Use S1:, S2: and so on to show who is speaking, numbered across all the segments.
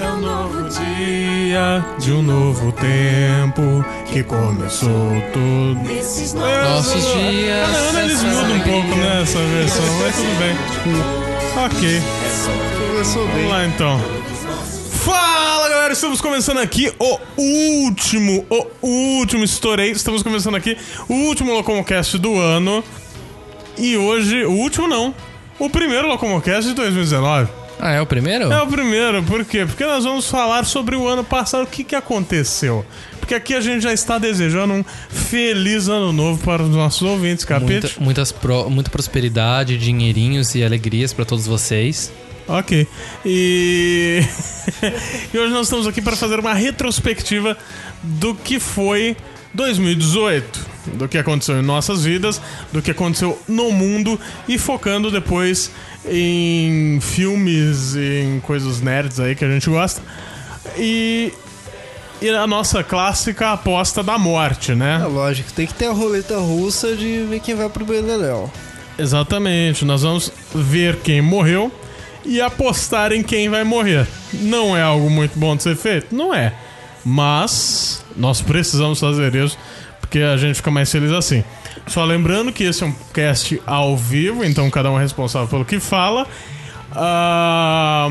S1: É um dia de um novo tempo que começou tudo.
S2: Nesses
S1: Nossos
S3: dias,
S1: Cada ano eles
S3: essas
S1: mudam um pouco
S3: alegrias.
S1: nessa versão, mas tudo bem. Ok,
S4: Começou
S1: vamos
S4: bem.
S1: lá então. Fala galera, estamos começando aqui o último, o último estourei. Estamos começando aqui o último Locomocast do ano. E hoje, o último não, o primeiro Locomocast de 2019.
S3: Ah, é o primeiro?
S1: É o primeiro, por quê? Porque nós vamos falar sobre o ano passado, o que, que aconteceu. Porque aqui a gente já está desejando um feliz ano novo para os nossos ouvintes,
S3: Muita,
S1: capete?
S3: muitas pro- muita prosperidade, dinheirinhos e alegrias pra todos vocês.
S1: Ok. E... e hoje nós estamos aqui para fazer uma retrospectiva do que foi 2018, do que aconteceu em nossas vidas, do que aconteceu no mundo e focando depois em filmes, em coisas nerds aí que a gente gosta. E e a nossa clássica aposta da morte,
S4: É
S1: né?
S4: lógico, tem que ter a roleta russa de ver quem vai pro Beleléu.
S1: Exatamente. Nós vamos ver quem morreu e apostar em quem vai morrer. Não é algo muito bom de ser feito? Não é. Mas nós precisamos fazer isso porque a gente fica mais feliz assim. Só lembrando que esse é um cast ao vivo, então cada um é responsável pelo que fala. Ah,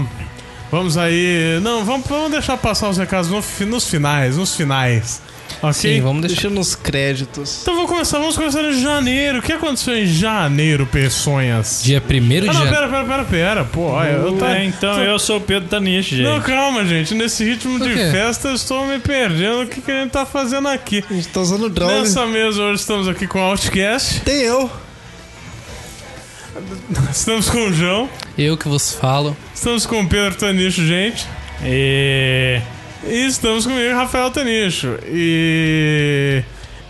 S1: vamos aí. Não, vamos, vamos deixar passar os recados no fi- nos finais, nos finais. Ok?
S3: Sim, vamos deixar.
S4: Deixa nos créditos.
S1: Então vamos começar, vamos começar em janeiro. O que aconteceu em janeiro, peçonhas?
S3: Dia 1 de
S1: Ah, não,
S3: janeiro.
S1: pera, pera, pera, pera. Pô, olha, eu tô...
S5: É, então eu sou o Pedro Taniche, gente.
S1: Não, calma, gente. Nesse ritmo de
S3: quê?
S1: festa, eu estou me perdendo. O que, que a gente tá fazendo aqui?
S4: A gente tá usando droga.
S1: Nessa mesa hoje estamos aqui com o Outcast,
S4: Tem eu.
S1: estamos com o João,
S3: Eu que vos falo.
S1: estamos com o Pedro Tanicho, gente,
S5: E...
S1: e estamos comigo, Rafael Tanicho. E.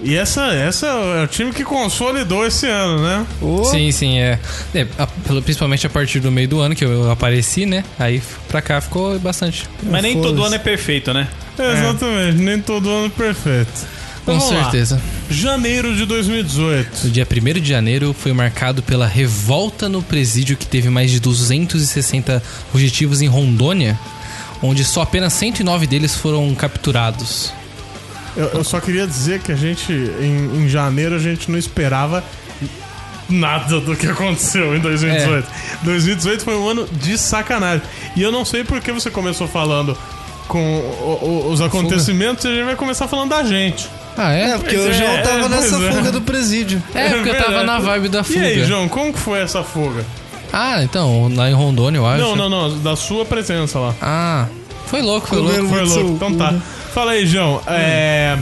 S1: E essa, essa é o time que consolidou esse ano, né?
S4: Ô,
S3: Sim, sim, é. É, a- pelo- principalmente a partir do meio do ano que eu apareci, né? Aí f- pra cá ficou bastante.
S5: Mas nem
S4: Foda-se.
S5: todo ano é perfeito, né?
S1: Exatamente, nem todo ano perfeito. Então
S3: Com
S1: vamos lá.
S3: certeza.
S1: Janeiro de 2018.
S3: O dia 1 de janeiro foi marcado pela revolta no presídio que teve mais de 260 fugitivos em Rondônia, onde só apenas 109 deles foram capturados.
S1: Eu, eu só queria dizer que a gente, em, em janeiro, a gente não esperava nada do que aconteceu em 2018. 2018 foi um ano de sacanagem. E eu não sei por que você começou falando com o- o- os acontecimentos e a gente vai começar falando da gente.
S3: Ah,
S4: É, porque eu
S1: é,
S4: já tava
S1: é,
S4: nessa
S1: pois é.
S4: fuga do presídio.
S3: É, porque eu tava na vibe da fuga.
S1: E aí, João, como que foi essa fuga?
S3: Ah, então, lá em Rondônia, eu acho.
S1: Não, não, não, da sua presença lá.
S3: Ah, foi louco, foi
S4: Comeu
S3: louco.
S1: Foi
S4: Muito
S1: louco. Então tá.
S4: loucura.
S1: Fala aí, João. É.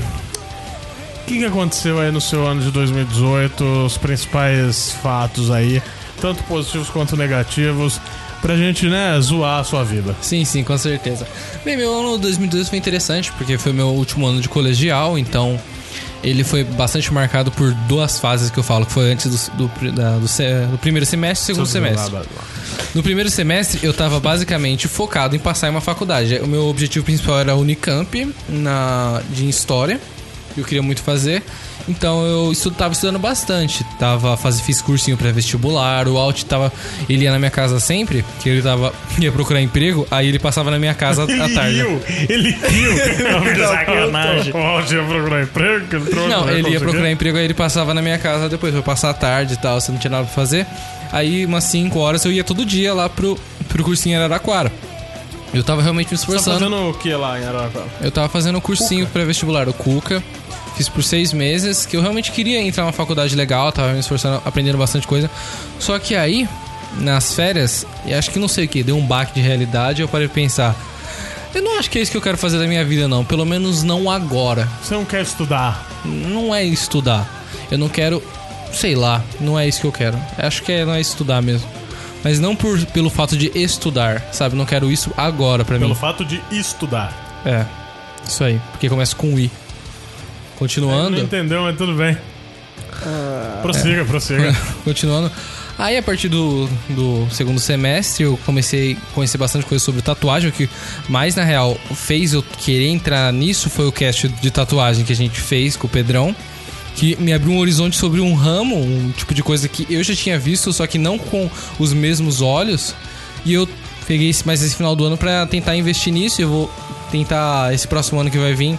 S1: O que, que aconteceu aí no seu ano de 2018? Os principais fatos aí, tanto positivos quanto negativos, pra gente, né, zoar a sua vida.
S3: Sim, sim, com certeza. Bem, meu ano 2012 foi interessante, porque foi meu último ano de colegial, então ele foi bastante marcado por duas fases que eu falo, que foi antes do, do, da- do se- do primeiro semestre e segundo Um semestre. No primeiro semestre, eu tava basicamente focado em passar em uma faculdade. O meu objetivo principal era a Unicamp na, de História, que eu queria muito fazer. Então eu estu- tava estudando bastante. Tava faz, fiz cursinho pré-vestibular, o Alt tava. Ele ia na minha casa sempre, que ele tava. ia procurar emprego, aí ele passava na minha casa à
S1: Ele
S3: tarde.
S1: riu, ele riu.
S5: Sacanagem.
S1: Onde ia procurar emprego? é que ele trouxe, né,
S3: Não,
S1: vai
S3: ele ia
S1: conseguir.
S3: procurar emprego, aí ele passava na minha casa depois, foi passar a tarde e tal, você não tinha nada pra fazer. Aí, umas 5 horas, eu ia todo dia lá pro, pro cursinho em Araraquara. Eu tava realmente me
S1: Você tá
S3: esforçando.
S1: fazendo o que lá em Araraquara?
S3: Eu tava fazendo um cursinho pré-vestibular, o Cuca. Fiz por seis meses, que eu realmente queria entrar numa faculdade legal, tava me esforçando, aprendendo bastante coisa. Só que aí, nas férias, e acho que não sei o que, deu um baque de realidade, eu parei pra pensar. Eu não acho que é isso que eu quero fazer da minha vida, não. Pelo menos não agora.
S1: Você não quer estudar?
S3: Não é estudar. Eu não quero. Sei lá, não é isso que eu quero. Acho que é, não é estudar mesmo. Mas não por, pelo fato de estudar, sabe? Não quero isso agora pra mim.
S1: Pelo fato de estudar.
S3: É. Isso aí, porque começa com I.
S1: Não
S3: Continuando.
S1: entendeu, mas tudo bem. prossiga, prossiga.
S3: É. Continuando. Aí a partir do, do segundo semestre eu comecei a conhecer bastante coisa sobre tatuagem. O que mais na real fez eu querer entrar nisso foi o cast de tatuagem que a gente fez com o Pedrão. Que me abriu um horizonte sobre um ramo, um tipo de coisa que eu já tinha visto, só que não com os mesmos olhos. E eu Peguei esse- mais esse final do ano pra tentar investir nisso. e Eu vou tentar, esse próximo ano que vai vir,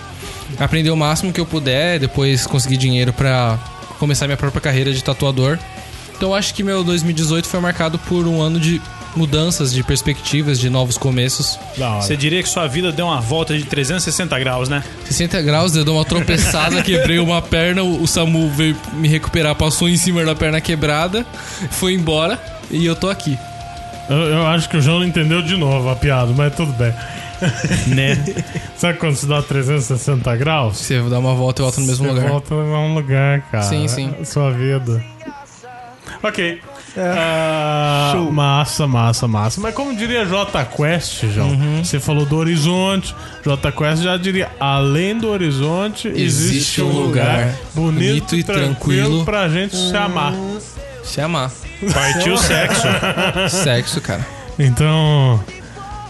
S3: aprender o máximo que eu puder. Depois conseguir dinheiro pra começar minha própria carreira de tatuador. Então eu acho que meu 2018 foi marcado por um ano de mudanças, de perspectivas, de novos começos.
S1: Da hora.
S5: Você diria que sua vida deu uma volta de 360 graus, né?
S3: 60 graus, eu dou uma tropeçada, quebrei uma perna, o o Samu veio me recuperar, passou em cima da perna quebrada, foi embora e eu tô aqui.
S1: Eu, eu acho que o João não entendeu de novo a piada, mas tudo bem.
S5: Né?
S1: Sabe quando se dá 360 graus?
S3: Você dá uma volta e volta no mesmo
S1: Você
S3: lugar.
S1: volta no mesmo lugar, cara.
S3: Sim, sim.
S1: É a Sua vida. Ok. Ah,
S4: Show.
S1: Massa, massa, massa. Mas como diria J Quest, João? Você falou do horizonte. J Quest já diria: além do horizonte, existe, um lugar, bonito, e tranquilo, pra gente se amar.
S3: Se amar.
S5: Partiu o sexo.
S3: é Sexo, cara.
S1: Então.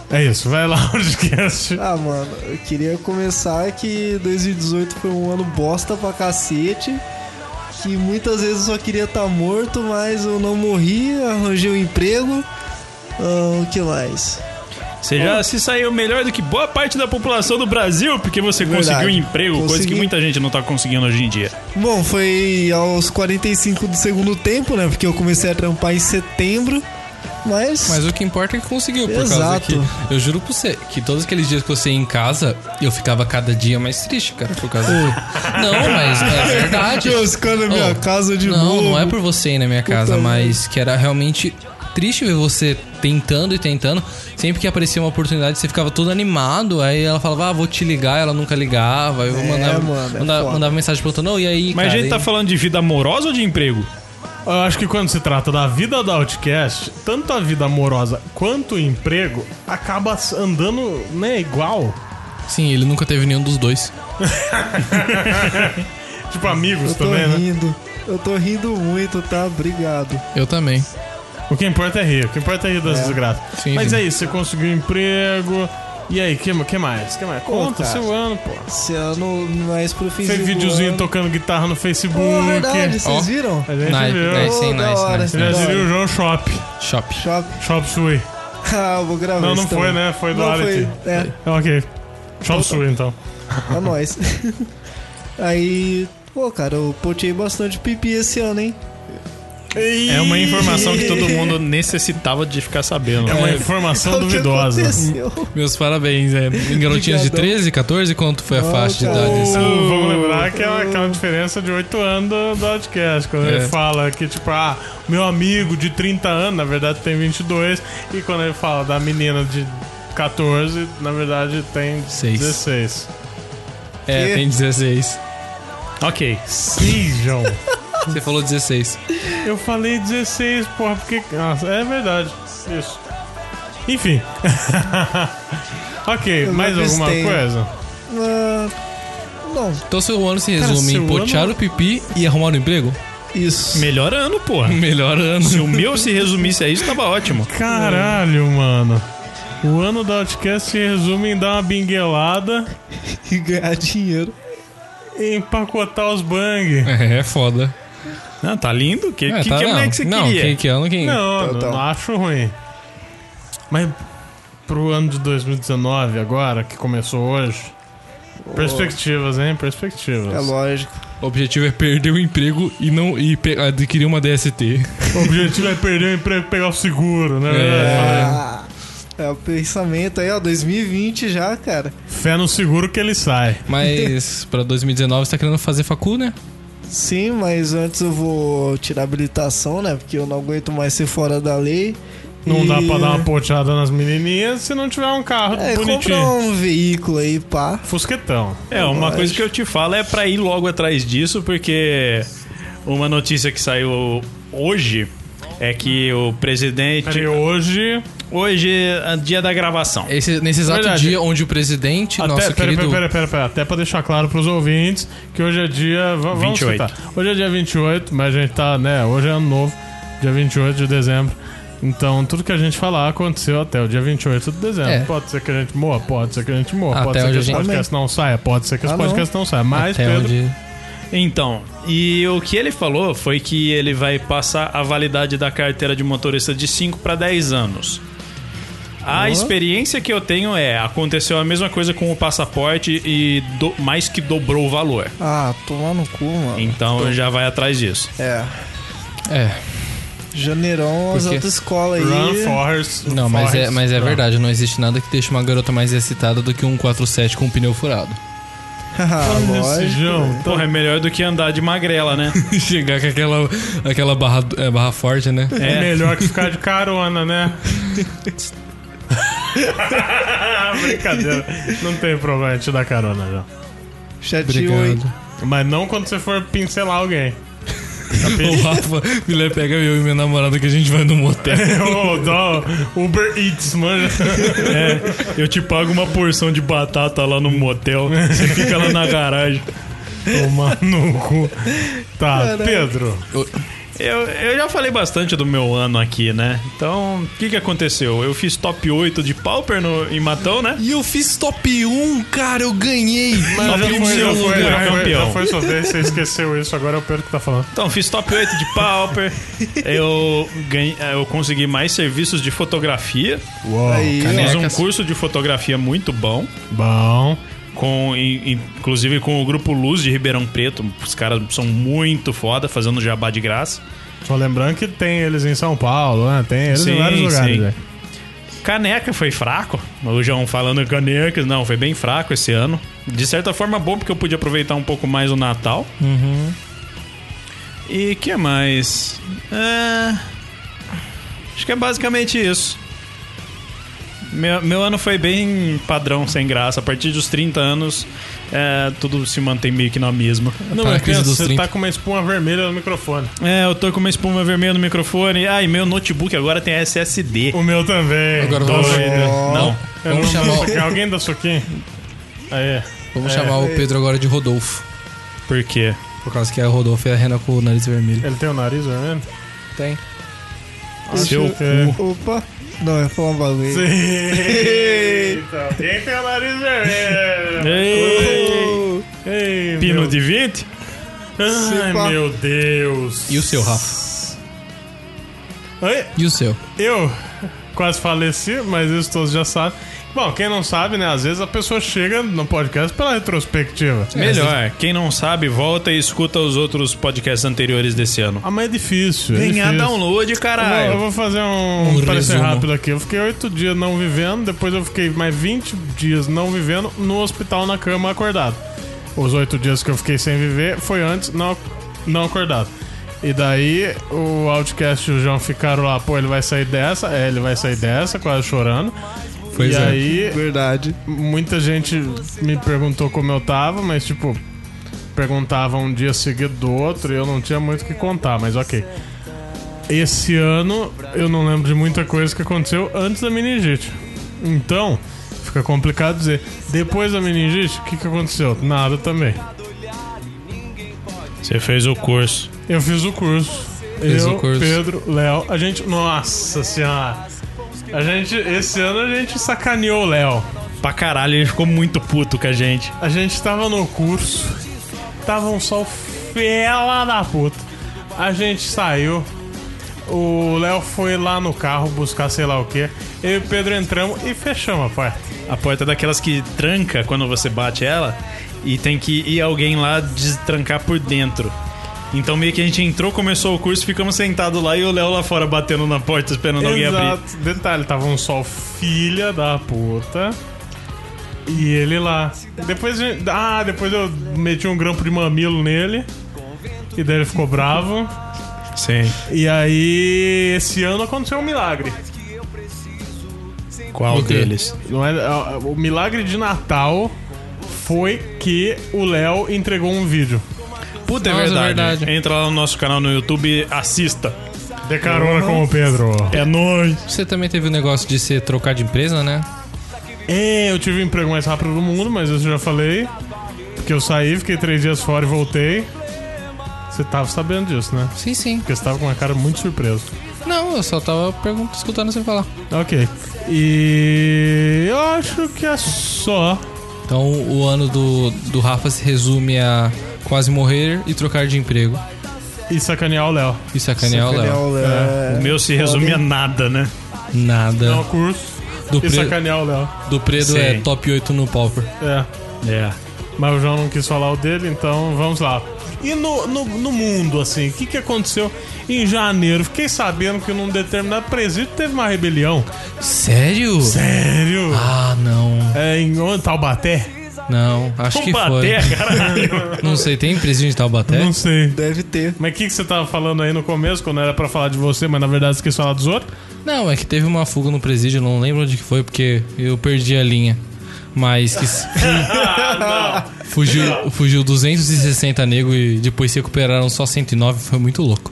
S1: É isso, vai lá, podcast.
S4: Ah, mano, eu queria começar é que 2018 foi um ano bosta pra cacete. Que muitas vezes eu só queria estar morto, mas eu não morri, arranjei um emprego. Ah, o que mais?
S5: Você já se saiu melhor do que boa parte da população do Brasil, porque você
S4: Verdade.
S5: conseguiu um emprego, coisa que
S4: Consegui.
S5: muita gente não tá conseguindo hoje em dia.
S4: Bom, foi aos 45 do segundo tempo, né? Porque eu comecei a trampar em setembro. Mas,
S3: Mas o que importa é que conseguiu, por causa
S4: Exato.
S3: que. Eu juro pra você que todos aqueles dias que você ia em casa, eu ficava cada dia mais triste, cara, por causa Não, mas é verdade.
S4: eu ficando na minha
S3: Oh,
S4: casa de
S3: não,
S4: novo.
S3: não é por você ir na minha casa,
S4: Puta
S3: mas que era realmente triste ver você tentando e tentando. Sempre que aparecia uma oportunidade, você ficava todo animado. Aí ela falava, ah, vou te ligar, ela nunca ligava. Eu
S4: É,
S3: mandava,
S4: mano, é
S3: mandava,
S4: foda.
S3: mandava mensagem perguntando, "Ô, e aí,
S5: Mas
S3: cara,
S5: a gente tá
S3: e-
S5: falando de vida amorosa ou de emprego?
S1: Eu acho que quando se trata da vida da Outcast, tanto a vida amorosa quanto o emprego acaba andando, né, igual.
S3: Sim, ele nunca teve nenhum dos dois.
S1: Tipo amigos
S4: Eu tô
S1: também, né?
S4: rindo. Eu tô rindo muito, tá? Obrigado.
S3: Eu também.
S1: O que importa é rir, o que importa é rir das
S4: É.
S1: desgraças.
S3: Sim,
S1: Mas
S3: sim.
S1: é isso, você conseguiu emprego. E aí, que, que mais? Que mais? Conta
S4: cara.
S1: seu ano, pô.
S4: Esse ano mais pro fim
S1: Fez
S4: do
S1: videozinho
S4: ano.
S1: tocando guitarra no Facebook.
S4: Pô, verdade, vocês
S3: Ó.
S4: viram?
S1: A gente
S3: Nice,
S1: viu.
S3: nice, hein,
S4: Oh, da
S3: é, nice,
S4: hora.
S3: nice,
S1: Ele
S3: nice.
S4: Da
S1: aderiu
S4: hora.
S1: o João Shop.
S3: Shop.
S4: Shop.
S1: Shop Sui.
S4: Ah, eu vou gravar
S1: Não,
S4: isso
S1: não foi,
S4: também.
S1: né? Foi do
S4: Não
S1: Arity.
S4: foi. É,
S1: Ok. Shop Sui, então.
S4: é nóis. Aí, pô, cara, eu potei bastante pipi esse ano, hein?
S5: É uma informação que todo mundo necessitava de ficar sabendo.
S1: É uma informação
S4: O que
S1: duvidosa.
S4: aconteceu?
S3: Meus parabéns. É, em garotinhas de
S4: Obrigadão.
S3: 13, 14, quanto foi a
S4: Não,
S3: faixa de
S4: cara.
S3: idade? assim?
S1: Então, vamos lembrar que é uma- que é uma diferença de 8 anos do, do podcast. Quando ele
S3: É.
S1: fala que, tipo, ah, meu amigo de 30 anos, na verdade tem 22. E quando ele fala da menina de 14, na verdade tem
S3: Seis.
S1: 16.
S3: É,
S4: Quê?
S3: tem 16.
S4: É.
S5: Ok.
S1: Sim, João.
S3: Você falou 16.
S1: Eu falei 16, porra, porque. Nossa, é verdade. Isso. Enfim. ok,
S4: Eu
S1: mais
S4: não
S1: alguma
S4: abstenho.
S1: coisa?
S4: Ah, não,
S3: Então seu ano se
S1: Cara,
S3: resume
S1: seu
S3: em potear
S1: ano-
S3: o pipi e arrumar um emprego?
S4: isso.
S5: Melhor ano, porra.
S3: Melhor ano.
S5: Se o meu se resumisse a isso, tava ótimo.
S4: É.
S1: Caralho, mano. O ano da Outcast se resume em dar uma binguelada
S4: E ganhar dinheiro.
S1: e empacotar os bang.
S3: É, é foda.
S5: Ah, tá lindo? O que,
S3: é,
S5: que,
S3: tá,
S5: que
S3: não.
S5: é que você
S3: não,
S5: queria?
S3: que, que ano quem...
S1: Não,
S4: Então,
S1: não,
S4: então.
S1: não acho ruim. Mas pro ano de 2019, agora, que começou hoje. Perspectivas, hein? Perspectivas.
S4: É lógico.
S3: O objetivo é perder o emprego e não e pe- adquirir uma DST.
S1: O objetivo é perder o emprego e pegar o seguro, né?
S3: É.
S4: Ah, é o pensamento aí, ó, 2020 já, cara.
S1: Fé no seguro que ele sai.
S3: Mas pra 2019 você tá querendo fazer facu, né?
S4: Sim, mas antes eu vou tirar a habilitação, né? Porque eu não aguento mais ser fora da lei.
S1: Não
S4: E-
S1: dá pra dar uma poteada nas menininhas se não tiver um carro
S4: É, compra
S1: bonitinho.
S4: um veículo aí, pá.
S1: Fusquetão.
S5: É, uma coisa que eu te falo é pra ir logo atrás disso, porque uma notícia que saiu hoje é que o presidente.
S1: E hoje.
S5: Hoje é dia da gravação.
S3: Esse, nesse exato
S1: Verdade.
S3: dia onde o presidente, nosso
S1: Até, pera,
S3: querido...
S1: pera, pera, pera, pera. Até pra deixar claro pros ouvintes que hoje é dia. va- Vamos
S5: 28.
S1: citar. Hoje é dia 28, mas a gente tá, né? Hoje é ano novo, dia 28 de dezembro. Então, tudo que a gente falar aconteceu até o dia 28 de dezembro.
S3: É.
S1: Pode ser que a gente morra, pode ser que a gente morra,
S3: Até
S1: pode ser que
S3: onde
S1: esse
S3: a gente-
S1: podcast não saia, pode ser que esse
S4: Ah, não.
S1: podcast não saia. Mas,
S3: Até
S1: Pedro,
S3: onde...
S5: Então, e o que ele falou foi que ele vai passar a validade da carteira de motorista de 5 para 10 anos. A experiência que eu tenho é: aconteceu a mesma coisa com o passaporte e do- mais que dobrou o valor.
S4: Ah, tomar no cu, mano.
S5: Então já vai atrás disso.
S4: É.
S3: É,
S4: Janeirão, as
S3: Por quê?
S4: autoescolas aí.
S1: Run, Forrest.
S3: não, mas é,
S1: Forrest,
S3: mas é
S1: run.
S3: verdade, não existe nada que deixe uma garota mais excitada do que um 47 com um pneu furado.
S4: Ah, lógico.
S1: Sejam,
S5: Porra, é melhor do que andar de magrela, né?
S3: Chegar com aquela, aquela barra, é, barra forte, né?
S1: É. melhor que ficar de carona, né? Brincadeira. Não tem problema te dar carona, já.
S4: Chateou, hein?
S1: Mas não quando você for pincelar alguém.
S3: O Rafa, Miller pega eu e minha namorada que a gente vai no motel.
S1: Ô, dá Uber Eats, manja. É. tipo,
S5: Eu te pago uma porção de batata lá no motel. né? Você fica lá na garagem.
S1: Toma no cu. Tá,
S4: Caralho.
S1: Pedro.
S5: Eu, eu já falei bastante do meu ano aqui, né? Então, o que, que aconteceu? Eu fiz top 8 de Pauper no, em Matão, né?
S3: E eu fiz top 1, cara, eu ganhei.
S1: Mas
S5: Top
S1: já
S5: um
S1: foi, já
S5: seu
S1: foi,
S5: lugar,
S1: já foi,
S5: campeão.
S1: já foi sua vez, você esqueceu isso, agora é o Pedro que tá falando.
S5: Então, fiz top 8 de Pauper. eu, ganhei, eu consegui mais serviços de fotografia.
S1: Uou.
S4: Aí, ó.
S5: Fiz um
S3: Canecas.
S5: curso de fotografia muito bom.
S1: Bom.
S5: Com, in- inclusive com o grupo Luz de Ribeirão Preto. Os caras são muito foda, fazendo jabá de graça.
S1: Só lembrando que tem eles em São Paulo, né? Tem eles em
S5: Sim,
S1: vários lugares.
S5: sim.
S1: né?
S5: Caneca foi fraco. O João falando em canecas, não, foi bem fraco esse ano. De certa forma, bom porque eu pude aproveitar um pouco mais o Natal. Uhum. E que mais? É, Acho que é basicamente isso. Meu, meu ano foi bem padrão, sem graça. A partir dos 30 anos, é, tudo se mantém meio que na mesma.
S1: Não,
S3: Tá na
S1: mas
S3: crise
S1: pensa,
S3: dos
S1: você
S3: 30.
S1: tá com uma espuma vermelha no microfone.
S5: É, eu tô com uma espuma vermelha no microfone. Ah, e meu notebook agora tem SSD.
S1: O meu também.
S3: Agora
S1: Doido.
S3: vamos-
S5: Não.
S1: Eu não
S3: Vamos chamar
S1: vou
S3: o-
S1: soquinho. Alguém dá soquinho? Aí.
S3: Vamos chamar o Pedro agora de Rodolfo.
S5: Por quê?
S3: Por causa que a Rodolfo é a rena com o nariz vermelho.
S1: Ele tem o nariz vermelho?
S3: Tem.
S5: Seu
S1: Acho- é.
S4: Opa. Não, eu ia falar um bagulho.
S1: Eita, Quem tem o nariz vermelho?
S5: Ei!
S4: Oh,
S1: Ei,
S5: Pino
S1: meu-
S5: de 20?
S1: Ai,
S4: Sepa.
S1: meu Deus.
S3: E o seu, Rafa?
S1: Oi?
S3: E o seu?
S1: Eu quase faleci, mas isso todos já sabem. Bom, quem não sabe, né? Às vezes a pessoa chega no podcast pela retrospectiva.
S5: Melhor, quem não sabe, volta e escuta os outros podcasts anteriores desse ano.
S1: Ah, mas é difícil. é
S5: Ganhar
S1: difícil.
S5: download,
S1: Eu vou- Eu
S5: caralho.
S1: vou fazer um,
S3: Um
S1: parecer
S3: resumo.
S1: rápido aqui. Eu fiquei oito dias não vivendo, depois eu fiquei mais 20 dias não vivendo no hospital na cama acordado. Os oito dias que eu fiquei sem viver foi antes não, não acordado. E daí o Outcast e o João ficaram lá, pô, ele vai sair dessa, é, ele vai sair dessa, quase chorando.
S3: Pois
S1: e
S3: é.
S1: aí
S4: Verdade.
S1: muita gente me perguntou como eu tava, mas tipo, perguntava um dia seguido do outro e eu não tinha muito o que contar, mas ok. Esse ano eu não lembro de muita coisa que aconteceu antes da meningite. Então, fica complicado dizer. Depois da meningite, o que, que aconteceu? Nada também.
S5: Você fez o curso.
S1: Eu fiz o curso.
S3: Fez
S1: eu,
S3: o curso.
S1: Pedro, Léo, a gente. Nossa senhora! A gente. Esse ano a gente sacaneou o Léo.
S5: Pra caralho, ele ficou muito puto com a gente.
S1: A gente tava no curso, tava um sol fela da puta. A gente saiu, o Léo foi lá no carro buscar sei lá o que. Eu e o Pedro entramos e fechamos a porta.
S5: A porta é daquelas que tranca quando você bate ela e tem que ir alguém lá destrancar por dentro. Então meio que a gente entrou, começou o curso, ficamos sentados lá e o Léo lá fora batendo na porta esperando alguém abrir.
S1: Exato. Detalhe, tava um sol filha da puta. E ele lá. Depois a gente- ah, depois eu meti um grampo de mamilo nele. E daí ele ficou bravo.
S5: Sim.
S1: E aí, esse ano aconteceu um milagre.
S5: Qual
S3: O quê?
S5: deles?
S1: Não é- a- a- o milagre de Natal foi que o Léo entregou um vídeo.
S5: Puta, é
S3: Nossa, é
S5: verdade.
S3: verdade.
S5: Entra lá no nosso canal no YouTube, assista.
S1: De carona com o Pedro.
S5: É nóis.
S3: Você também teve o negócio de ser trocar de empresa, né?
S1: É, eu tive o emprego mais rápido do mundo, mas isso eu já falei. Porque eu saí, fiquei três dias fora e voltei. Você tava sabendo disso, né?
S3: Sim, sim.
S1: Porque você tava com uma cara muito surpreso.
S3: Não, eu só tava perguntando, escutando você falar.
S1: Ok. E eu acho que é só.
S3: Então o ano do, do Rafa se resume a quase morrer e trocar de emprego.
S1: E sacanear o Léo.
S4: é,
S3: E sacanear o Léo.
S5: É,
S4: Léo.
S5: O meu se resume a nada, né?
S3: Nada.
S1: Não, É um curso. e
S3: Do É. Pre-
S1: sacanear o Léo.
S3: Do Predo é
S5: Sim.
S3: top 8 no Pauper.
S1: É.
S5: É.
S1: Mas o João não quis falar o dele, então vamos lá. E no, no, no mundo, assim, o que, que aconteceu em janeiro? Fiquei sabendo que num determinado presídio teve uma rebelião.
S3: Sério?
S1: Sério?
S3: Ah, não.
S1: É, em onde? Taubaté?
S3: Não, acho que foi.
S5: Combater, caralho.
S3: Não sei, tem presídio de Taubaté?
S1: é- Não sei.
S4: Deve ter.
S1: Mas o que, que você tava falando aí no começo, quando era pra falar de você, mas na verdade você quis falar dos outros?
S3: Não, é que teve uma fuga no presídio, não lembro onde que foi, porque eu perdi a linha. Mas que s-
S1: Ah,
S3: fugiu, fugiu 260 negros e depois se recuperaram só 109, foi muito louco.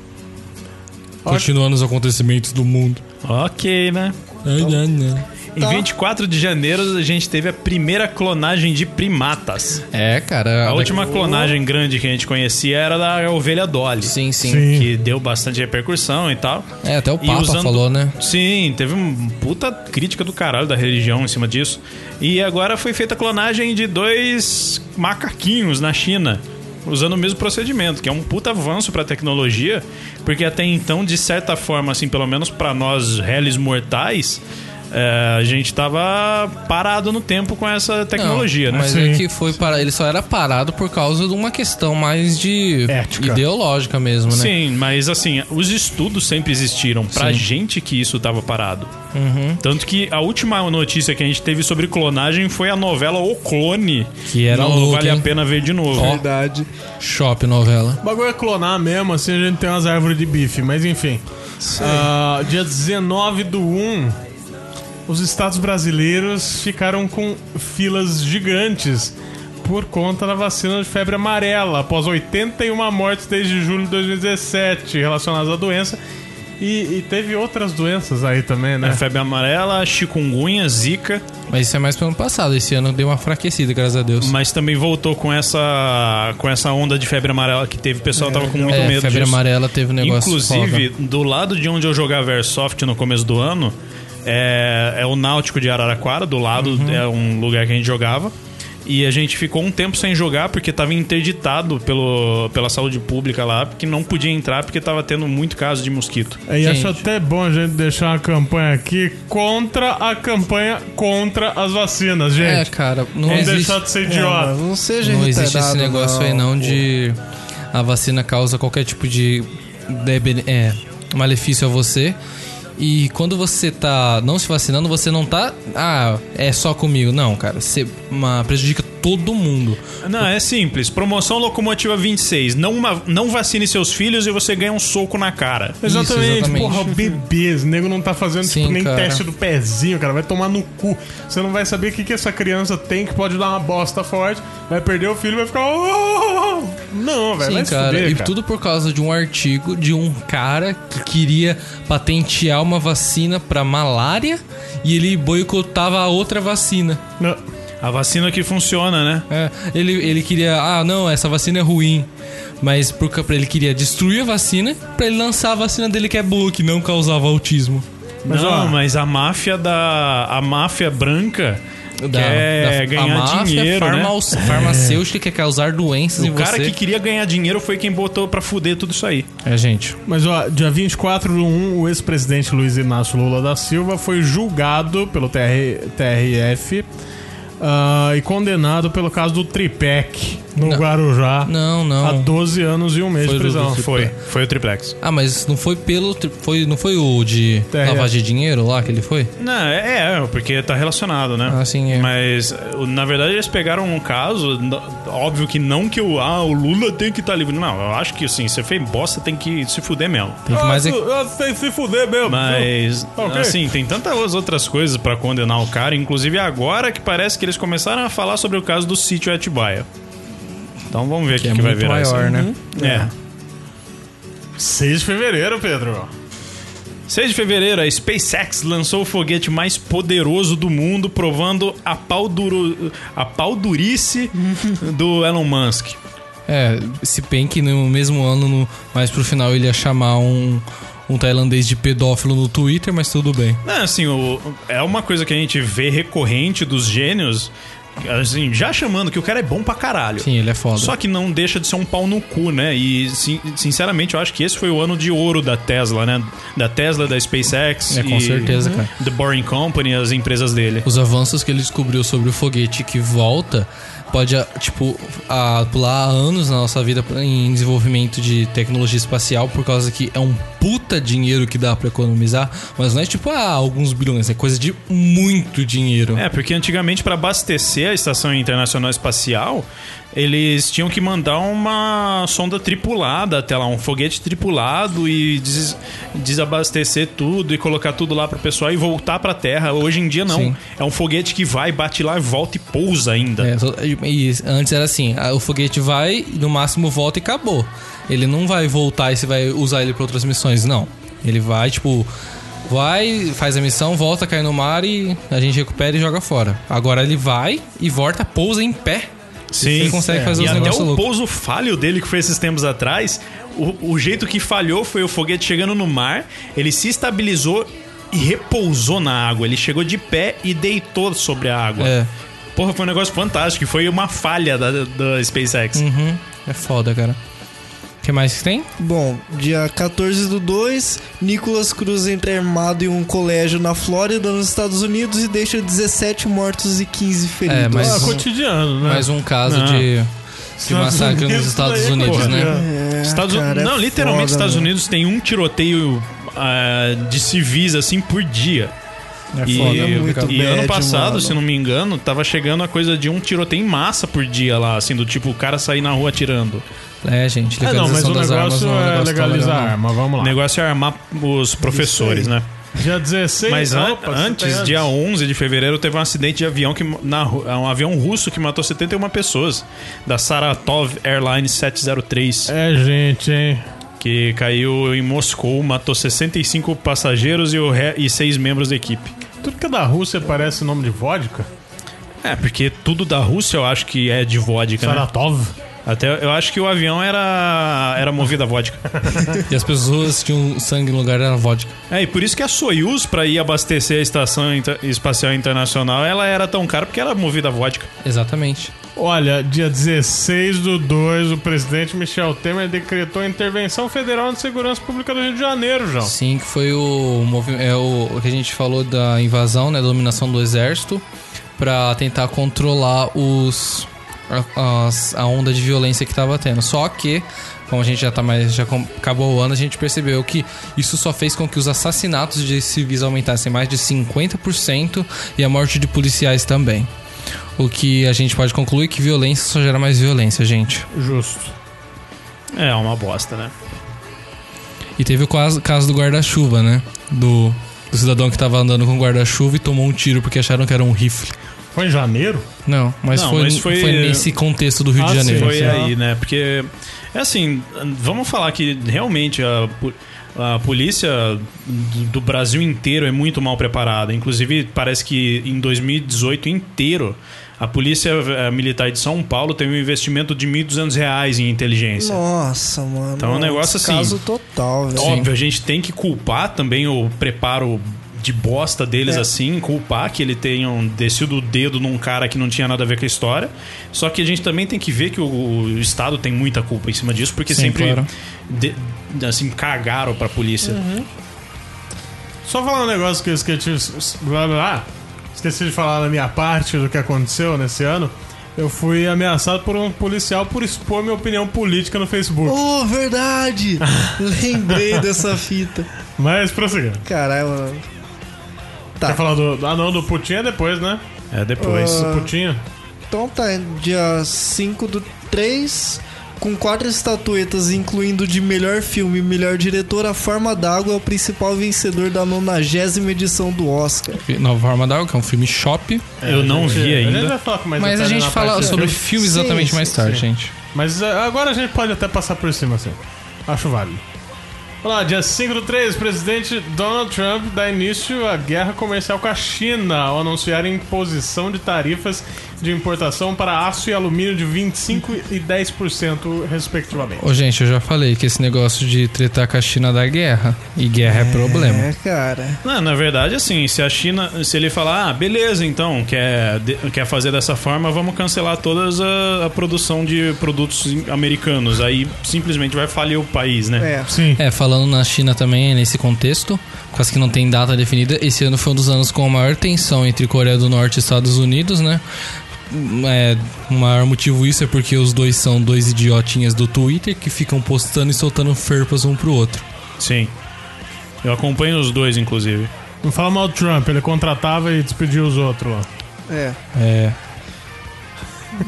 S3: Continuando os acontecimentos do mundo.
S5: ok, né?
S1: É né?
S5: Em 24 de janeiro a gente teve a primeira clonagem de primatas.
S3: É, cara.
S5: A
S3: da-
S5: última clonagem grande que a gente conhecia era da ovelha Dolly.
S3: Sim, sim.
S1: Sim.
S5: Que deu bastante repercussão e tal.
S3: É, até o
S5: E
S3: Papa
S5: usando-
S3: falou, né?
S5: Sim, teve uma puta crítica do caralho da religião em cima disso. E agora foi feita a clonagem de dois macaquinhos na China, usando o mesmo procedimento, que é um puta avanço pra tecnologia, porque até então, de certa forma, assim, pelo menos pra nós, réis mortais, é, a gente tava parado no tempo com essa tecnologia,
S3: Não,
S5: né?
S3: Mas
S1: Sim.
S3: é que foi para ele só era parado por causa de uma questão mais de
S1: Ética.
S3: ideológica mesmo, né?
S5: Sim, mas assim, os estudos sempre existiram pra
S3: Sim. Uhum.
S5: gente que isso tava parado. Tanto que a última notícia que a gente teve sobre clonagem foi a novela O Clone.
S3: Que era
S5: Não
S3: louca,
S5: vale
S3: hein?
S5: a pena ver de novo.
S4: Verdade.
S3: Shop novela.
S1: O bagulho é clonar mesmo, assim a gente tem umas árvores de bife, mas enfim. Ah, dia 19 do 1, os estados brasileiros ficaram com filas gigantes por conta da vacina de febre amarela, após 81 mortes desde julho de 2017 relacionadas à doença. E, e teve outras doenças aí também,
S5: É,
S1: né?
S5: febre amarela, chikungunya, zika,
S3: Mas isso é mais pro ano passado. Esse ano deu uma enfraquecida, graças a Deus.
S5: mas também voltou com essa com essa onda de febre amarela que teve. O pessoal tava com muito
S3: é,
S5: medo
S3: febre
S5: disso.
S3: amarela teve um negócio
S5: Inclusive,
S3: foda.
S5: do lado de onde eu jogava Airsoft no começo do ano, é, é o Náutico de Araraquara, do lado
S3: Uhum.
S5: é um lugar que a gente jogava. E a gente ficou um tempo sem jogar porque tava interditado pelo, pela saúde pública lá, porque não podia entrar porque tava tendo muito caso de mosquito.
S1: E acho
S3: Gente.
S1: até bom a gente deixar uma campanha aqui contra a campanha contra as vacinas, gente.
S3: É, cara, não
S1: Vamos
S3: existe,
S1: deixar de ser idiota.
S4: É, Não seja
S3: não existe esse
S4: retardado,
S3: negócio aí não de a vacina causa qualquer tipo de debe- é, malefício a você. E quando você tá não se vacinando, você não tá. Ah, é só comigo. Não, cara. Você uma- prejudica todo mundo.
S5: Não, é simples. Promoção Locomotiva 26. Não, ma- não vacine seus filhos e você ganha um soco na cara.
S1: Exatamente,
S3: Isso, exatamente.
S1: porra, bebês, o nego não tá fazendo tipo,
S3: Sim,
S1: nem
S3: cara.
S1: teste do pezinho, cara, vai tomar no cu. Você não vai saber o que, que essa criança tem que pode dar uma bosta forte, vai perder o filho, vai ficar. "Oh!" Não, velho, vai
S3: Sim,
S1: se
S3: cara.
S1: fuder,
S3: e
S1: cara.
S3: tudo por causa de um artigo de um cara que queria patentear uma vacina pra malária e ele boicotava a outra vacina.
S1: Não.
S5: A vacina que funciona, né?
S3: É, ele, ele queria, ah, não, essa vacina é ruim. Mas pro, pra ele queria destruir a vacina pra ele lançar a vacina dele que é boa, que não causava autismo.
S1: Mas,
S5: não,
S1: ó.
S5: mas a máfia da. A máfia branca quer é ganhar dinheiro. né?
S3: farmaus- farmacêutica que quer causar doenças em
S5: O cara
S3: você.
S5: que queria ganhar dinheiro foi quem botou pra fuder tudo isso aí.
S3: É, gente.
S1: Mas ó, dia 24 de 1, o ex-presidente Luiz Inácio Lula da Silva foi julgado pelo TR, TRF ah, e condenado pelo caso do Tripec no Guarujá
S3: Não,
S1: a
S3: não.
S1: 12 anos e um mês
S3: Foi
S1: de
S3: do-
S1: prisão.
S3: do-
S5: Foi, foi o triplex.
S3: Ah, mas não foi pelo. tri- Foi, não foi o de
S1: É, é.
S3: lavagem de dinheiro lá que ele foi?
S5: Não, é, é, porque tá relacionado, né?
S3: Ah, sim, é.
S5: Mas, o- na verdade, eles pegaram um caso, n- óbvio que não que o, ah, o Lula tem que estar livre. Não, eu acho que, assim, você fez bosta, tem que se fuder mesmo.
S3: Tem que mais. é-
S1: Ah, tem que se fuder mesmo.
S5: Mas,
S1: Tá ok.
S5: assim, tem tantas outras coisas pra condenar o cara, inclusive agora que parece que eles começaram a falar sobre o caso do sítio Atibaia. Então vamos ver o que,
S3: é
S5: que vai
S3: muito
S5: virar isso.
S3: maior, né?
S5: É.
S1: 6 de fevereiro, Pedro.
S5: 6 de fevereiro, a SpaceX lançou o foguete mais poderoso do mundo, provando a pau, duro, a pau durice do Elon Musk.
S3: É, se bem que no mesmo ano, no, mas pro final ele ia chamar um, um tailandês de pedófilo no Twitter, mas tudo bem.
S5: é Não, assim, o- é uma coisa que a gente vê recorrente dos gênios, Assim, já chamando que o cara é bom pra caralho.
S3: Sim, ele é foda.
S5: Só que não deixa de ser um pau no cu, né? E, sin- sinceramente, eu acho que esse foi o ano de ouro da Tesla, né? Da Tesla, da SpaceX.
S3: É, com
S5: e
S3: certeza, cara.
S5: The Boring Company, as empresas dele.
S3: Os avanços que ele descobriu sobre o foguete que volta pode, ah, tipo, ah, pular anos na nossa vida em desenvolvimento de tecnologia espacial, por causa que é um puta dinheiro que dá pra economizar, mas não é tipo, ah, alguns bilhões, é coisa de muito dinheiro.
S5: É, porque antigamente, pra abastecer a Estação Internacional Espacial, eles tinham que mandar uma sonda tripulada até lá, um foguete tripulado e des- desabastecer tudo e colocar tudo lá pro pessoal e voltar pra Terra. Hoje em dia, não.
S3: Sim.
S5: É um foguete que vai, bate lá, volta e pousa ainda.
S3: É, só- e antes era assim, a- o foguete vai, no máximo volta e acabou. Ele não vai voltar e você vai usar ele para outras missões, não. Ele vai, tipo, vai, faz a missão, volta, cai no mar e a gente recupera e joga fora. Agora ele vai e volta, pousa em pé.
S5: Sim. É.
S3: Ele consegue fazer
S5: e
S3: os
S5: até
S3: negócios
S5: o
S3: loucos.
S5: pouso falho dele, que foi esses tempos atrás, o, o jeito que falhou foi o foguete chegando no mar, ele se estabilizou e repousou na água. Ele chegou de pé e deitou sobre a água.
S3: É.
S5: Porra, foi um negócio fantástico. e Foi uma falha da, da SpaceX.
S3: Uhum. É foda, cara. O que mais que tem?
S4: Bom, dia 14 do 2, Nicolas Cruz entra armado em um colégio na Flórida, nos Estados Unidos, e deixa 17 mortos e 15 feridos.
S3: É, mas-
S1: Ah, cotidiano, né?
S3: Mais um caso
S5: Não.
S3: de, de
S1: Estados
S3: massacre
S1: Unidos,
S3: nos Estados
S1: daí é
S3: Unidos, né?
S1: cotidiano.
S4: É,
S5: Estados
S4: cara, é
S5: Não, literalmente,
S4: foda,
S5: Estados
S4: mano.
S5: Unidos tem um tiroteio ah, de civis assim por dia.
S3: É
S5: E,
S3: foda,
S5: e
S4: muito bad,
S5: ano passado,
S4: mano.
S5: se não me engano, tava chegando a coisa de um tiroteio em massa por dia lá, assim, do tipo o cara sair na rua atirando.
S3: É, gente,
S1: É,
S3: legalização
S1: não, mas o
S3: das armas
S1: negócio
S3: não um
S1: é
S3: negócio tão legal,
S1: legalizar a
S3: não.
S1: arma, vamos
S5: O
S1: lá.
S5: negócio é armar os professores, né?
S1: Dia 16,
S5: Mas an-
S1: opa, você tá
S5: antes,
S1: tem
S5: dia 11 de fevereiro, teve um acidente de avião que na ru- um avião russo que matou 71 pessoas da Saratov Airlines 703,
S1: É, gente, hein?
S5: que caiu em Moscou, matou 65 passageiros e, o re- e seis membros da equipe.
S1: Tudo que é da Rússia parece nome de vodka.
S5: É, porque tudo da Rússia eu acho que é de vodka, né?
S1: Saratov.
S5: Até eu acho que o avião era era movido a vodka.
S3: E as pessoas tinham sangue no lugar da vodka.
S5: É, e por isso que a Soyuz, pra ir abastecer a Estação Inter- Espacial Internacional, ela era tão cara porque era movida a vodka.
S3: Exatamente.
S1: Olha, dia 16 do 2, o presidente Michel Temer decretou intervenção federal de segurança pública do Rio de Janeiro, João.
S3: Sim, que foi o, movi- é o o que a gente falou da invasão, né, dominação do exército pra tentar controlar os a, as- a onda de violência que tava tendo. Só que, como a gente já tá mais já com- acabou o ano, a gente percebeu que isso só fez com que os assassinatos de civis aumentassem mais de 50% e a morte de policiais também. O que a gente pode concluir é que violência só gera mais violência, gente.
S1: Justo.
S5: É uma bosta, né?
S3: E teve o caso, caso do guarda-chuva, né? Do, do cidadão que tava andando com guarda-chuva e tomou um tiro porque acharam que era um rifle.
S1: Foi em janeiro?
S3: Não, mas,
S5: Não,
S3: foi,
S5: mas foi-
S3: foi nesse contexto do Rio
S1: Ah,
S3: de Janeiro.
S5: Foi
S1: sim.
S5: aí, né? Porque, é assim, vamos falar que realmente a, po- a polícia do do Brasil inteiro é muito mal preparada. Inclusive, parece que em 2018 inteiro, a Polícia eh, Militar de São Paulo teve um investimento de 1.200 reais em inteligência.
S4: Nossa, mano.
S5: Então é um negócio assim.
S4: Caso total, velho.
S5: Óbvio, a gente tem que culpar também o preparo de bosta deles
S4: É.
S5: assim, culpar que ele tenham descido o dedo num cara que não tinha nada a ver com a história. Só que a gente também tem que ver que o, o Estado tem muita culpa em cima disso, porque
S3: Sim,
S5: sempre
S3: claro.
S5: de- assim cagaram pra polícia.
S1: Só falar um negócio que eu esqueci, blá, blá, blá. esqueci de falar na minha parte do que aconteceu nesse ano. Eu fui ameaçado por um policial por expor minha opinião política no Facebook.
S4: Oh, verdade! Lembrei dessa fita.
S1: Mas prosseguindo.
S4: Caralho, mano. Tá.
S1: Quer falar do. Ah não, do Putin é depois, né?
S5: É depois.
S1: Do Putin.
S4: Então tá, dia 5 do 3, com quatro estatuetas, incluindo de melhor filme e melhor diretor, A Forma d'Água é o principal vencedor da 90 edição do Oscar.
S3: Nova Forma d'Água, que é um filme shop.
S5: Eu não vi
S1: É, A gente
S5: ainda.
S1: vai falar com mais
S3: Mas tá a
S1: detalhe
S3: gente
S1: na
S3: fala
S1: parte
S3: sobre
S1: dele.
S3: filme
S4: Sim,
S3: exatamente
S4: sim,
S3: mais tarde,
S1: sim.
S3: gente.
S1: Mas é, agora a gente pode até passar por cima, assim. Acho válido. Vamos lá, dia 5 do 3, presidente Donald Trump dá início à guerra comercial com a China ao anunciar a imposição de tarifas de importação para aço e alumínio de 25% e 10%, respectivamente.
S3: Ô, gente, eu já falei que esse negócio de tretar com a China da guerra. E guerra é, problema.
S4: É, cara.
S5: Não, na verdade, assim, se a China, se ele falar, ah, beleza, então, quer, de- quer fazer dessa forma, vamos cancelar todas a, a produção de produtos em- americanos. Aí simplesmente vai falir o país, né?
S4: É.
S1: Sim.
S3: É, falando na China também, nesse contexto, quase que não tem data definida, esse ano foi um dos anos com a maior tensão entre Coreia do Norte e Estados Unidos, né? É, o maior motivo isso é porque os dois são dois idiotinhas do Twitter que ficam postando e soltando ferpas um pro outro.
S5: Sim. Eu acompanho os dois, inclusive.
S1: Não fala mal do Trump, ele contratava e despediu os outros lá.
S4: É.
S3: É.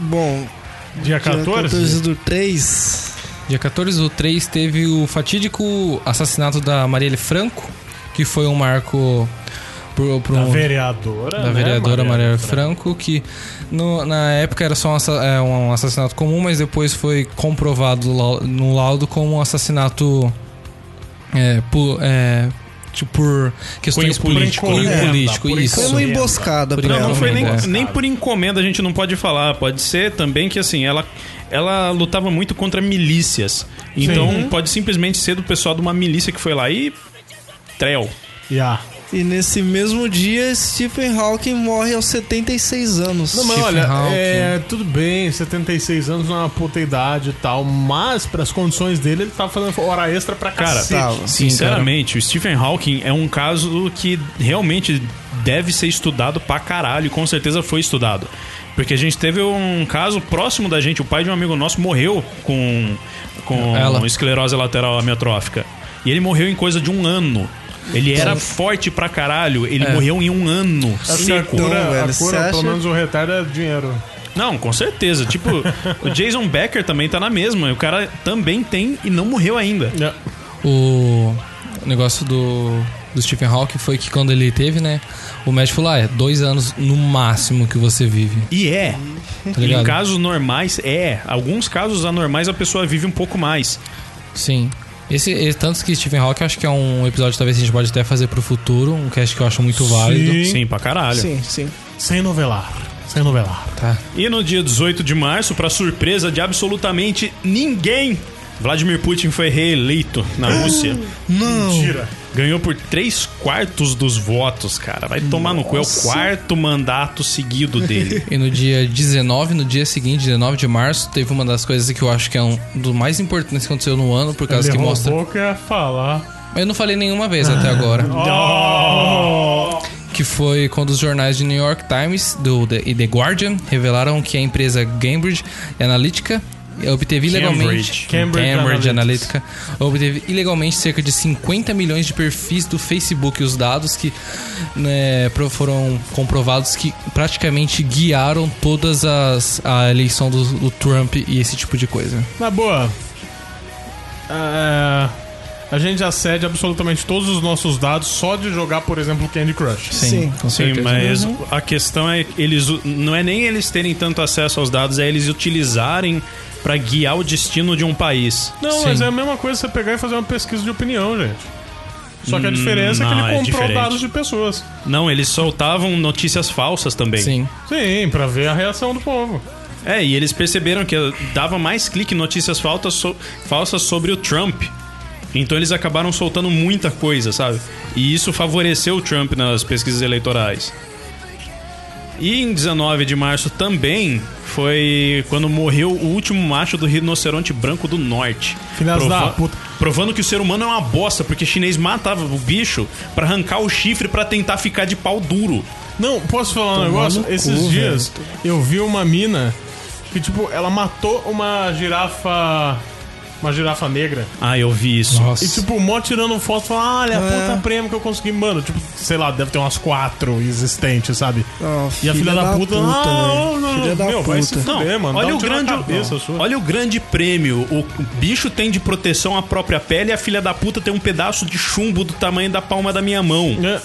S4: Bom,
S1: Dia
S5: É
S1: 14?
S4: do 3.
S3: Dia 14 do 3 teve o fatídico assassinato da Marielle Franco, que foi um marco pro, pro
S1: Da vereadora.
S3: da
S1: né,
S3: vereadora Marielle
S1: Mariana
S3: Franco, que no- na época era só um, assa- é, um assassinato comum, mas depois foi comprovado lau- no laudo como um assassinato é, por, é, tipo, por questões
S5: Cunho
S3: políticas.
S5: político,
S3: Cunho
S1: né?
S3: político,
S1: Por
S3: isso.
S4: Foi uma emboscada pra
S5: é. Não,
S4: ela. né?
S5: não foi nem,
S3: Encomenda.
S5: nem por encomenda, a gente não pode falar. Pode ser também que, assim, ela, ela lutava muito contra milícias. Então,
S1: Sim.
S5: pode simplesmente ser do pessoal de uma milícia que foi lá e. Trel.
S1: Yeah.
S4: E nesse mesmo dia, Stephen Hawking morre aos 76 anos.
S1: Não, mas
S3: Stephen
S1: olha,
S3: Hawking.
S1: é, tudo bem, 76 anos não é uma puta idade e tal, mas pras condições dele, ele tá fazendo hora extra pra
S5: Cara, tá
S1: cacete.
S4: Tava.
S5: Sinceramente, o Stephen Hawking é um caso que realmente deve ser estudado pra caralho. E com certeza foi estudado. Porque a gente teve um caso próximo da gente. O pai de um amigo nosso morreu com, com
S3: Ela.
S5: esclerose lateral amiotrófica. E ele morreu em coisa de um ano. Ele era forte pra caralho. Ele morreu em um ano.
S1: Tá
S5: Seco.
S1: Cura,
S4: Não, velho,
S1: a
S4: você
S1: cura, pelo
S4: acha-
S1: menos o retardo é dinheiro.
S5: Não, com certeza. Tipo, o Jason Becker também tá na mesma. O cara também tem e não morreu ainda.
S3: O negócio do, do Stephen Hawking foi que quando ele teve, né, o médico falou, ah, é dois anos no máximo que você vive,
S5: E é.
S3: tá
S5: Em
S3: ligado?
S5: casos normais, é. Alguns casos anormais a pessoa vive um pouco mais.
S3: Sim. Esse, esse- tanto que Stephen Hawking, acho que é um episódio talvez que a gente pode até fazer pro futuro, um cast que eu acho muito válido.
S1: Sim.
S5: Sim, pra caralho.
S4: Sim, sim.
S1: Sem novelar. Sem novelar.
S3: Tá.
S5: E no dia 18 de março, pra surpresa de absolutamente ninguém, Vladimir Putin foi reeleito na Rússia.
S1: Mentira.
S5: Ganhou por 3 quartos dos votos, cara. Vai tomar no cu. É o quarto mandato seguido dele.
S3: E no dia 19, no dia seguinte, 19 de março, teve uma das coisas que eu acho que é um dos mais importantes que aconteceu no ano, por causa
S1: Ele um
S3: que mostra.
S1: roubou que ia falar.
S3: Eu não falei nenhuma vez até
S1: Ah.
S3: agora. Que foi quando os jornais de New York Times do The, e The Guardian revelaram que a empresa Cambridge Analytica obteve ilegalmente.
S5: Cambridge.
S1: Cambridge Analytica.
S3: Analytica obteve ilegalmente cerca de 50 milhões de perfis do Facebook. Os dados que né, pro- foram comprovados que praticamente guiaram todas as a eleição do, do Trump e esse tipo de coisa.
S1: Na boa. É, a gente acede absolutamente todos os nossos dados só de jogar, por exemplo, Candy Crush.
S4: Sim,
S3: com
S5: Sim, mas a questão é eles u- não é nem eles terem tanto acesso aos dados, é eles utilizarem pra guiar o destino de um país.
S1: Não, mas
S3: Sim.
S1: é a mesma coisa você pegar e fazer uma pesquisa de opinião, gente. Só que a
S5: Hum,
S1: diferença é
S5: não,
S1: que
S5: é
S1: ele comprou
S5: diferente.
S1: dados de pessoas.
S5: Não, eles soltavam notícias falsas também.
S3: Sim.
S1: Sim, pra ver a reação do povo.
S5: É, e eles perceberam que dava mais clique em notícias faltas so- falsas sobre o Trump. Então eles acabaram soltando muita coisa, sabe? E isso favoreceu o Trump nas pesquisas eleitorais. E em 19 de março também foi quando morreu o último macho do rinoceronte branco do norte.
S1: Filhas da puta.
S5: Provando que o ser humano é uma bosta, porque chinês matava o bicho pra arrancar o chifre pra tentar ficar de pau duro.
S1: Não, posso falar um
S4: Tomar
S1: negócio?
S4: no cu,
S1: Esses
S4: velho.
S1: dias eu vi uma mina que, tipo, ela matou uma girafa. Uma girafa negra.
S5: Ah, eu vi isso.
S1: E, tipo, mó tirando foto, falando, olha,
S4: É.
S1: puta prêmio que eu consegui. Mano, tipo, sei lá, deve ter umas quatro existentes, sabe?
S4: Ah,
S1: E a filha da, puta, não, não,
S4: velho. né? Filha da
S1: meu, vai se
S4: puta.
S1: fuder, mano. Dá
S5: olha,
S1: um
S5: o
S1: tiro na
S5: grande,
S1: cabeça sua.
S5: olha o grande prêmio. O bicho tem de proteção a própria pele e a filha da puta tem um pedaço de chumbo do tamanho da palma da minha mão.
S1: É,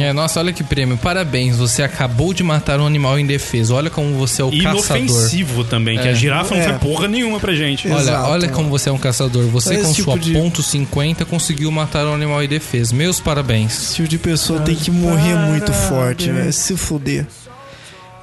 S3: É, nossa, olha que prêmio. Parabéns, você acabou de matar um animal indefeso. Olha como você é o
S5: E
S3: caçador.
S5: inofensivo também, que
S3: É.
S5: a girafa não
S4: É.
S5: foi porra nenhuma pra gente.
S4: É.
S3: Olha,
S4: Exato.
S3: olha como você é um caçador. Você
S4: Esse
S3: com
S4: tipo
S3: sua
S4: de-
S3: ponto .50 conseguiu matar um animal indefeso. Meus parabéns.
S4: Esse tipo de pessoa tem que morrer muito forte, velho. Se né? fuder.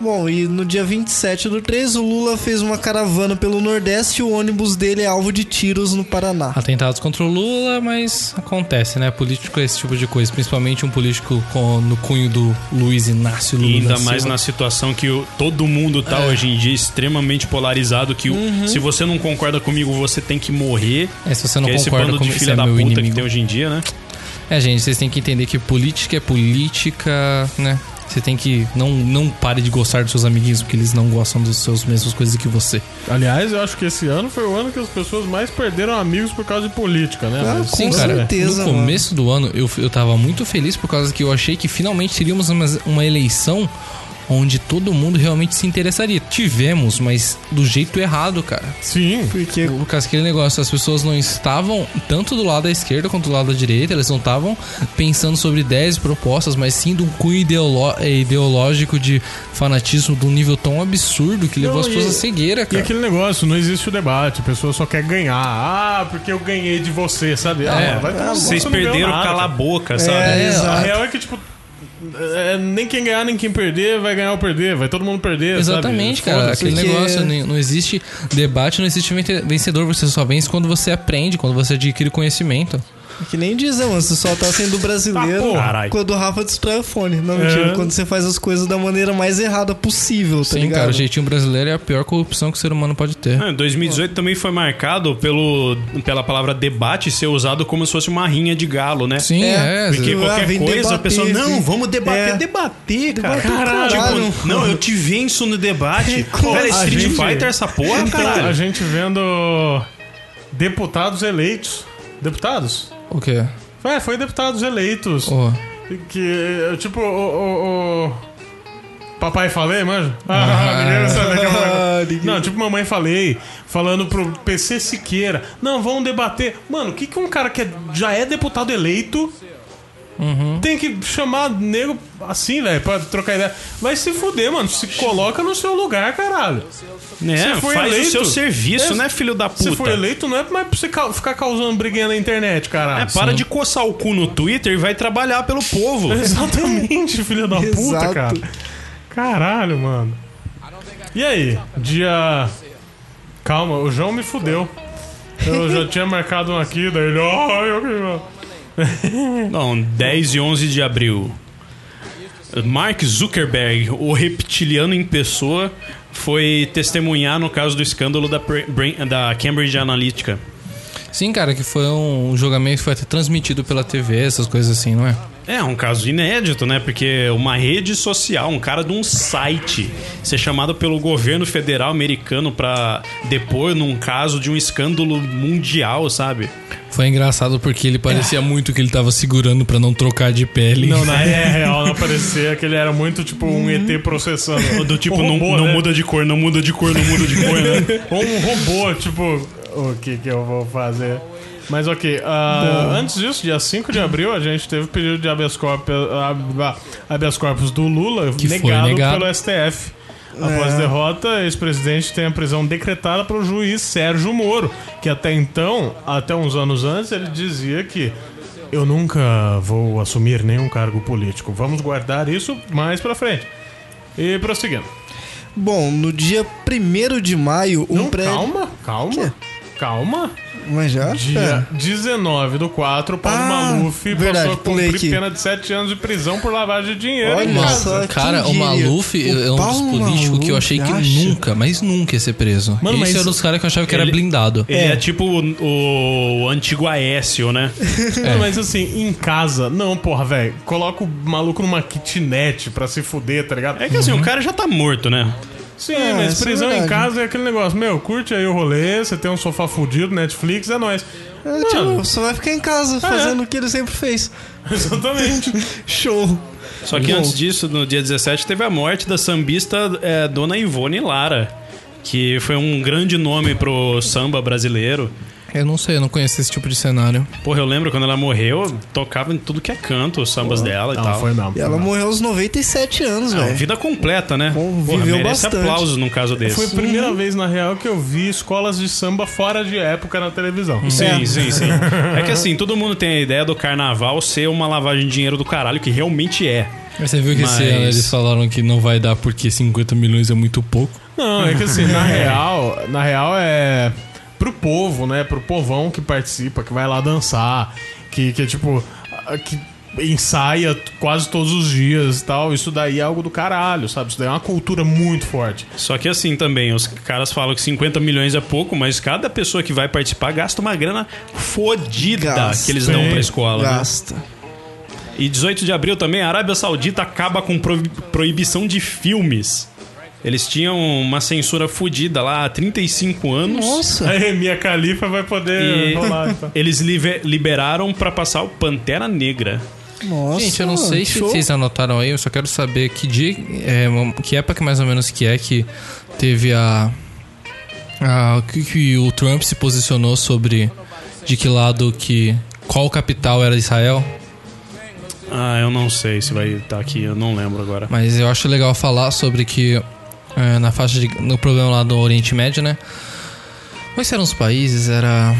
S4: Bom, e no dia 27 do 3, o Lula fez uma caravana pelo Nordeste e o ônibus dele é alvo de tiros no Paraná.
S3: Atentados contra o Lula, mas acontece, né? Político é esse tipo de coisa. Principalmente um político com- no cunho do Luiz Inácio Lula.
S5: E
S3: da
S5: ainda
S3: Silva. É.
S5: mais na situação que o- todo mundo tá hoje em dia extremamente polarizado, que o- se você não concorda comigo, você tem que morrer.
S3: É, se você Uhum. não
S5: que é esse
S3: concorda
S5: bando
S3: com
S5: de
S3: isso,
S5: filha
S3: é
S5: da
S3: meu
S5: puta
S3: inimigo.
S5: que tem hoje em dia, né?
S3: É, gente, vocês têm que entender que política é política, né? Você tem que. Não, não pare de gostar dos seus amiguinhos, porque eles não gostam das suas mesmas coisas que você.
S1: Aliás, eu acho que esse ano foi o ano que as pessoas mais perderam amigos por causa de política, né?
S4: Ah,
S1: Mas-
S4: com
S1: Tudo bem.
S4: certeza.
S3: no
S4: mano.
S3: começo do ano eu, eu tava muito feliz por causa que eu achei que finalmente teríamos uma, uma eleição onde todo mundo realmente se interessaria. Tivemos, mas do jeito errado, cara.
S1: Sim.
S4: Porque
S3: Por causa aquele negócio, as pessoas não estavam tanto do lado da esquerda quanto do lado da direita, elas não estavam pensando sobre 10 propostas, mas sim de um cunho ideolo- eh, ideológico de fanatismo de um nível tão absurdo que levou
S1: Não,
S3: as pessoas
S1: e-
S3: à cegueira,
S1: E
S5: É.
S3: cara.
S1: aquele negócio, não existe o debate, a pessoa só quer ganhar. Ah, porque eu ganhei de você, sabe? Ah,
S3: É,
S1: mano, vai tomar no cu,
S5: Vocês
S1: você não ganhou
S5: perderam,
S1: nada,
S5: cala a
S1: cara.
S5: boca, sabe?
S4: É,
S1: A
S4: exato.
S1: real é que, tipo, é, nem quem ganhar, nem quem perder, vai ganhar ou perder, vai todo mundo perder,
S3: Exatamente,
S1: sabe?
S3: cara.
S1: Foda-se.
S3: Aquele
S4: porque-
S3: negócio, né, não, não existe debate, não existe vence- vencedor, você só vence quando você aprende, quando você adquire conhecimento.
S4: Que nem dizem, mano, você só tá sendo
S1: Ah,
S4: brasileiro
S1: porra.
S5: Caralho.
S4: quando o Rafa destrói o fone. Não, mentira,
S1: É.
S4: quando você faz as coisas da maneira mais errada possível, tá
S3: Sim,
S4: ligado?
S3: cara, o jeitinho brasileiro é a pior corrupção que o ser humano pode
S1: É.
S3: ter.
S5: Ah, 2018 também foi marcado pelo, pela palavra debate ser usado como se fosse uma rinha de galo, né?
S3: Sim, é.
S4: É,
S5: Porque
S4: Ah,
S5: qualquer
S4: vem
S5: coisa, a
S4: debater,
S5: pessoa, não,
S3: assim."
S4: vem-
S5: vamos debater,
S4: É.
S5: debater, cara.
S4: Debater, caralho.
S5: Tipo, não, eu te venço no debate.
S4: Como
S5: Pera,
S4: a
S5: Street
S1: gente- Então,
S5: Fighter essa porra,
S1: A
S5: caralho.
S1: gente vendo deputados eleitos. Deputados?
S3: O quê?
S1: É, foi deputados eleitos.
S3: Ó.
S1: Que, tipo, o... o- o- Papai falei, manja? Ah, ninguém sabe que é uma-
S4: Ah, ninguém-
S1: Não, tipo, mamãe falei, falando pro PC Siqueira. Não, vão debater. Mano, o que, que um cara que é- já é deputado eleito tem que chamar nego assim, velho, pra trocar ideia? Vai se fuder, mano. Se coloca no seu lugar, caralho.
S5: Né?
S1: Você foi
S5: Faz
S1: eleito.
S5: o seu serviço,
S1: É,
S5: né, filho da
S1: Se
S5: puta?
S1: for eleito, não é mais pra você ca- ficar causando briguinha na internet,
S5: É,
S1: caralho.
S5: para de coçar o cu no Twitter e vai trabalhar pelo povo.
S1: Exatamente, filho da puta,
S4: Exato.
S1: cara. Caralho, mano. E aí, dia. Calma, o João me fudeu. Eu já tinha marcado um aqui, daí ele. "Ah, eu que-
S5: Não, 10 e 11 de abril. Mark Zuckerberg, o reptiliano em pessoa, foi testemunhar no caso do escândalo da, Pre- Brain- da Cambridge Analytica.
S3: Sim, cara, que foi um julgamento que foi até transmitido pela TV, essas coisas assim, não é?
S5: É um caso inédito, né? Porque uma rede social, um cara de um site, ser chamado pelo governo federal americano pra depor num caso de um escândalo mundial, sabe?
S3: Foi engraçado porque ele parecia muito que ele tava segurando pra É. não trocar de pele.
S1: Não, na é real, não parecia que ele era muito tipo um ET processando.
S5: Do tipo,
S1: Um
S5: não,
S1: robô,
S5: não
S1: né?
S5: muda de cor, não muda de cor, não muda de cor, né?
S1: Ou um robô, tipo, o que que eu vou fazer? Mas ok, ah, antes disso, dia 5 de abril, a gente teve o pedido de habeas corpus, ah, habeas corpus do Lula,
S3: Que foi
S1: negado,
S3: negado. É.
S1: pelo STF. Após derrota, ex-presidente tem a prisão decretada pelo juiz Sérgio Moro, que até então, até uns anos antes, ele dizia que eu nunca vou assumir nenhum cargo político. Vamos guardar isso mais pra frente. E prosseguindo.
S4: Bom, no dia 1 de maio, um
S1: Não,
S4: prédio.
S1: Então, calma, calma. Calma.
S4: Mas
S5: Um
S4: já?
S1: Dia 19 do 4, Paulo
S4: É. Ah,
S1: Maluf
S4: verdade,
S1: passou a cumprir
S4: pulei aqui.
S1: pena de 7 anos de prisão por lavagem de dinheiro.
S4: Olha
S1: hein, cara?
S4: só.
S3: Nossa,
S4: quem
S3: cara, o
S4: diria?
S3: Maluf
S4: O
S3: é um dos
S4: Paulo
S3: políticos que eu
S4: Maluf,
S3: achei que
S4: acha?
S3: nunca, mas nunca ia ser preso.
S1: Mano,
S3: Esse
S1: mas
S3: era um dos caras que eu achava que era
S5: ele-
S3: blindado.
S5: Ele é, tipo o, o antigo Aécio, né?
S4: É.
S1: Não, mas assim, em casa, não, porra, velho. Coloca o maluco numa kitnet pra se fuder, tá ligado?
S5: É que assim, o cara já tá morto, né?
S1: Sim,
S4: É,
S1: mas
S4: isso é
S1: prisão em
S4: verdade.
S1: casa é aquele negócio. Meu, curte aí o rolê, você tem um sofá fudido, Netflix, é nóis.
S4: É,
S1: Mano,
S4: tipo, só vai ficar em
S5: É.
S4: casa fazendo o que ele sempre fez.
S1: exatamente.
S4: Show.
S5: Só que
S4: Bom.
S5: antes disso, no dia 17, teve a morte da sambista é, Dona Ivone Lara, que foi um grande nome pro samba brasileiro.
S3: Eu não sei, eu não conheço esse tipo de cenário.
S5: Porra, eu lembro quando ela morreu, tocava em tudo que é canto, os sambas dela e
S1: Não,
S5: tal.
S1: foi não.
S4: E ela morreu aos 97 anos,
S5: Ah,
S4: velho.
S5: vida completa, né?
S4: Bom,
S5: Porra,
S4: viveu
S5: merece
S4: É. bastante.
S5: aplausos num caso desse.
S1: Foi a primeira
S4: assim.
S1: vez, na real, que eu vi escolas de samba fora de época na televisão.
S5: Sim,
S4: né?
S5: sim, sim. É que assim, todo mundo tem a ideia do carnaval ser uma lavagem de dinheiro do caralho, que realmente é.
S3: Mas você viu que esse
S5: Mas-
S3: ano eles falaram que não vai dar porque 50 milhões é muito pouco.
S1: Não, é que assim, na real, na real é pro povo, né? Pro povão que participa, que vai lá dançar, que, que é tipo. ah, Que ensaia t- quase todos os dias e tal. Isso daí é algo do caralho, sabe? Isso daí é uma cultura muito forte.
S5: Só que assim também, os caras falam que 50 milhões é pouco, mas cada pessoa que vai participar gasta uma grana fodida
S4: Gasta.
S5: que eles dão pra escola. né?
S4: Gasta.
S5: E 18 de abril também, a Arábia Saudita acaba com pro- proibição de filmes. Eles tinham uma censura fodida lá há 35 anos.
S4: Nossa.
S1: Aí minha califa vai poder
S5: E-
S1: rolar. Então.
S5: Eles live- liberaram pra passar o Pantera Negra.
S4: Nossa.
S3: Gente, eu não sei se
S4: show.
S3: vocês anotaram aí, eu só quero saber que dia, é, que época mais ou menos que é que teve a, a que, que o Trump se posicionou sobre de que lado que qual capital era Israel,
S5: Ah, eu não sei se vai estar aqui, eu não lembro agora.
S3: mas eu acho legal falar sobre que é, na faixa de, no problema lá do Oriente Médio, né? Quais eram os países? Era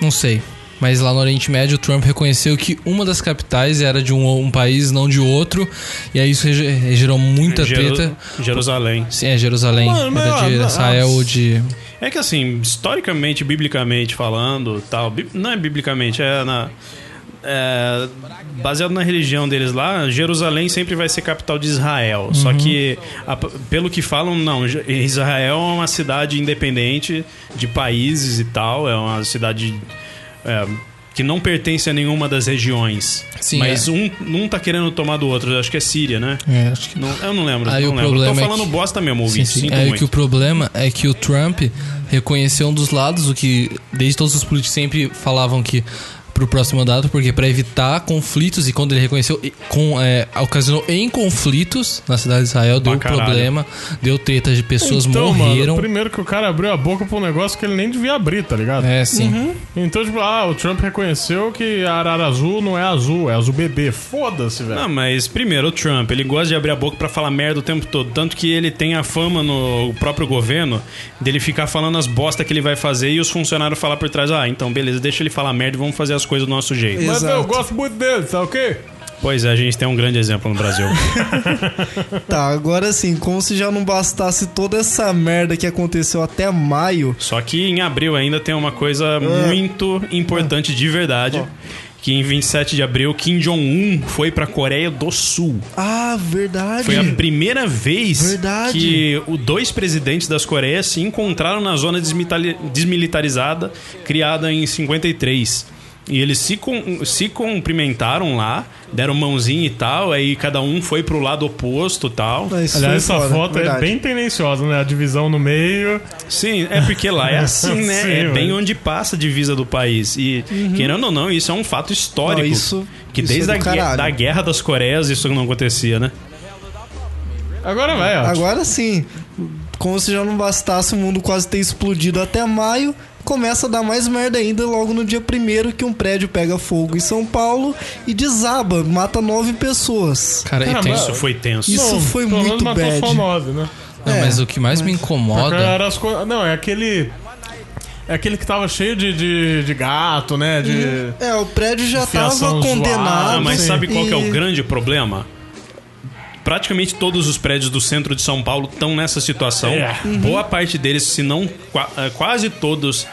S3: não sei. Mas lá no Oriente Médio, o Trump reconheceu que uma das capitais era de um, um país, não de outro. E aí isso ge- gerou muita
S5: Jeru-
S3: treta.
S5: Jerusalém.
S3: Sim, é Jerusalém.
S1: Mano,
S3: era
S1: mas,
S3: de
S1: ah,
S3: Israel
S1: ah,
S3: ou de.
S5: É que assim, historicamente, biblicamente falando, tal, bi- não é biblicamente, é na é, baseado na religião deles lá, Jerusalém sempre vai ser capital de Israel. Só
S3: Uhum.
S5: que a- pelo que falam, não, Je- Israel é uma cidade independente de países e tal, é uma cidade é, que não pertence a nenhuma das regiões.
S3: Sim,
S5: Mas
S3: é.
S5: um, um tá querendo tomar do outro, acho que é Síria, né?
S3: É, acho que.
S5: Não- eu não lembro.
S3: Aí
S5: não
S3: o
S5: lembro.
S3: problema
S5: Tô
S3: é
S5: falando
S3: que-
S5: bosta mesmo,
S3: Sim,
S5: ouvinte.
S3: sim.
S5: Sinto
S3: É
S5: muito.
S3: que o problema é que o Trump reconheceu um dos lados, o que desde todos os políticos sempre falavam que pro próximo mandato, porque para evitar conflitos e quando ele reconheceu e- com é, ocasionou em conflitos na cidade de Israel deu
S5: caralho.
S3: problema, deu treta de pessoas
S1: Então,
S3: morreram.
S1: mano, primeiro que o cara abriu a boca pra um negócio que ele nem devia abrir, tá ligado?
S3: É, sim.
S4: Uhum.
S1: Então, tipo, ah, o Trump reconheceu que a arara azul não é azul, é azul bebê. Foda-se, velho.
S5: Não, mas primeiro, o Trump, ele gosta de abrir a boca pra falar merda o tempo todo. Tanto que ele tem a fama no próprio governo dele ficar falando as bosta que ele vai fazer e os funcionários falar por trás: ah, então beleza, deixa ele falar merda e vamos fazer as coisas do nosso jeito.
S1: Mas eu
S4: Exato.
S1: gosto muito dele, tá ok?
S5: Pois é, a gente tem um grande exemplo no Brasil.
S4: Tá, agora sim, como se já não bastasse toda essa merda que aconteceu até maio.
S5: Só que em abril ainda tem uma coisa muito importante de verdade. Que em 27 de abril, Kim Jong-un foi pra Coreia do Sul.
S4: Ah, verdade.
S5: Foi a primeira vez
S4: Verdade.
S5: que os dois presidentes das Coreias se encontraram na zona desmitali- desmilitarizada criada em 53. E eles se, com- se cumprimentaram lá, deram mãozinha e tal, aí cada um foi pro lado oposto e tal.
S4: Ah, isso
S1: Aliás,
S4: foi
S1: essa
S4: foda,
S1: foto é
S4: verdade.
S1: bem tendenciosa, né? A divisão no meio.
S5: Sim, é porque lá é assim, né?
S1: Sim,
S5: é
S1: mas-
S5: bem onde passa a divisa do país. E, querendo ou não, isso é um fato histórico.
S4: Uhum. Não, isso-
S5: que
S4: isso é
S5: desde
S4: do
S5: a guerra,
S4: caralho.
S5: da Guerra das Coreias isso não acontecia, né?
S1: Agora vai, ó.
S4: Agora sim, como se já não bastasse o mundo quase ter explodido até maio, começa a dar mais merda ainda logo no dia primeiro que um prédio pega fogo em São Paulo e desaba, mata nove pessoas.
S3: Cara, e
S1: Cara,
S3: tem-
S1: mas-
S5: Isso foi tenso.
S4: Isso
S1: Não,
S4: foi
S1: Tipo, pelo menos
S4: muito
S1: matou
S4: bad.
S1: só nove, né?
S3: Não,
S4: é,
S3: mas o que mais me incomoda
S1: Era as co- Não, é aquele. É aquele que tava cheio de, de, de gato, né? De.
S4: É, o prédio já
S1: Fiação
S4: tava
S1: zoada,
S5: Ah,
S4: condenado.
S5: mas
S1: Sim.
S5: sabe qual que é o
S4: e-
S5: grande problema? Praticamente todos os prédios do centro de São Paulo estão nessa situação. Uhum.
S1: É.
S5: Boa parte deles, se não qua- eh, quase todos,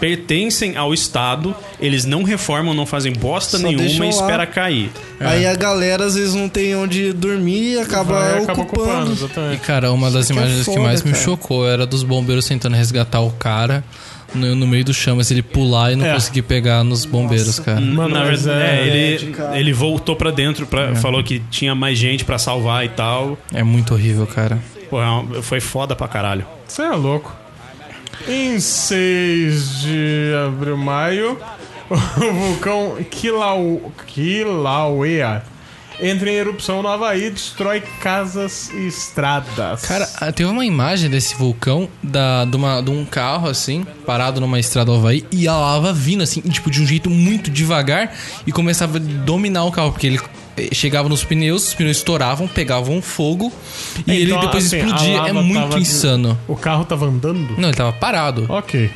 S5: pertencem ao Estado. Eles não reformam, não fazem bosta
S4: Só
S5: nenhuma
S4: deixam
S5: e
S4: lá.
S5: espera cair.
S4: Aí a galera às vezes não tem onde dormir e acaba,
S1: Vai, acaba
S4: ocupando.
S1: ocupando,
S3: E
S1: exatamente.
S3: cara, uma das
S4: aqui é
S3: imagens que
S4: foda,
S3: mais me
S4: cara.
S3: chocou era dos bombeiros tentando resgatar o cara no, no meio do chamas, ele pular e não
S1: É.
S3: conseguir pegar nos bombeiros, cara.
S1: Mano,
S5: Na
S1: mas
S5: verdade,
S1: é-
S5: é, ele,
S4: Verdade, cara.
S5: ele voltou pra dentro, pra, falou que tinha mais gente pra salvar e tal.
S3: É muito horrível, cara.
S5: Pô, é uma- foi foda pra caralho.
S1: Você é louco. Em 6 de abril, maio, o vulcão Kilauea entra em erupção no Havaí, destrói casas e estradas.
S3: Cara, ah, teve uma imagem desse vulcão da, de, uma- de um carro, assim, parado numa estrada do Havaí, e a lava vindo, assim, tipo, de um jeito muito devagar, e começava a dominar o carro, porque ele eh, chegava nos pneus, os pneus estouravam, pegavam fogo, e
S1: É,
S3: ele
S1: então,
S3: depois
S1: assim, a
S3: explodia. É
S1: lava
S3: muito
S1: tava-
S3: insano.
S1: o carro tava andando?
S3: Não, ele tava parado.
S1: Ok.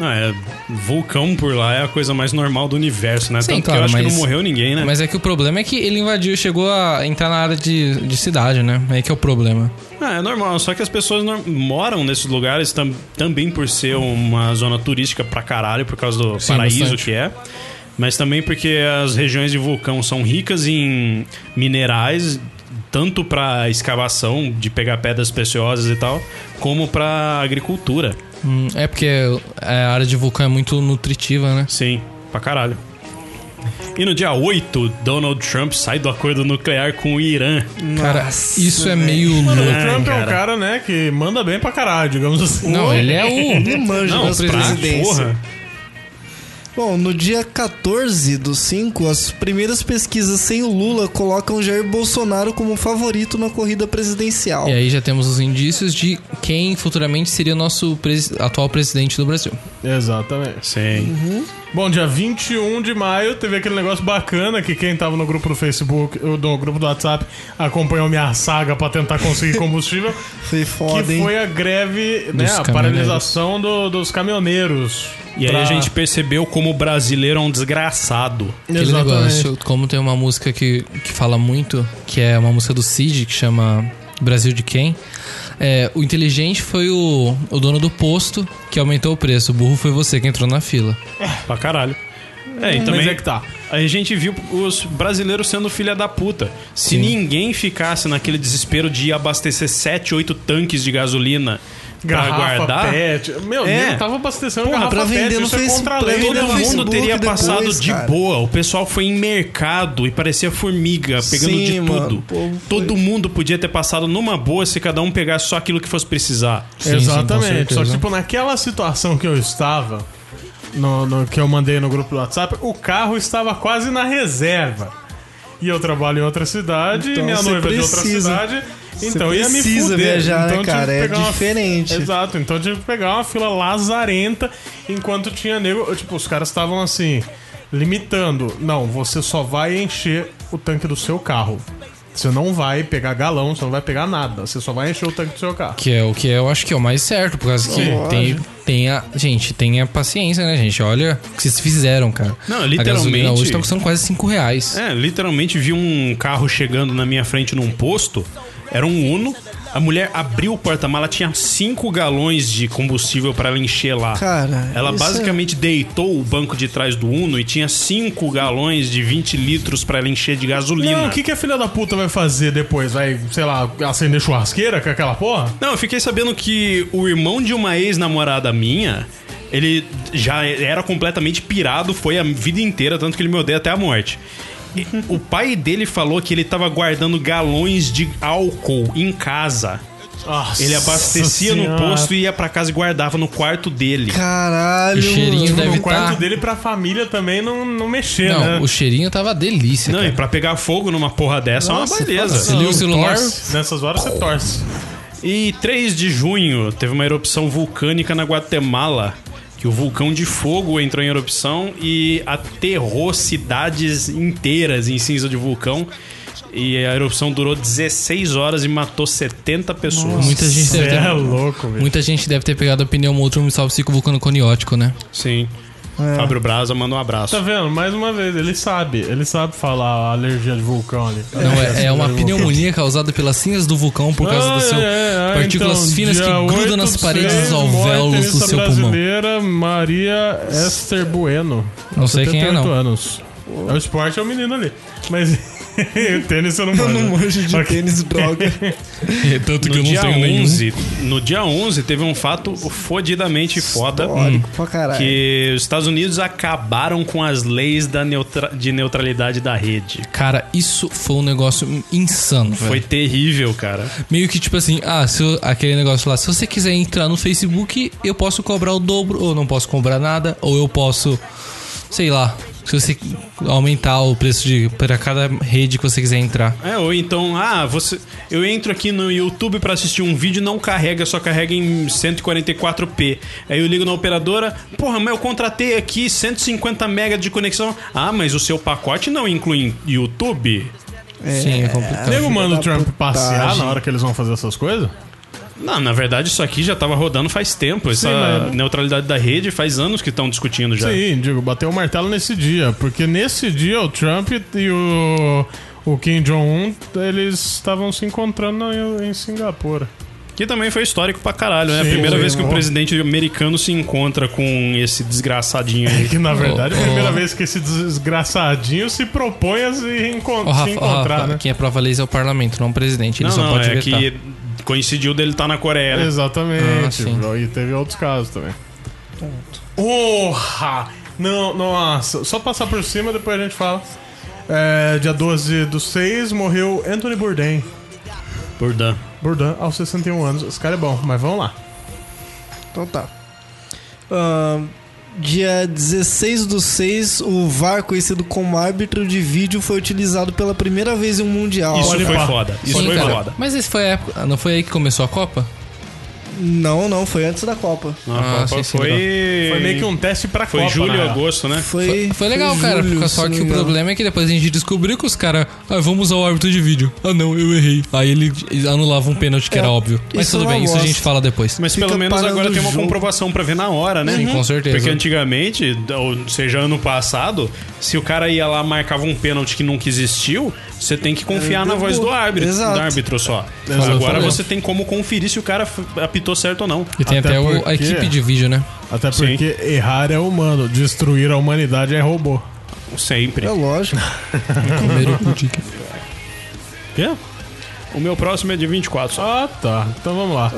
S5: Não, é, vulcão por lá é a coisa mais normal do universo, né?
S3: Sim,
S5: Tanto
S3: claro,
S5: que eu acho que
S3: mas-
S5: não morreu ninguém, né?
S3: Mas é que o problema é que ele invadiu, chegou a entrar na área de, de cidade, né? Aí que é o problema.
S5: Ah, é normal, só que as pessoas nor- moram nesses lugares tam- também por ser uma zona turística pra caralho, por causa do
S3: Sim,
S5: paraíso
S3: bastante.
S5: que é. Mas também porque as regiões de vulcão são ricas em minerais, tanto pra escavação, de pegar pedras preciosas e tal, como pra agricultura.
S3: Hum, é porque a área de vulcão é muito nutritiva, né?
S5: Sim, pra caralho. E no dia 8, Donald Trump sai do acordo nuclear com o Irã.
S3: Cara,
S4: Nossa,
S3: isso é
S4: velho.
S3: meio louco.
S1: O Trump é um
S5: cara.
S1: cara, né, que manda bem pra caralho, digamos assim.
S3: Não, ele é o.
S4: Ele um. manja
S5: Não,
S4: das
S5: pra
S4: presidências.
S5: porra.
S4: Bom, no dia 14 do 5, as primeiras pesquisas sem o Lula colocam Jair Bolsonaro como favorito na corrida presidencial.
S3: E aí já temos os indícios de quem futuramente seria o nosso presi- atual presidente do Brasil.
S1: Exatamente.
S5: Sim.
S1: Bom, dia 21 de maio teve aquele negócio bacana que quem tava no grupo do Facebook, ou no grupo do WhatsApp, acompanhou minha saga pra tentar conseguir combustível,
S4: Foi foda,
S1: que
S4: hein?
S1: foi a greve, né, a
S3: caminhoneiros.
S1: paralisação do- dos caminhoneiros.
S5: E
S1: Pra-
S5: aí a gente percebeu como o brasileiro é um desgraçado.
S3: Aquele
S1: Exatamente.
S3: negócio, como tem uma música que, que fala muito, que é uma música do Cid, que chama Brasil de Quem. É, o inteligente foi o, o dono do posto que aumentou o preço. O burro foi você que entrou na fila.
S5: Pra caralho. É, e
S1: Mas
S5: também
S1: é que tá.
S5: a gente viu os brasileiros sendo filha da puta. Se
S3: Sim.
S5: ninguém ficasse naquele desespero de abastecer 7, 8 tanques de gasolina pra
S1: Garrafa
S5: guardar,
S1: pet. Meu,
S5: É.
S1: nego tava abastecendo
S4: Porra,
S1: garrafa
S4: pra vender
S1: pet,
S4: no
S1: isso é
S4: Facebook,
S1: contra a
S4: pra
S1: lei.
S4: vender
S5: todo
S4: né, no
S1: Todo mundo
S5: mundo
S4: Facebook
S5: teria
S4: depois,
S5: passado de
S4: cara.
S5: boa. O pessoal foi em mercado e parecia formiga, pegando
S4: Sim,
S5: de
S4: mano,
S5: tudo.
S4: o povo foi-
S5: Todo mundo podia ter passado numa boa se cada um pegasse só aquilo que fosse precisar.
S3: Sim, sim, com
S1: Exatamente. Só que,
S3: certeza.
S1: tipo, naquela situação que eu estava, no, no- que eu mandei no grupo do WhatsApp, o carro estava quase na reserva. E eu trabalho em outra cidade,
S4: Então,
S1: minha
S4: você
S1: noiva é
S4: precisa.
S1: de outra cidade. Então
S4: Você
S1: ia me
S4: precisa
S1: fuder.
S4: viajar, né,
S1: então, eu tive
S4: cara?
S1: que
S4: É
S1: pegar uma-
S4: diferente.
S1: Exato. Então eu tive que pegar uma fila lazarenta enquanto tinha nego. eu, Tipo, os caras estavam assim, limitando. Não, você só vai encher o tanque do seu carro. Você não vai pegar galão, você não vai pegar nada. Você só vai encher o tanque do seu carro.
S3: Que é o que eu acho que é o mais certo, por causa que
S4: Lógico.
S3: tem, tem a. Gente, tenha paciência, né, gente? Olha o que vocês fizeram, cara.
S5: Não,
S3: A gasolina
S5: literalmente-
S3: hoje tá custando quase 5 reais.
S5: É, literalmente vi um carro chegando na minha frente num posto. Era um Uno. A mulher abriu o porta-mala, tinha 5 galões de combustível pra ela encher lá.
S4: Cara,
S5: ela
S4: isso
S5: basicamente deitou o banco de trás do Uno e tinha 5 galões de 20 litros pra ela encher de gasolina.
S1: Não, Então, o que, que a filha da puta vai fazer depois? Vai, sei lá, acender churrasqueira com aquela porra?
S5: Não, eu fiquei sabendo que o irmão de uma ex-namorada minha, ele já era completamente pirado, foi a vida inteira, tanto que ele me odeia até a morte. E o pai dele falou que ele tava guardando galões de álcool em casa.
S1: Nossa
S5: Ele abastecia no
S1: Senhora.
S5: posto e ia pra casa e guardava no quarto dele.
S4: Caralho,
S3: O cheirinho
S4: mano.
S3: deve
S1: O quarto
S3: tá-
S1: dele pra família também não, não mexer,
S3: Não,
S1: né?
S3: o cheirinho tava uma delícia.
S5: Não,
S3: cara.
S5: e pra pegar fogo numa porra dessa é uma
S3: Você
S5: beleza.
S3: liga o celular.
S1: Torce. Nessas horas você torce.
S5: E 3 de junho teve uma erupção vulcânica na Guatemala, que o vulcão de fogo entrou em erupção e aterrou cidades inteiras em cinza de vulcão. E a erupção durou 16 horas e matou 70 pessoas.
S3: Muita gente,
S1: Você
S3: deve
S1: é
S3: ter,
S1: louco, velho.
S3: muita gente deve ter pegado a pneumotrum e salpsico vulcanoconiótico, né?
S5: Sim. Fábio Braza manda um abraço.
S1: Tá vendo? Mais uma vez, ele sabe. Ele sabe falar a alergia de vulcão ali.
S3: Não, é, é uma
S1: vulcão.
S3: pneumonia causada pelas cinzas do vulcão por causa
S1: Ah,
S3: do seu.
S1: é, é,
S3: partículas
S1: então,
S3: finas que
S1: dia
S3: grudam
S1: 8
S3: nas
S1: de
S3: paredes
S1: seis,
S3: dos
S1: morre a
S3: alvéolos do
S1: tenista
S3: seu pulmão.
S1: brasileira Maria Esther Bueno.
S3: Não sei quem é,
S1: 78
S3: não.
S1: anos. É o esporte, é o menino ali. Mas o tênis eu não
S4: Eu não
S1: manjo.
S4: manjo de
S1: Ok.
S4: tênis droga. é
S3: É, Tanto
S5: No dia, 11, no dia 11 teve um fato fodidamente foda.
S3: Hum.
S4: Histórico pra caralho.
S5: Que os Estados Unidos acabaram com as leis da neutra- de neutralidade da rede.
S3: Cara, isso foi um negócio insano.
S5: Foi
S3: velho.
S5: terrível, cara.
S3: Meio que tipo assim, ah, se eu- aquele negócio lá, se você quiser entrar no Facebook, eu posso cobrar o dobro, ou não posso cobrar nada, ou eu posso, sei lá, se você aumentar o preço de para cada rede que você quiser entrar.
S5: É, ou então, ah, você, eu entro aqui no YouTube pra assistir um vídeo e não carrega, só carrega em 144p. Aí eu ligo na operadora, porra, mas eu contratei aqui 150 mega de conexão. Ah, mas o seu pacote não inclui YouTube?
S3: Sim, é complicado.
S1: Nego manda o
S4: da
S1: Trump passear
S4: putagem.
S1: na hora que eles vão fazer essas coisas?
S5: Não, na verdade isso aqui já tava rodando faz tempo. Essa
S1: mas-
S5: neutralidade da rede faz anos que estão discutindo já.
S1: Sim, digo, bateu o martelo nesse dia. Porque nesse dia o Trump e o, o Kim Jong-un, eles estavam se encontrando em, em Singapura.
S5: Que também foi histórico pra caralho, né?
S1: Sim,
S5: a primeira
S1: sim,
S5: vez que um
S1: bom.
S5: presidente americano se encontra com esse desgraçadinho aí.
S1: Que na verdade é a
S3: ô.
S1: primeira vez que esse desgraçadinho se propõe a se, encon-
S3: Ô, Rafa,
S1: se
S3: ó, Rafa,
S1: encontrar, né?
S3: quem aprova leis é o parlamento, não o presidente. Ele
S5: não,
S3: só
S5: não,
S3: pode
S5: é
S3: vetar.
S5: que coincidiu dele estar na Coreia. né?
S1: Exatamente.
S3: Ah, sim.
S1: e teve outros casos também. Porra! Não, nossa, só passar por cima, depois a gente fala. É, dia 12 do 6 morreu Anthony Bourdain.
S5: Bourdain.
S1: Bourdain, aos 61 anos. Esse cara é bom, mas vamos lá.
S4: Então tá. Ahn, dia 16 do 6, o VAR, conhecido como árbitro de vídeo, foi utilizado pela primeira vez em um Mundial.
S5: Isso
S1: Olha
S5: foi
S1: pá.
S5: foda. Isso
S3: Sim,
S5: foi
S3: cara.
S5: foda.
S3: Mas esse foi a época. ah, Não foi aí que começou a Copa?
S4: Não, não, foi antes da Copa.
S5: Não,
S3: Ah,
S5: a Copa
S3: sim, sim,
S5: foi...
S1: Foi meio que um teste pra
S5: Foi
S1: Copa,
S5: julho,
S1: na real.
S5: agosto, né?
S4: Foi,
S3: Foi legal,
S4: foi
S3: cara.
S4: julho,
S3: porque só
S4: se não
S3: que o
S4: me engano.
S3: problema é que depois a gente descobriu que os caras. Ah, vamos usar o árbitro de vídeo. Ah, não, eu errei. Aí ele anulava um pênalti que
S4: É,
S3: era óbvio. Mas
S4: isso
S3: tudo
S4: é uma
S3: bem, isso a
S4: bosta.
S3: gente fala depois.
S5: Mas
S4: Fica
S5: pelo menos
S4: parando
S5: agora tem uma
S4: o jogo.
S5: comprovação pra ver na hora, né?
S3: Sim, com certeza.
S5: Porque antigamente, ou seja, ano passado, se o cara ia lá marcava um pênalti que nunca existiu, você tem que confiar
S4: É,
S5: na voz do
S4: pô,
S5: árbitro,
S4: exato.
S5: do árbitro só.
S1: Exato.
S5: Agora
S3: Falou.
S5: você tem como conferir se o cara f- apitou certo ou não.
S3: E tem
S1: Até
S3: até, o-
S1: porque-
S3: a equipe de vídeo, né?
S1: Até
S5: Sim.
S1: porque errar é humano, destruir a humanidade é robô.
S5: Sempre.
S4: É lógico.
S3: Comer o pudim.
S5: Quê? O meu próximo é de 24. Só.
S1: Ah, tá. Então vamos lá.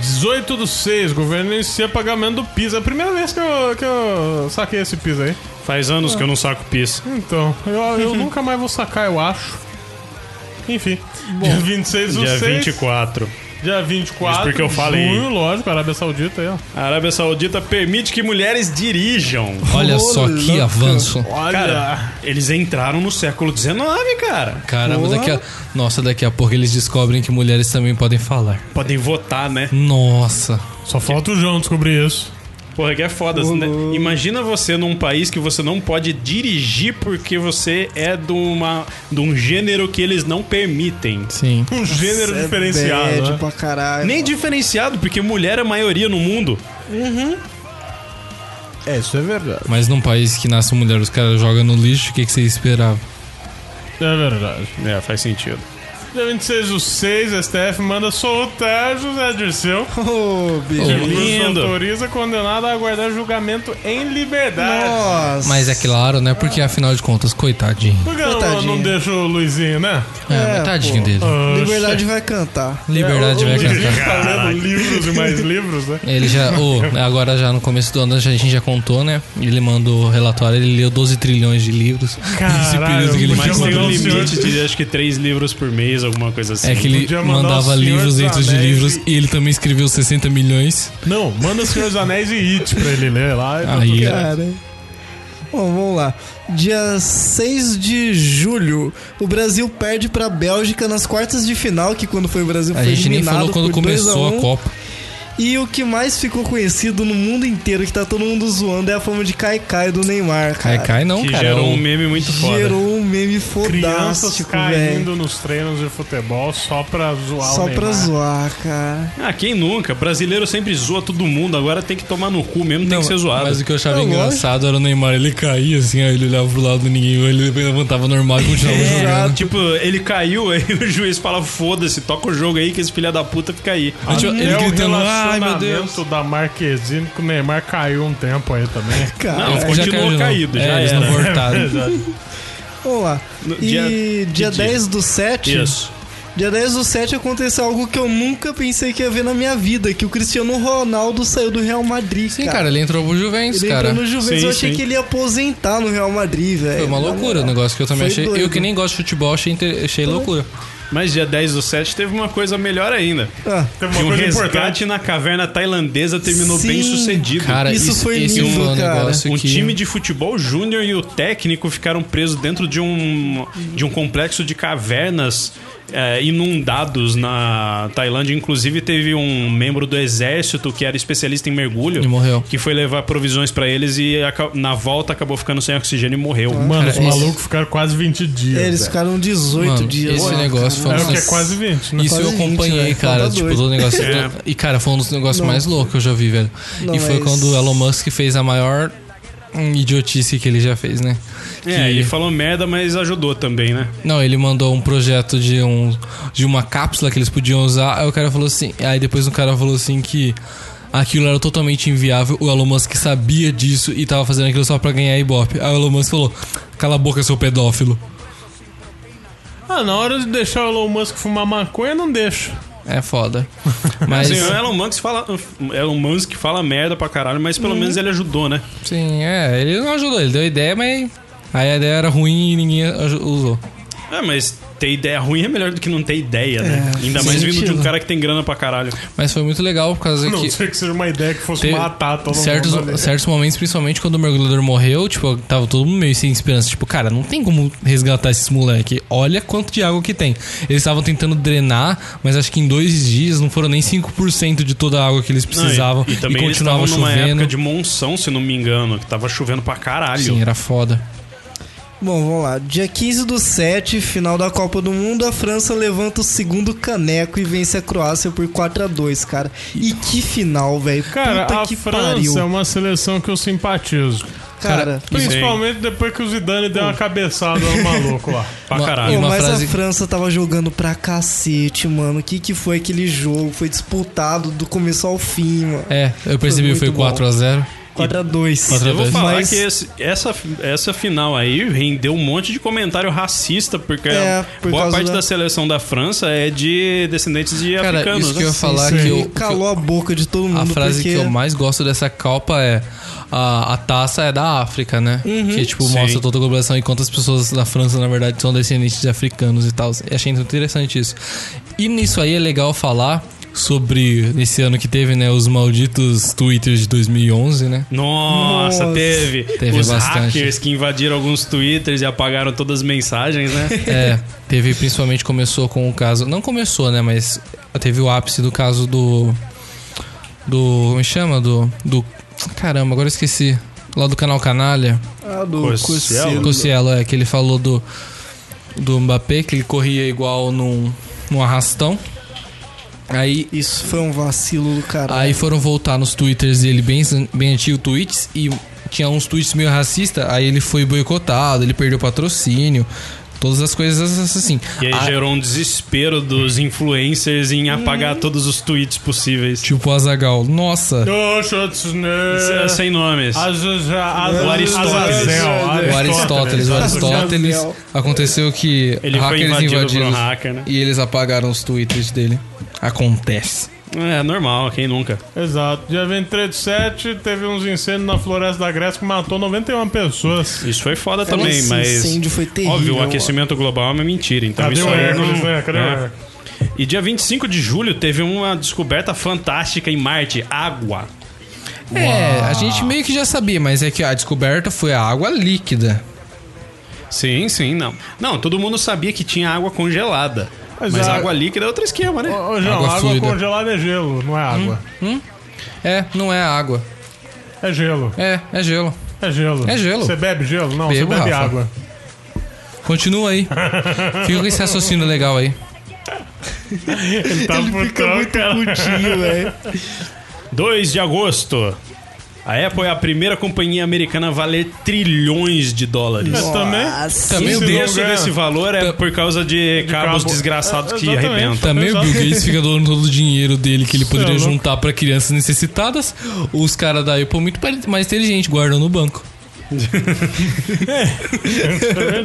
S1: 18 do 6, governo inicia pagamento do PIS. É a primeira vez que eu, que eu saquei esse PIS aí.
S5: Faz anos que eu não saco pis.
S1: Então, eu, eu nunca mais vou sacar, eu acho. Enfim, dia 26 do
S5: Dia
S1: 6,
S5: 24.
S1: dia 24
S5: Isso porque eu
S1: de
S5: falei.
S1: junho, lógico, Arábia Saudita aí, ó.
S5: A Arábia Saudita permite que mulheres dirijam.
S3: Olha
S4: Ô,
S3: só que
S4: louco.
S3: avanço.
S5: Cara, eles entraram no século XIX, cara.
S3: Caramba,
S4: Porra.
S3: daqui a... Nossa, daqui a pouco eles descobrem que mulheres também podem falar.
S5: Podem votar, né?
S3: Nossa.
S1: só falta o João descobrir isso.
S5: Porra, que é foda,
S4: Ô,
S5: né?
S4: louco.
S5: Imagina você num país que você não pode dirigir porque você é de, uma, de um gênero que eles não permitem.
S3: Sim.
S1: Um gênero
S4: Isso é
S1: diferenciado.
S4: bad
S1: né?
S4: pra caralho.
S5: Nem diferenciado, porque mulher é a maioria no mundo.
S1: É, isso é verdade.
S3: Mas num país que nasce mulher, os caras jogam no lixo, o que, que você esperava?
S1: É verdade.
S5: É, faz sentido.
S1: Dia 26 do 6, STF manda soltar José Dirceu.
S4: Ô, bicho.
S3: Ô,
S5: Lindo.
S1: Lindo. autoriza condenado a aguardar julgamento em liberdade.
S4: Nossa.
S3: Mas é claro, né? Porque afinal de contas, coitadinho.
S1: Por que não,
S4: Coitadinho.
S1: não deixa o Luizinho, né? Ah,
S3: É,
S4: É,
S3: mas tadinho
S4: pô.
S3: dele.
S4: Liberdade vai cantar.
S3: Liberdade
S1: é, o-
S3: vai
S1: o Luizinho
S3: cantar.
S1: tá lendo livros e mais livros, né?
S3: Ele já. ô, agora já no começo do ano a gente já contou, né? Ele mandou o relatório, ele leu 12 trilhões de livros. nesse
S1: Caralho,
S3: período que ele
S1: podia
S5: Mas
S3: ficou.
S5: tem
S1: mandar
S5: um
S1: um senhor-
S5: limite de acho que três livros por mês, alguma coisa assim.
S3: É que ele
S1: Podia mandar
S3: mandava
S1: o Senhor
S3: livros
S1: dos
S3: dentro de
S1: Anéis
S3: livros
S1: e-
S3: e ele também escreveu 60 milhões.
S1: Não, manda o Senhor dos Anéis e It pra ele ler lá. e tá
S3: Aí.
S1: tudo certo.
S4: Cara. Bom, vamos lá. Dia 6 de julho, o Brasil perde pra Bélgica nas quartas de final, que quando foi o Brasil
S3: A
S4: foi
S3: gente nem
S4: eliminado
S3: falou quando
S4: por
S3: começou
S4: 2
S3: a
S4: um.
S3: Copa.
S4: E o que mais ficou conhecido no mundo inteiro, que tá todo mundo zoando, é a fama de Kai Kai do Neymar, cara.
S3: Cai, cai não,
S5: que
S3: cara. é
S5: gerou um
S3: um-
S5: meme muito foda.
S4: Gerou um meme
S1: Crianças
S4: fodástico,
S1: caindo
S4: velho.
S1: nos treinos de futebol só pra zoar o
S4: Só
S1: Neymar.
S4: pra zoar, cara.
S5: Ah, quem nunca? Brasileiro sempre zoa todo mundo, agora tem que tomar no cu mesmo, tem
S3: Não,
S5: que ser zoado.
S3: Mas o que eu achava
S4: É,
S3: engraçado era o Neymar, ele caía assim, aí ele olhava pro lado ninguém, ele levantava normal e continuava jogando.
S5: Tipo, ele caiu, aí o juiz fala: foda-se, toca o jogo aí que esse filho da puta fica aí.
S3: Mas, tipo, ele
S1: Até o
S3: gritando, ai meu Deus.
S5: É,
S1: relacionamento da Marquezine com o Neymar caiu um tempo aí também.
S4: Cara,
S5: Não,
S3: Já
S5: continuou
S3: caiu de novo.
S5: caído, já
S3: é, eles
S5: era.
S3: não voltaram.
S4: vamos lá.
S5: No
S4: E
S5: dia-
S4: dia,
S5: que dia?
S4: 10 do 7,
S5: Isso.
S4: Dia 10 do 7 aconteceu algo que eu nunca pensei que ia ver na minha vida, que o Cristiano Ronaldo saiu do Real Madrid,
S3: Sim, cara, ele entrou pro Juventus,
S4: Ele
S3: cara.
S4: entrou no Juventus,
S5: Sim,
S4: eu achei
S5: sim.
S4: que ele ia aposentar no Real Madrid, velho.
S3: Foi uma loucura o negócio que eu também
S4: Foi
S3: achei. Eu
S4: doido. Então,
S3: que nem gosto de futebol, achei, inte- achei loucura.
S5: Mas dia 10 do 7 teve uma coisa melhor ainda.
S4: Ah,
S1: Teve
S5: Que
S1: uma
S5: um
S1: coisa
S5: resgate
S1: importante.
S5: na caverna tailandesa terminou
S4: Sim,
S5: bem sucedido.
S3: Cara,
S4: Isso
S3: isso,
S4: foi
S3: esse
S4: lindo,
S3: foi um
S4: cara.
S3: negócio
S5: um
S3: que...
S5: time de futebol júnior e o técnico ficaram presos dentro de um, de um complexo de cavernas eh, inundados na Tailândia. Inclusive, teve um membro do exército que era especialista em mergulho
S3: E morreu.
S5: que foi levar provisões pra eles e aca- na volta acabou ficando sem oxigênio e morreu.
S1: Mano, os
S3: Cara, esse-
S1: malucos ficaram quase 20 dias.
S4: é, eles
S1: velho.
S4: ficaram 18
S3: Mano,
S4: dias.
S3: esse
S4: lá,
S3: negócio
S4: cara.
S1: É
S3: foi
S1: o que é
S3: Nossa.
S1: quase 20, né?
S3: Isso eu
S4: Quase 20,
S3: acompanhei,
S4: velho.
S3: cara.
S4: Falta
S3: Tipo,
S4: dois.
S3: do negócio.
S5: É.
S3: E, cara, foi um dos negócios
S4: Não.
S3: mais loucos que eu já vi, velho.
S4: Não,
S3: e foi
S4: mas-
S3: quando o Elon Musk fez a maior hum, idiotice que ele já fez, né?
S5: É,
S3: Que-
S5: ele falou merda, mas ajudou também, né?
S3: Não, ele mandou um projeto de, um, de uma cápsula que eles podiam usar. Aí o cara falou assim. Aí depois o cara falou assim que aquilo era totalmente inviável. O Elon Musk sabia disso e tava fazendo aquilo só pra ganhar Ibope. Aí o Elon Musk falou: Cala a boca, seu pedófilo.
S1: Ah, na hora de deixar o Elon Musk fumar maconha, não deixa.
S3: É foda. Mas.
S5: Assim, o Elon Musk fala, Elon Musk fala merda pra caralho, mas
S3: Uhum.
S5: pelo menos ele ajudou, né?
S3: Sim, é, ele não ajudou, ele deu ideia, mas aí a ideia era ruim e ninguém aju- usou.
S5: É, mas ter ideia ruim é melhor do que não ter ideia, né?
S3: É,
S5: Ainda mais vindo de um
S4: sentido.
S5: cara que tem grana pra caralho.
S3: Mas foi muito legal por causa
S1: Não
S3: que
S1: sei que seja uma ideia que fosse
S3: teve
S1: matar todo
S3: certos,
S1: mundo. ali.
S3: certos momentos, principalmente quando o mergulhador morreu, tipo, tava todo mundo meio sem esperança. Tipo, cara, não tem como resgatar esses moleque. Olha quanto de água que tem. Eles estavam tentando drenar, mas acho que em dois dias não foram nem 5% de toda a água que eles
S5: Não,
S3: precisavam.
S5: e, e também eles
S3: continuava
S5: estavam numa
S3: chovendo.
S5: época de monção, se não me engano, que tava chovendo pra caralho.
S3: Sim, era foda.
S4: Bom, vamos lá. Dia 15 do 7, final da Copa do Mundo, a França levanta o segundo caneco e vence a Croácia por 4 a 2 cara. E que final, velho.
S1: Cara,
S4: Puta
S1: a
S4: que
S1: França
S4: pariu.
S1: é uma seleção que eu simpatizo.
S4: Cara,
S1: Principalmente depois que o Zidane deu uma cabeçada no maluco lá.
S5: Pra
S3: Uma-
S5: caralho.
S3: e
S4: pô,
S3: uma
S4: mas
S3: frase-
S4: a França tava jogando pra cacete, mano. O que que foi aquele jogo? Foi disputado do começo ao fim, mano.
S3: É, eu percebi,
S4: muito
S3: foi,
S4: bom.
S3: 4 a 0
S4: 4 a 2
S3: Outra
S5: Eu vou
S3: vez.
S5: falar
S4: Mas-
S5: que esse- essa, essa final aí rendeu um monte de comentário racista, porque
S4: É, por
S5: boa
S4: causa
S5: parte
S4: da-
S5: da... seleção da França é de descendentes de
S3: Cara,
S5: africanos.
S3: isso
S5: né?
S3: que eu ia falar
S4: Isso
S3: que
S4: aí
S3: eu-
S4: calou a boca de todo mundo.
S3: A frase
S4: Uhum, porque...
S3: que eu mais gosto dessa Copa é a, a taça é da África, né? que tipo
S5: Sim.
S3: mostra toda a população e quantas pessoas da França na verdade são descendentes de africanos e tal. E Achei muito interessante isso. E nisso aí é legal falar sobre nesse ano que teve, né, os malditos Twitters de 2011, né?
S5: Nossa,
S4: Nossa.
S5: teve.
S3: Teve
S5: Os
S3: bastante.
S5: hackers que invadiram alguns twitters e apagaram todas as mensagens, né?
S3: É, teve principalmente começou com o caso, não começou, né, mas teve o ápice do caso do do como é chama do do caramba, agora eu esqueci. Lá do canal Canalha.
S4: Ah, do
S5: Cossielo.
S4: Cossielo.
S3: O Cielo, é, que ele falou do, do Mbappé, que ele corria igual num, num arrastão. Aí,
S4: Isso foi um vacilo do caralho.
S3: aí foram voltar nos twitters dele, bem, bem antigo tweets, e tinha uns tweets meio racista, aí ele foi boicotado, ele perdeu patrocínio, todas as coisas assim.
S5: E aí
S3: Ah,
S5: gerou um desespero dos influencers em apagar todos os tweets possíveis.
S3: Hum. Tipo o Azagal, nossa,
S1: Ô, né? Schwarzenegger.
S3: é
S5: Se- Sem nomes.
S1: O
S5: Aristóteles. é
S3: o Aristóteles, o Aristóteles.
S4: Azagal.
S3: Aconteceu que
S5: né? Ele foi
S3: hackers
S5: invadido por um
S3: invadiram
S5: hacker, né?
S3: e eles apagaram os tweets dele. Acontece.
S5: É normal, quem nunca?
S1: Exato. Dia 23 de 7 teve uns incêndios na floresta da Grécia que matou 91 pessoas.
S5: Isso foi foda
S4: Cara,
S5: também,
S4: esse
S5: mas.
S4: incêndio foi terrível.
S5: Óbvio, o aquecimento global é uma mentira,
S3: um
S5: então
S1: Cadê
S5: isso
S1: o
S5: aí
S1: Hércules,
S5: não...
S1: né? Cadê o
S5: é.
S1: Hércules?
S5: E dia 25 de julho teve uma descoberta fantástica em Marte, água.
S3: É, a gente meio que já sabia, mas é que a descoberta foi a água líquida.
S5: Sim, sim, não. Não, todo mundo sabia que tinha água congelada.
S1: Mas
S5: Mas,
S1: a-
S5: água líquida é outro esquema, né?
S1: Ô, ô, João,
S3: Água
S1: água,
S3: fluida. Hum?
S1: congelada é gelo, não é água.
S3: É, não é água.
S1: É gelo.
S3: É, é gelo.
S1: É gelo.
S3: É gelo.
S1: Você bebe gelo? Não,
S3: Bebo,
S1: você bebe
S3: Rafa.
S1: água.
S3: Continua aí. Fica com esse raciocínio legal aí.
S1: Ele tá
S4: Fica muito putinho, velho.
S5: 2 de agosto. A Apple é a primeira companhia americana a valer trilhões de dólares.
S1: Mas também.
S4: Nossa.
S3: Também
S5: O
S1: Deus.
S3: o
S1: né?
S3: Bill,
S5: preço desse valor é por causa de, cabos
S1: cabo.
S5: desgraçados
S1: É,
S5: que
S1: exatamente.
S5: arrebentam.
S3: também o Bill Gates fica doando todo o dinheiro dele que ele
S1: é
S3: poderia
S1: louco.
S3: juntar pra crianças necessitadas. Os caras da Apple muito pare- mais inteligente guardam no banco.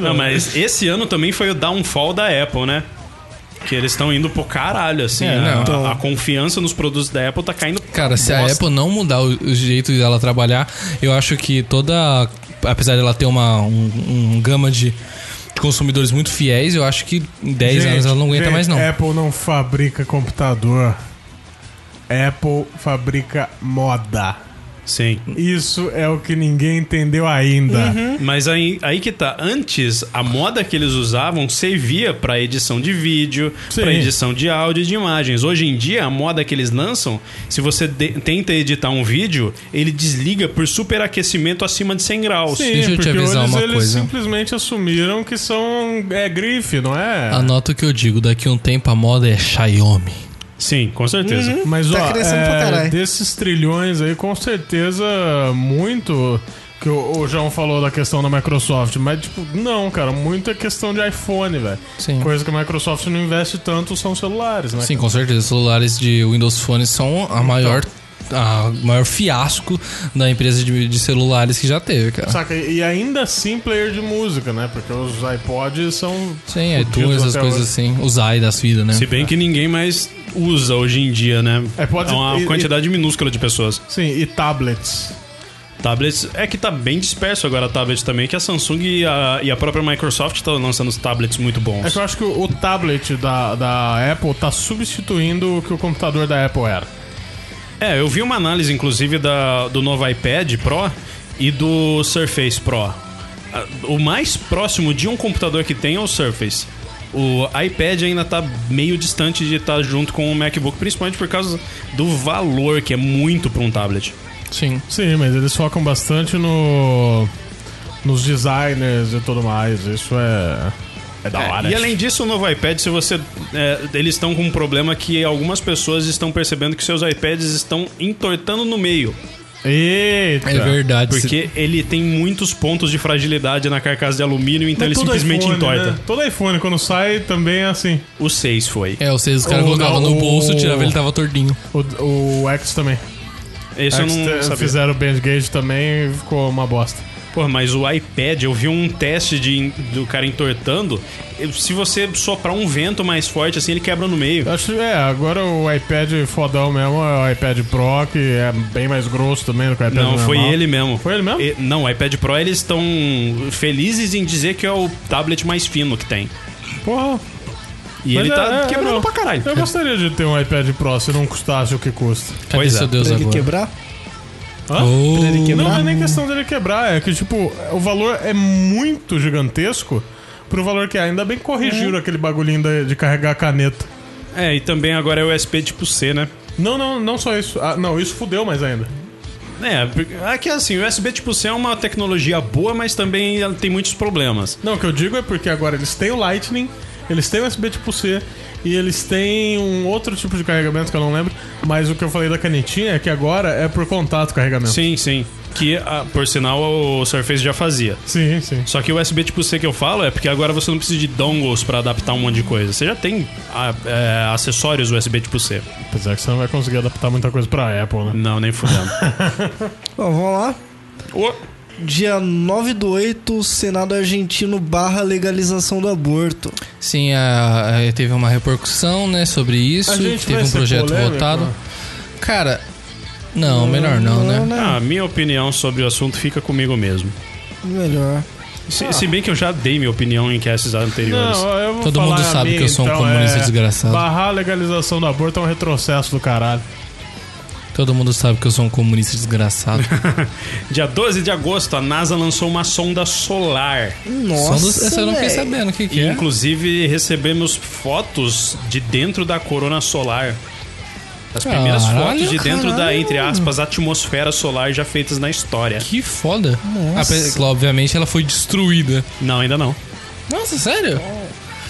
S5: Não, mas esse ano também foi o downfall da Apple, né? Que eles estão indo pro caralho, assim.
S3: É,
S5: a,
S3: não.
S5: a confiança nos produtos da Apple tá caindo.
S3: Cara, se a
S5: Bosta.
S3: Apple não mudar o, o jeito dela trabalhar, eu acho que toda. Apesar dela ter uma um, um gama de de consumidores muito fiéis, eu acho que em 10
S1: Gente,
S3: anos ela É, não aguenta
S1: gente,
S3: mais, não.
S1: Apple não fabrica computador. Apple fabrica moda.
S5: Sim.
S1: Isso é o que ninguém entendeu ainda.
S5: Mas aí, aí que tá. Antes, a moda que eles usavam servia pra edição de vídeo,
S1: Sim.
S5: pra edição de áudio e de imagens. Hoje em dia, a moda que eles lançam, se você de- tenta editar um vídeo, ele desliga por superaquecimento acima de 100 graus.
S1: Sim,
S3: Deixa eu te
S1: porque
S3: avisar
S1: eles,
S3: uma
S1: eles
S3: coisa.
S1: simplesmente assumiram que são é grife, não é?
S3: Anota o que eu digo, daqui a um tempo a moda é Xiaomi.
S5: Sim, com
S3: Uhum.
S5: certeza.
S1: Mas
S4: Tá
S1: ó,
S4: crescendo
S1: é,
S4: pra caralho.
S1: desses trilhões aí, com certeza muito que o, o João falou da questão da Microsoft, mas tipo, não, cara, muita questão de iPhone, velho.
S3: Sim.
S1: Coisa que a Microsoft não investe tanto são celulares, né?
S3: Sim, com certeza. Os celulares de Windows Phone são
S1: Então.
S3: a maior, a maior fiasco da empresa de, de celulares que já teve, cara.
S1: Saca? E ainda assim, player de música, né? Porque os iPods são.
S3: Sim, iTunes,
S1: Fudido
S3: essas
S1: até
S3: coisas
S1: hoje.
S3: assim. Os AI das vidas, né?
S5: Se bem que ninguém mais usa hoje em dia, né?
S1: É, pode-
S5: É uma
S1: e-
S5: quantidade minúscula de pessoas.
S1: Sim, e tablets.
S5: Tablets é que tá bem disperso agora tablet também, que a Samsung e a, e a própria Microsoft estão lançando os tablets muito bons.
S1: É que eu acho que o, o tablet da, da Apple tá substituindo o que o computador da Apple era.
S5: É, eu vi uma análise, inclusive, da, do novo iPad Pro e do Surface Pro. Ah, O mais próximo de um computador que tem é o Surface. O iPad ainda tá meio distante de estar junto com o MacBook, principalmente por causa do valor, que é muito pra um tablet.
S3: Sim.
S1: Sim, mas eles focam bastante no nos designers e tudo mais. Isso é é da hora.
S5: e além disso, o novo iPad, se você. é, eles estão com um problema que algumas pessoas estão percebendo que seus iPads estão entortando no meio.
S1: Eita. Então,
S3: É verdade.
S5: Porque ele tem muitos pontos de fragilidade na carcaça de alumínio, então
S1: Mas todo
S5: ele simplesmente
S1: é iPhone,
S5: entorta.
S1: né? Todo iPhone quando sai também é assim.
S5: O 6 foi.
S3: É, ou seja, os caras
S1: O-
S3: colocavam
S1: o-
S3: no bolso, tirava ele tava tordinho.
S1: O, o X também.
S5: Esse eu
S1: X
S5: não
S1: te-
S5: sabia.
S1: fizeram o bandgauge também e ficou uma bosta.
S5: Pô, mas o iPad, eu vi um teste de, do cara entortando. Se você soprar um vento mais forte, assim, ele quebra no meio.
S1: Eu Acho é, agora o iPad fodão mesmo é o iPad Pro, que é bem mais grosso também do que o iPad
S5: Não,
S1: normal.
S5: foi ele mesmo.
S1: é Foi ele mesmo?
S5: E- não, o iPad Pro eles estão felizes em dizer que é o tablet mais fino que tem.
S1: Porra.
S5: E
S1: Mas
S5: ele
S1: é-
S5: tá
S1: é,
S5: quebrando
S1: não.
S5: pra caralho.
S1: Eu gostaria de ter um iPad Pro se não custasse o que custa.
S3: Cadê
S5: Pois é.
S3: seu Deus
S4: Pra ele
S3: agora?
S4: quebrar?
S1: Hã?
S3: Oh.
S4: Pra ele
S1: Não,
S4: quebrar?
S1: não é nem questão dele quebrar, é que, tipo, o valor é muito gigantesco pro valor que é. Ainda bem que corrigiram aquele bagulhinho da- de carregar a caneta.
S5: É, e também agora é USB tipo C, né?
S1: Não, não, não só isso. Ah, não, isso fudeu mais ainda.
S5: É, porque- é que assim, o USB tipo C é uma tecnologia boa, mas também ela tem muitos problemas.
S1: Não, o que eu digo é porque agora eles têm o Lightning, eles têm o USB tipo C e eles têm um outro tipo de carregamento que eu não lembro, mas o que eu falei da canetinha é que agora é por contato o carregamento.
S5: Sim, sim. Que, ah, por sinal, o Surface já fazia.
S1: sim. sim.
S5: Só que o USB tipo C que eu falo é porque agora você não precisa de dongles pra adaptar um monte de coisa. Você já tem ah, é, acessórios USB tipo C.
S1: Apesar que você não vai conseguir adaptar muita coisa pra Apple, né?
S5: Não, nem fudendo.
S4: Bom, vamos lá.
S5: Ô,
S4: Dia 9 do 8, o Senado argentino barra legalização do aborto.
S3: Sim, a- a- teve uma repercussão, né, sobre isso.
S1: A gente
S3: Teve
S1: vai
S3: um
S1: ser
S3: projeto
S1: polêmico? né?
S3: votado. Cara, não, melhor não, né?
S5: ah, minha opinião sobre o assunto fica comigo mesmo.
S4: Melhor. né?
S5: Se, se bem que eu já dei minha opinião em casts anteriores.
S1: Não, eu vou
S3: Todo
S1: falar
S3: mundo
S1: a
S3: sabe
S1: minha,
S3: que eu sou um
S1: então,
S3: comunista
S1: é,
S3: desgraçado.
S1: Barrar a legalização do aborto é um retrocesso do caralho.
S3: Todo mundo sabe que eu sou um comunista desgraçado.
S5: Dia 12 de agosto, a NASA lançou uma sonda solar.
S4: Nossa.
S3: Só dos- essa eu não fiquei
S4: véi.
S3: sabendo o que, que
S5: E,
S3: é.
S5: inclusive, recebemos fotos de dentro da corona solar. As primeiras
S3: Caralho,
S5: fotos de dentro da,
S4: caralho.
S5: entre aspas, atmosfera solar já feitas na história.
S3: Que foda.
S4: Nossa.
S3: Ape- claro, Obviamente ela foi destruída.
S5: Não, ainda não.
S3: Nossa, sério?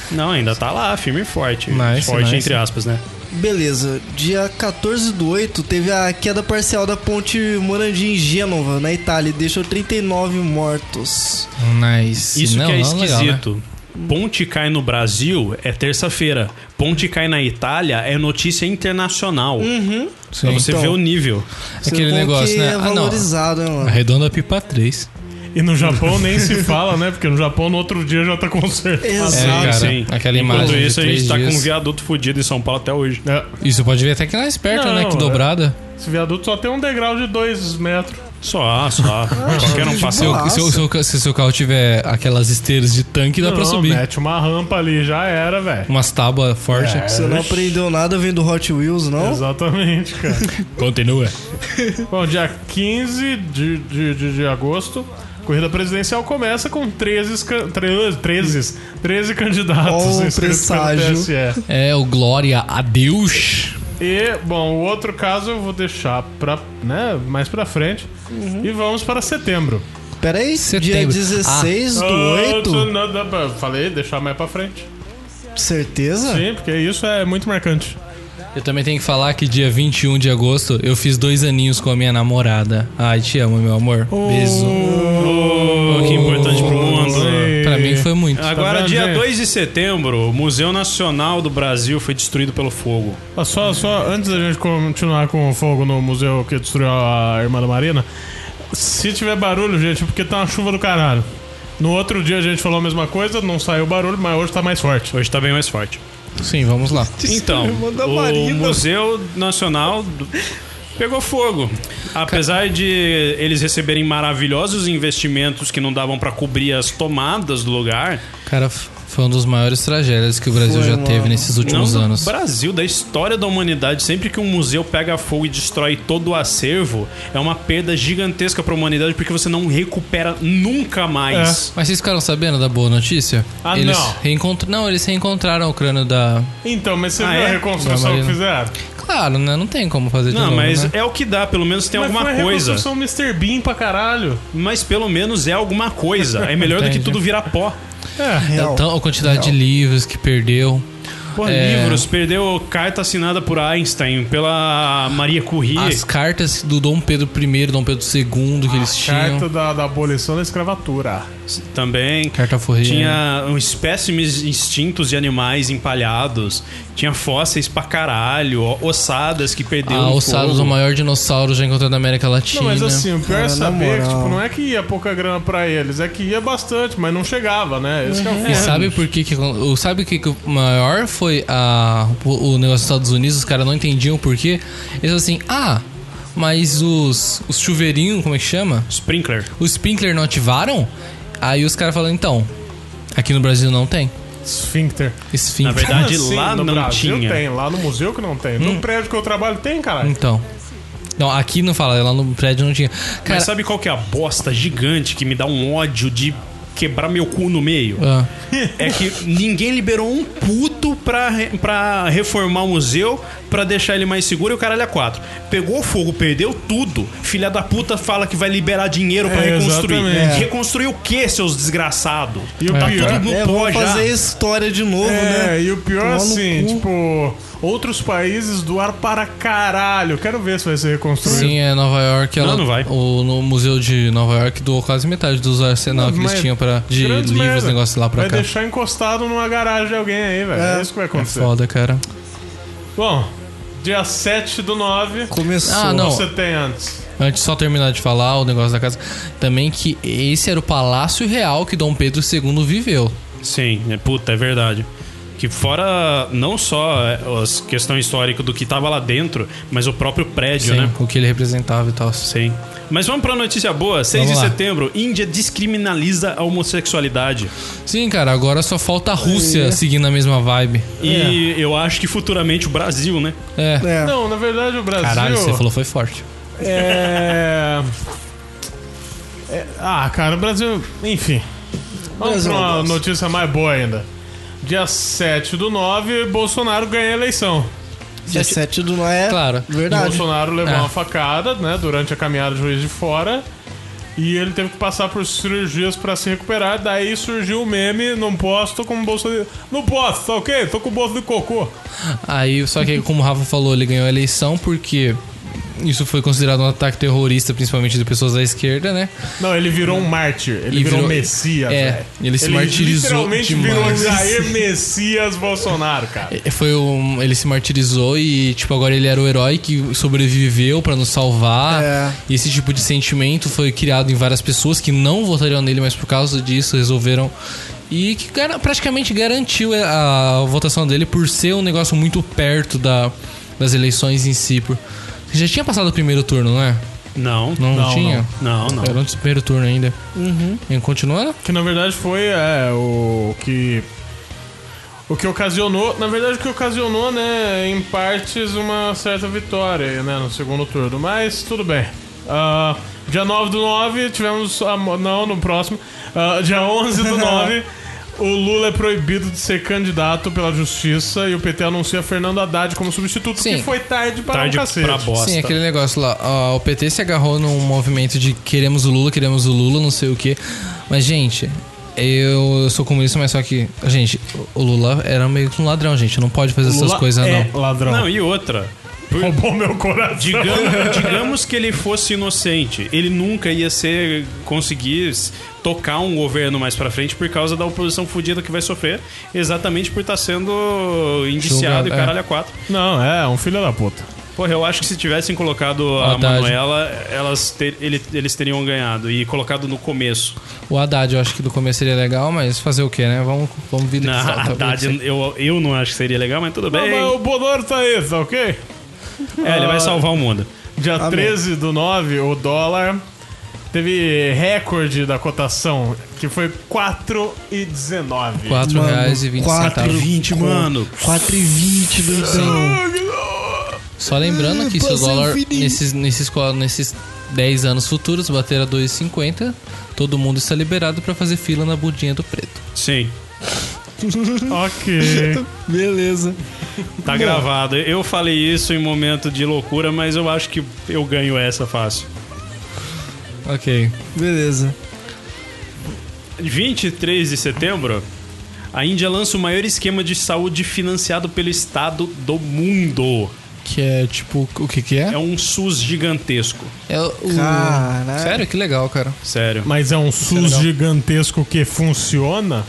S5: Não, ainda tá lá, firme e forte.
S3: Nice,
S5: forte,
S3: nice.
S5: entre aspas, né?
S4: Beleza. Dia 14 do 8, teve a queda parcial da ponte Morandi em Gênova, na Itália, e deixou 39 mortos.
S3: Nice.
S5: Isso
S3: Não,
S5: que é
S3: não, legal, né?
S5: esquisito. Ponte cai no Brasil é terça-feira. Ponte cai na Itália é notícia internacional.
S3: Hum. Sim.
S5: Pra você
S4: Então.
S5: ver o nível.
S3: Aquele
S4: Isso é bom
S3: negócio,
S4: que
S3: né?
S4: É
S3: Ah, não.
S4: valorizado, né, mano?
S3: Arredonda a pipa 3.
S1: E no Japão nem se fala, né? Porque no Japão no outro dia já tá consertado.
S4: Exato.
S3: É, cara,
S5: Sim.
S3: aquela
S5: Enquanto
S3: imagem de
S5: isso, a gente
S3: três
S5: tá com um
S3: dias.
S5: viaduto fudido em São Paulo até hoje.
S1: É,
S3: Isso pode ver até que lá esperto,
S1: Não,
S3: né? Que
S1: é.
S3: dobrada.
S1: esse viaduto só tem um degrau de 2 metros.
S5: Só, só. Qualquer um
S4: gente,
S5: passa.
S3: Se, o-
S4: Nossa.
S3: se o- se o- se o seu carro tiver aquelas esteiras de tanque, dá pra
S1: Não,
S3: subir.
S1: mete uma rampa ali, já era, velho.
S3: Umas tábuas fortes.
S4: Você não aprendeu nada vendo Hot Wheels, não?
S1: Exatamente, cara.
S5: É.
S3: Continua.
S1: Bom, dia 15 de, de, de, de agosto, corrida presidencial começa com 13, esca- 13, 13, 13 candidatos
S4: Ó, o
S1: inscritos
S4: presságio.
S1: pelo TSE.
S3: É o Glória a Deus.
S1: E, bom, o outro caso eu vou deixar pra, né, mais pra frente.
S4: Uhum.
S1: E vamos para setembro.
S4: Pera aí, dia
S3: Setembro.
S4: 16 do
S1: Ah,
S4: 8?
S1: não, dá pra- Falei, deixar mais pra frente.
S4: Certeza?
S1: Sim, porque isso é muito marcante.
S3: Eu também tenho que falar que dia 21 de agosto eu fiz dois aninhos com a minha namorada. Ai, te amo, meu amor. Beijo.
S5: Oh, que importante pro mundo. Tá
S1: Sim.
S3: Pra mim foi muito.
S5: Agora,
S1: vendo,
S5: dia
S1: gente?
S5: 2 de setembro, o Museu Nacional do Brasil foi destruído pelo fogo.
S1: Ah, Só, só antes da gente continuar com o fogo no museu que destruiu a irmã da Marina, se tiver barulho, gente, é porque tá uma chuva do caralho. No outro dia a gente falou a mesma coisa, não saiu barulho, mas hoje tá mais forte.
S5: Hoje tá bem mais forte.
S3: Sim, vamos lá.
S5: Então,
S4: Irmã da
S5: o
S4: Marina.
S5: Museu Nacional do- pegou fogo. Apesar de eles receberem maravilhosos investimentos que não davam pra cobrir as tomadas do lugar,
S3: Cara, f- foi um dos maiores tragédias que o Brasil
S4: Foi,
S3: já
S4: mano.
S3: teve nesses
S5: não
S3: últimos
S5: do
S3: anos.
S5: Brasil, da história da humanidade, sempre que um museu pega fogo e destrói todo o acervo, é uma perda gigantesca pra humanidade porque você não recupera nunca mais.
S3: Mas vocês ficaram sabendo da boa notícia?
S1: Ah,
S3: eles
S1: não.
S3: Reencontr... Não, eles reencontraram o crânio da.
S1: Então, mas você
S5: Ah,
S1: viu
S5: é?
S1: a reconstrução que
S3: Marina.
S1: fizeram?
S3: Claro, né? Não tem como fazer de
S5: Não,
S3: novo,
S5: mas
S3: né?
S5: é o que dá, pelo menos tem
S1: mas
S5: alguma
S1: foi a
S5: coisa.
S1: reconstrução Mr. Bean pra caralho.
S5: Mas pelo menos é alguma coisa. É melhor do que
S3: Entendi.
S5: tudo virar pó.
S1: É.
S4: Real.
S3: Então, a quantidade de livros que perdeu.
S5: Pô,
S3: É.
S5: livros, perdeu carta assinada por Einstein, pela Maria Curie.
S3: As cartas do Dom Pedro I, Dom Pedro II que eles tinham.
S1: Carta da, da abolição da escravatura.
S5: Também.
S3: Carta forreira.
S5: Tinha uns espécimes extintos de animais empalhados. Tinha fósseis pra caralho. o- Ossadas que perdeu.
S3: A
S5: no
S3: Ossados,
S5: fogo.
S3: Ah, o maior dinossauro já encontrado na América Latina.
S1: Não, mas assim, o pior
S4: Cara,
S1: é
S4: na
S1: saber que
S4: moral.
S1: tipo, não é que ia pouca grana pra eles, é que ia bastante, mas não chegava, né? Esse que
S5: Uhum.
S1: é o
S3: E
S1: foda.
S3: sabe por que que... o- Sabe o que que o maior foi a, o o negócio dos Estados Unidos? Os caras não entendiam por quê. Eles falaram assim, ah, mas os, os chuveirinhos, como é que chama?
S5: Sprinkler.
S3: Os sprinkler não ativaram? Aí os caras falaram, então, aqui no Brasil não tem.
S1: Esfíncter.
S3: Esfíncter.
S5: Na verdade-
S1: Como assim?
S5: lá
S1: no
S5: não
S1: Brasil
S5: tinha.
S1: tem, lá no museu que não tem. No
S4: Hum.
S1: prédio que eu trabalho tem, caralho.
S3: Então... Não, aqui não fala, lá no prédio não tinha. Cara,
S5: Mas sabe qual que é a bosta gigante que me dá um ódio de quebrar meu cu no meio?
S3: ah,
S5: É que ninguém liberou um puto pra, re- pra reformar o museu, pra deixar ele mais seguro e o caralho é quatro. Pegou fogo, perdeu tudo. Filha da puta fala que vai liberar dinheiro pra
S1: É,
S5: reconstruir.
S1: exatamente.
S5: Reconstruir o quê, seus desgraçados? Tá
S1: E o
S3: É.
S5: Tudo
S1: pior.
S5: no
S4: é,
S5: pó
S4: vamos
S5: já.
S4: fazer história de novo, né?
S1: É, e o pior
S4: Tomar no
S1: assim,
S4: cu.
S1: tipo, outros países doaram para caralho. Quero ver se vai ser reconstruído.
S3: sim, é Nova York. Ela,
S5: Não, não vai.
S3: O, no museu de Nova York doou quase metade dos arsenal que eles
S1: Mas-
S3: tinham pra, de
S1: Grandes
S3: livros,
S1: merda.
S3: negócio lá pra
S1: Vai
S3: cá.
S1: deixar encostado numa garagem de alguém aí, velho. É.
S4: É.
S1: isso que vai
S3: É
S1: acontecer.
S3: foda, cara.
S1: Bom, dia 7 do 9.
S4: Começou.
S3: Ah, não.
S1: Você tem antes.
S3: Antes de só terminar de falar o negócio da casa, também que esse era o palácio real que Dom Pedro II viveu.
S5: Sim, é puta, é verdade. Que fora não só é, as questão histórica do que tava lá dentro, mas o próprio prédio,
S3: Sim,
S5: né?
S3: o que ele representava e tal.
S5: Sim. Mas vamos pra notícia boa. 6
S3: Vamos
S5: de
S3: lá.
S5: setembro, Índia descriminaliza a homossexualidade.
S3: Sim, cara, agora só falta a Rússia
S4: É.
S3: seguindo a mesma vibe.
S5: E eu acho que futuramente o Brasil, né?
S3: É.
S4: É.
S1: Não, na verdade o Brasil.
S3: Caralho, você falou foi forte.
S1: É... É, Ah, cara, o Brasil. Enfim. Vamos
S4: Brasil
S1: pra
S4: é um
S1: uma
S4: negócio.
S1: notícia mais boa ainda. Dia 7 do 9, Bolsonaro ganha a eleição.
S4: Dia 7 do Noé.
S3: Claro.
S4: É, Verdade.
S1: Bolsonaro levou
S3: É.
S1: uma facada, né, durante a caminhada de Juiz de Fora. E ele teve que passar por cirurgias pra se recuperar. Daí surgiu o meme, não posso, tô com bolsa de... Não posso, tá ok? Tô com bolsa de cocô.
S3: Aí, só que como o Rafa falou, ele ganhou a eleição porque isso foi considerado um ataque terrorista, principalmente de pessoas da esquerda, né?
S1: Não, ele virou um mártir. Ele
S3: E
S1: virou,
S3: virou-
S1: Messias,
S3: É,
S1: velho.
S3: ele se martirizou
S1: literalmente virou
S3: demais.
S1: Jair Messias Bolsonaro, cara.
S3: É, Foi um, ele se martirizou e, tipo, agora ele era o herói que sobreviveu pra nos salvar.
S4: É.
S3: E esse tipo de sentimento foi criado em várias pessoas que não votariam nele, mas por causa disso resolveram. E que gar- praticamente garantiu é, a votação dele por ser um negócio muito perto da, das eleições em si. Por, já tinha passado o primeiro turno, não é?
S5: Não,
S3: Não,
S1: Não,
S3: tinha?
S5: não, não.
S3: Era antes do primeiro turno ainda.
S4: Uhum.
S3: E continuando?
S1: Que na verdade foi é, o que. O que ocasionou. Na verdade, o que ocasionou, né, em partes, uma certa vitória né, no segundo turno. Mas tudo bem. Ah, dia 9 do 9, tivemos. a mo- não, no próximo. Ah, dia 11 do 9. O Lula é proibido de ser candidato pela justiça e o PT anuncia Fernando Haddad como substituto,
S3: Sim.
S1: que foi tarde para
S5: Tarde
S1: um cacete.
S5: pra bosta.
S3: Sim, aquele negócio lá. ó, o PT se agarrou num movimento de queremos o Lula, queremos o Lula, não sei o quê. Mas, gente, eu sou comunista, mas só que. Gente, o Lula era meio que um ladrão, gente. Não pode fazer essas
S1: Lula
S3: coisas,
S1: é
S3: não.
S1: Ladrão.
S5: Não, e outra. Por-
S1: Roubou meu coração.
S5: Digamos, digamos que ele fosse inocente, ele nunca ia ser conseguir s- tocar um governo mais pra frente por causa da oposição fodida que vai sofrer, exatamente por estar sendo indiciado
S3: Julgado,
S5: e caralho a quatro.
S1: Não, é um filho da puta.
S5: Porra, eu acho que se tivessem colocado a
S3: Haddad.
S5: Manuela, elas ter- ele- eles teriam ganhado e colocado no começo.
S3: O Haddad, eu acho que do começo seria legal, mas fazer o quê, né? Vamos, vamos vir
S5: Na
S3: daqui, tá?
S5: Haddad, eu, eu não acho que seria legal, mas tudo
S1: Não,
S5: bem.
S1: mas o Bonoro tá aí, tá ok?
S5: É, ele vai salvar o mundo.
S1: Dia
S4: Amém.
S1: 13 do 9, o dólar teve recorde da cotação, que foi 4,19.
S3: 4
S4: Mano,
S3: reais e 20
S4: quatro
S3: centavos.
S4: e
S5: 20, mano.
S4: 4,20, doidão.
S3: Só lembrando que se o
S4: Passei
S3: dólar
S4: é, infinito.
S3: nesses, nesses, qua- nesses 10 anos futuros bater a 2,50, todo mundo está liberado pra fazer fila na budinha do preto.
S5: Sim.
S1: Ok.
S4: Beleza.
S5: Tá gravado. Eu falei isso em momento de loucura, mas eu acho que eu ganho essa fácil.
S3: Ok.
S4: Beleza.
S5: 23 de setembro, a Índia lança o maior esquema de saúde financiado pelo Estado do mundo.
S3: Que é tipo, o que que é?
S5: É um SUS gigantesco.
S3: É o... o-
S4: Caralho.
S3: Sério? Que legal, cara.
S5: Sério.
S1: Mas é um SUS
S3: legal.
S1: gigantesco que funciona?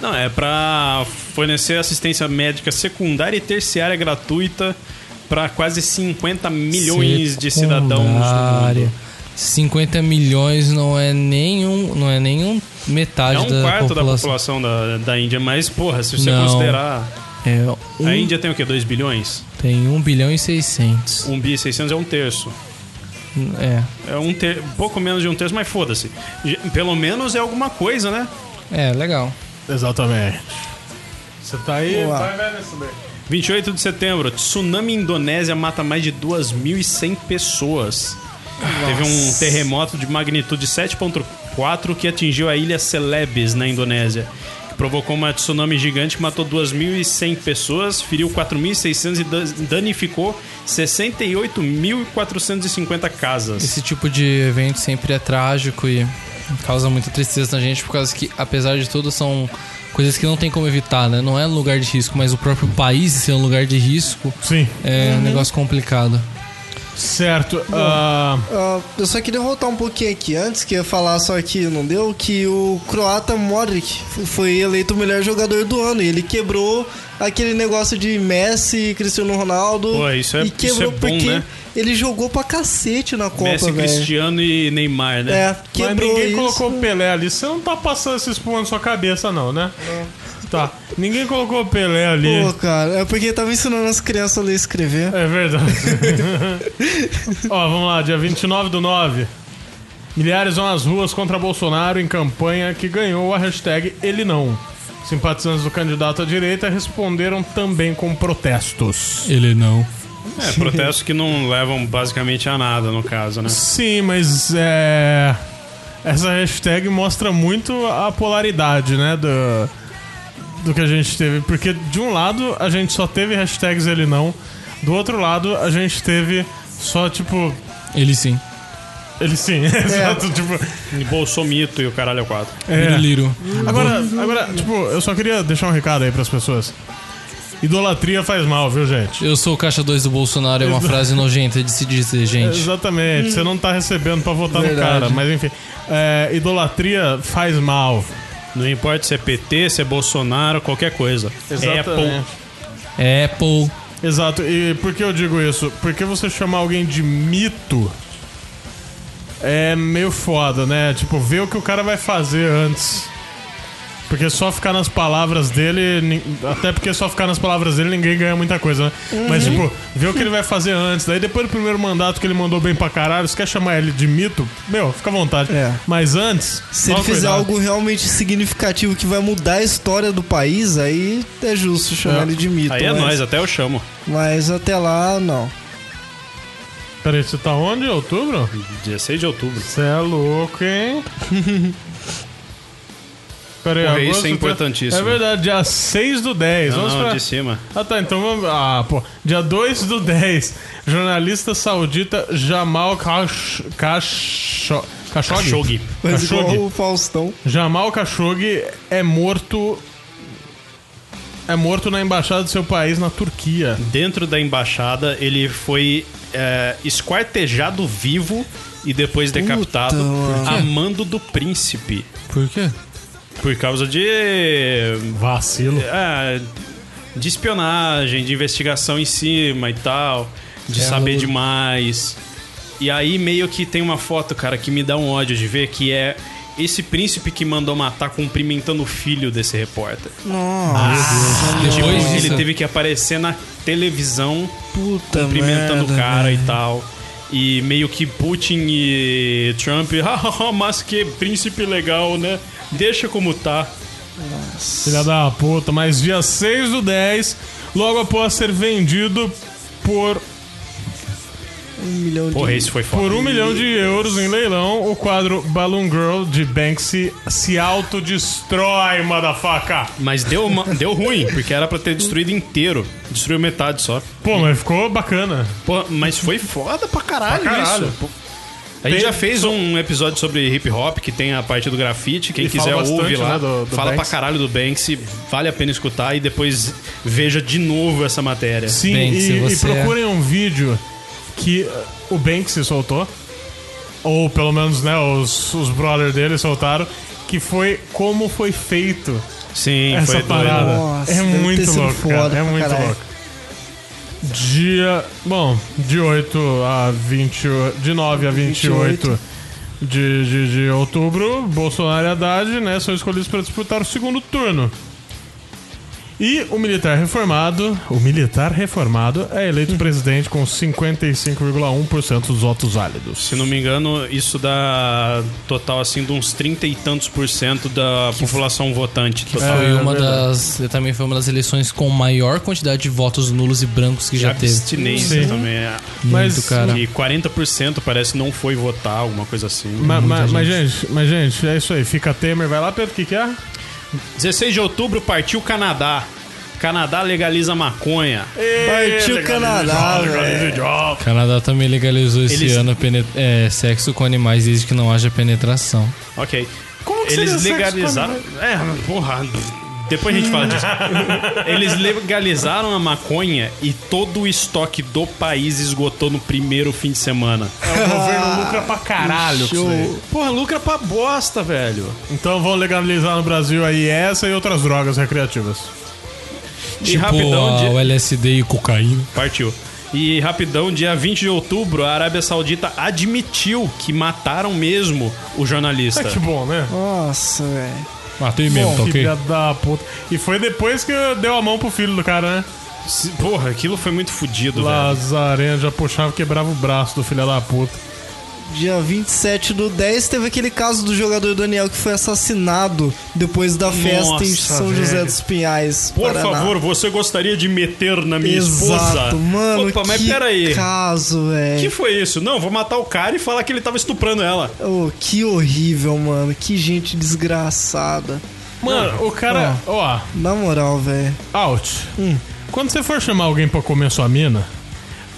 S5: Não, é pra fornecer assistência médica secundária e terciária gratuita pra quase 50 milhões de cidadãos do mundo.
S3: Secundária. 50 milhões não é nenhum, não é nenhum metade
S5: É um
S3: da,
S5: quarto da
S3: população.
S5: população da, da Índia, mas, porra, se você
S3: Não.
S5: considerar.
S3: É, um,
S5: A Índia tem o quê? 2 bilhões?
S3: tem 1 bilhão e 600.
S5: 1 bi 600 é um terço.
S3: É.
S5: É um ter... pouco menos de um terço, mas foda-se. Ge- Pelo menos é alguma coisa, né?
S3: É, legal.
S1: Exatamente. Você tá aí?
S4: Vamos lá.
S1: Vai ver nisso daí.
S5: 28 de setembro, tsunami Indonésia mata mais de 2.100 pessoas. Teve um terremoto de magnitude 7.4 que atingiu a ilha Celebes, na Indonésia. que Provocou uma tsunami gigante que matou 2.100 pessoas, feriu 4.600 e dan- danificou 68.450 casas.
S3: Esse tipo de evento sempre é trágico e causa muita tristeza na gente, por causa que, apesar de tudo, são coisas que não tem como evitar, né? Não é um lugar de risco, mas o próprio país ser um lugar de risco
S1: Sim,
S3: é um negócio complicado.
S1: certo. ah,
S4: Ah, eu só queria voltar um pouquinho aqui antes, que eu ia falar só que não deu, que o croata Modric foi eleito o melhor jogador do ano. E ele quebrou aquele negócio de Messi, Cristiano Ronaldo.
S5: Pô, isso é-
S4: e quebrou
S5: isso é bom,
S4: porque
S5: né?
S4: ele jogou pra cacete na Copa,
S5: Messi,
S4: velho.
S5: Cristiano e Neymar, né?
S4: É,
S1: mas
S4: quebrou
S1: ninguém
S4: isso.
S1: colocou o Pelé ali. Você não tá passando esses pontos na sua cabeça, não, né? Tá. Ninguém colocou o Pelé ali.
S4: Pô, cara, é porque ele tava ensinando as crianças a ler e escrever.
S1: É verdade. Ó, vamos lá, dia 29 do 9. Milhares vão às ruas contra Bolsonaro em campanha que ganhou a hashtag Ele Não. Simpatizantes do candidato à direita responderam também com protestos.
S3: Ele não.
S5: É, protestos que não levam basicamente a nada, no caso, né?
S1: Sim, mas é. Essa hashtag mostra muito a polaridade, né? Do, do que a gente teve. Porque de um lado a gente só teve hashtags Ele Não, do outro lado a gente teve só tipo.
S3: Ele sim.
S1: Ele sim, exato. Tipo,
S5: E Bolsomito e o caralho 4.
S1: É.
S3: Liro.
S1: Agora, agora, tipo, eu só queria deixar um recado aí pras pessoas. Idolatria faz mal, viu, gente?
S3: Eu sou o caixa 2 do Bolsonaro, é uma frase nojenta de se dizer, gente.
S1: Exatamente, você não tá recebendo pra votar
S4: Verdade.
S1: no cara, mas enfim. É, idolatria faz mal.
S5: Não importa se é PT, se é Bolsonaro, qualquer coisa. É Apple.
S3: É. Apple.
S1: Exato, e por que eu digo isso? Porque você chamar alguém de mito é meio foda, né? Tipo, ver o que o cara vai fazer antes. Porque só ficar nas palavras dele. nin- Até porque só ficar nas palavras dele ninguém ganha muita coisa, né?
S4: Uhum.
S1: Mas, tipo, ver o que ele vai fazer antes. Daí depois do primeiro mandato que ele mandou bem pra caralho, você quer chamar ele de mito? Meu, fica à vontade.
S4: É.
S1: Mas antes.
S4: Se ele
S1: toma
S4: fizer
S1: cuidado.
S4: algo realmente significativo que vai mudar a história do país, aí é justo chamar
S1: É.
S4: ele de mito.
S5: Aí é
S4: mas,
S5: nós, até eu chamo.
S4: Mas até lá, não.
S1: Peraí, você tá onde? Outubro?
S5: 16 de outubro.
S1: Você é louco, hein? Peraí,
S5: Porra, isso
S1: agosto,
S5: é
S1: tá-
S5: importantíssimo.
S1: É verdade, dia 6 do 10.
S5: Não,
S1: Vamos
S5: não,
S1: pra.
S5: de cima.
S1: Ah tá, então vamos. Ah, pô. Dia 2 do 10. Jornalista saudita Jamal Kash... Kasho... Khashoggi.
S5: Khashoggi.
S4: Mas
S1: Khashoggi.
S4: igual o Faustão.
S1: Jamal Khashoggi é morto. É morto na embaixada do seu país, na Turquia.
S5: Dentro da embaixada, ele foi é, esquartejado vivo e depois decapitado
S4: mano.
S5: a mando do príncipe.
S3: Por quê?
S5: Por causa de.
S1: Vacilo.
S5: é, de espionagem, de investigação em cima e tal, de
S3: É,
S5: saber
S3: maluco.
S5: demais. E aí meio que tem uma foto, cara, que me dá um ódio de ver, que é esse príncipe que mandou matar cumprimentando o filho desse repórter.
S4: Nossa,
S3: Depois
S5: Tipo,
S3: disso-
S5: ele teve que aparecer na televisão
S4: é. puta
S5: cumprimentando
S4: merda,
S5: o cara
S4: velho.
S5: e tal. E meio que Putin e Trump, "Ah, mas que príncipe legal, né? Deixa como tá.
S1: Filha da puta, mas dia 6 do 10, logo após ser vendido por,
S4: Um milhão de...
S5: Porra, isso foi foda.
S1: por um milhão de euros em leilão, o quadro Balloon Girl de Banksy se autodestrói, motherfucker.
S5: Mas deu, uma- deu ruim, porque era pra ter destruído inteiro. Destruiu metade só.
S1: Pô, mas ficou bacana.
S5: Pô, mas foi foda pra caralho,
S1: Pra caralho.
S5: isso. Pô, A gente
S1: Tem-
S5: já fez um episódio sobre hip hop, que tem a parte do grafite. Quem
S1: E fala
S5: quiser
S1: bastante,
S5: ouve lá.
S1: né, do- do
S5: fala
S1: Banks.
S5: pra caralho do Banks. Vale a pena escutar e depois veja de novo essa matéria.
S1: Sim,
S3: Banksy,
S1: e, e
S3: você é-
S1: procurem um vídeo que uh, o Banksy soltou, ou pelo menos, né, os, os brothers dele soltaram, que foi como foi feito
S5: Sim,
S1: essa
S5: foi
S1: parada.
S5: doido.
S4: Nossa,
S1: é
S4: deve ter
S1: muito
S4: sido
S1: louco, cara.
S4: foda
S1: É
S4: pra
S1: muito
S4: caralho.
S1: louco. Dia. Bom, de 8 a 20. De 9 a 28.
S4: 28.
S1: De, de, de outubro, Bolsonaro e Haddad né, são escolhidos para disputar o segundo turno. E o militar reformado, o militar reformado é
S4: Hum.
S1: eleito presidente com 55,1% dos votos válidos.
S5: Se não me engano, isso dá total assim de uns 30 e tantos por cento da população votante. Total.
S3: Foi
S1: é
S3: uma
S1: verdade.
S3: das. Também foi uma das eleições com maior quantidade de votos nulos e brancos que
S5: E
S3: já teve.
S5: abstinência
S1: Sim.
S5: também. é.
S1: Mas-
S3: Muito, cara.
S5: E 40% parece não foi votar, alguma coisa assim.
S1: Ma- ma-
S3: muita
S1: mas, gente, mas, gente, é isso aí. Fica Temer, vai lá, Pedro, o que, que é?
S5: 16 de outubro partiu Canadá. Canadá legaliza maconha.
S4: Partiu Canadá, velho.
S3: O Canadá também legalizou esse
S5: Eles-
S3: ano pene- é, sexo com animais desde que não haja penetração.
S5: Ok.
S1: Como
S5: Eles
S1: seria sexo
S5: legalizaram. É, porra. Depois a gente fala disso. Eles legalizaram a maconha e todo o estoque do país esgotou no primeiro fim de semana.
S1: O governo lucra pra caralho. com isso daí.
S4: Show.
S5: Porra, lucra pra bosta, velho.
S1: Então vão legalizar no Brasil aí essa e outras drogas recreativas.
S5: E
S3: tipo
S5: rapidão,
S3: a-
S5: di-
S3: o LSD e cocaína.
S5: Partiu. E rapidão, dia 20 de outubro, a Arábia Saudita admitiu que mataram mesmo o jornalista.
S1: É que bom, né?
S4: Nossa, velho.
S3: Matei mesmo, tá ok?
S1: Filha da puta. E foi depois que deu a mão pro filho do cara, né?
S5: Se- Porra, aquilo foi muito fodido, velho.
S1: Lazarena já puxava e quebrava o braço do filho da puta.
S4: Dia 27 do 10 teve aquele caso do jogador Daniel que foi assassinado depois da festa em
S5: Nossa,
S4: São José
S1: velho.
S4: dos Pinhais.
S5: Por
S4: Paraná.
S5: favor, você gostaria de meter na minha esposa?
S4: Exato, mano.
S5: Opa, mas
S4: que
S5: peraí.
S4: caso,
S5: Que
S4: velho.
S5: foi isso? Não, vou matar o cara e falar que ele tava estuprando ela.
S4: Oh, que horrível, mano. Que gente desgraçada.
S1: Mano, o cara. Ó,
S4: Na moral, velho.
S1: out. Quando você for chamar alguém pra comer sua mina,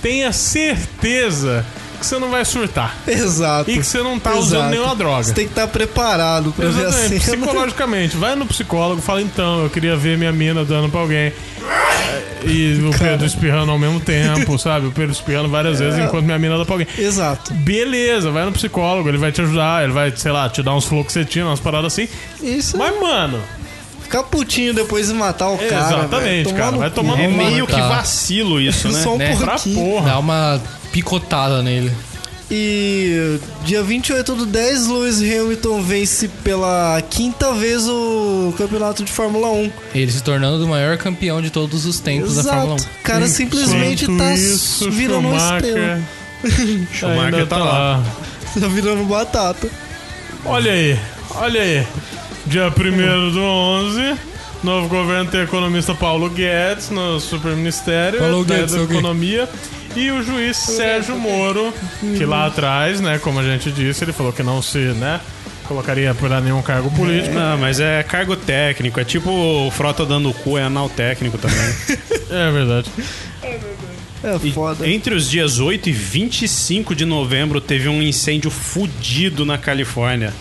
S1: tenha certeza que você não vai surtar.
S4: Exato.
S1: E que você não tá
S4: Exato.
S1: usando nenhuma droga.
S4: Você tem que estar preparado pra ver a
S1: Exatamente,
S4: cena.
S1: psicologicamente. Vai no psicólogo, fala então, eu queria ver minha mina dando pra alguém. E o Pedro espirrando ao mesmo tempo, sabe? O Pedro espirrando várias vezes
S4: É.
S1: enquanto minha mina dá pra alguém.
S4: Exato.
S1: Beleza, vai no psicólogo, ele vai te ajudar, ele vai, sei lá, te dar uns fluoxetina, umas paradas assim.
S4: Isso.
S1: Mas, mano,
S4: Ficar putinho depois e matar o cara.
S1: exatamente,
S4: velho. Tomar
S1: cara.
S4: no
S1: Vai
S4: cu.
S1: tomando
S5: É
S1: uma
S5: meio que
S3: tá.
S5: vacilo isso, né?
S4: Só um
S3: Né?
S1: pra
S4: pouquinho.
S1: porra.
S3: Dá uma picotada nele.
S4: E dia 28 do 10, Lewis Hamilton vence pela quinta vez o campeonato de Fórmula 1.
S3: Ele se tornando o maior campeão de todos os tempos da Fórmula 1.
S4: Exato. O cara simplesmente
S1: Enquanto
S4: tá
S1: isso,
S4: virando uma
S1: Schumacher
S4: estrela.
S5: Schumacher
S1: ainda
S5: tá lá.
S4: Tá virando batata.
S1: Olha aí, olha aí. Dia 1 do 11, novo governo tem o economista Paulo Guedes no Superministério
S3: Paulo
S1: da
S3: Guedes, alguém.
S1: Economia. E o juiz Sérgio Moro, que lá atrás, né, como a gente disse, ele falou que não se, né, colocaria para nenhum cargo político.
S5: Não, mas é cargo técnico. É tipo o Frota dando o cu, é anal técnico também.
S1: É verdade.
S4: É
S5: E
S4: foda.
S5: entre os dias 8 e 25 de novembro teve um incêndio fudido na Califórnia.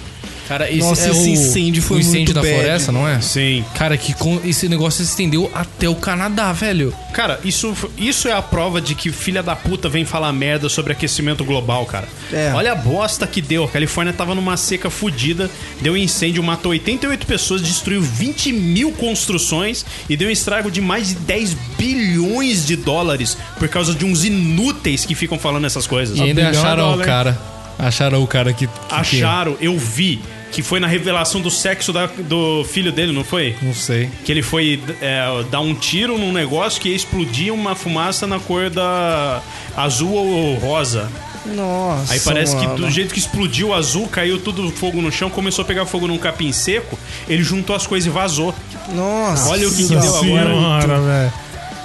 S3: Cara, isso
S4: Nossa,
S3: é
S4: esse
S3: o-
S4: incêndio foi
S3: o incêndio
S4: muito
S3: da
S4: bad.
S3: floresta, não é?
S5: Sim.
S3: Cara, que com- esse negócio se estendeu até o Canadá, velho.
S5: Cara, isso, isso é a prova de que filha da puta vem falar merda sobre aquecimento global, cara.
S4: É.
S5: Olha a bosta que deu. A Califórnia tava numa seca fodida, deu um incêndio, matou 88 pessoas, destruiu 20 mil construções e deu um estrago de mais de 10 bilhões de dólares por causa de uns inúteis que ficam falando essas coisas.
S3: E ainda
S1: bilhão é
S3: acharam o
S1: dólar.
S3: cara. Acharam o cara que. é. que
S5: Acharam, eu vi, que foi na revelação do sexo da- do filho dele, não foi?
S3: que- Não sei.
S5: Que ele foi é, dar um tiro num negócio que ia explodir uma fumaça na cor da azul ou rosa.
S4: Nossa.
S5: Aí parece que
S4: mano.
S5: do jeito que explodiu azul, caiu tudo fogo no chão, começou a pegar fogo num capim seco, ele juntou as coisas e vazou.
S4: Nossa.
S5: Olha o que que
S4: Nossa
S5: deu agora.
S1: Senhora, velho.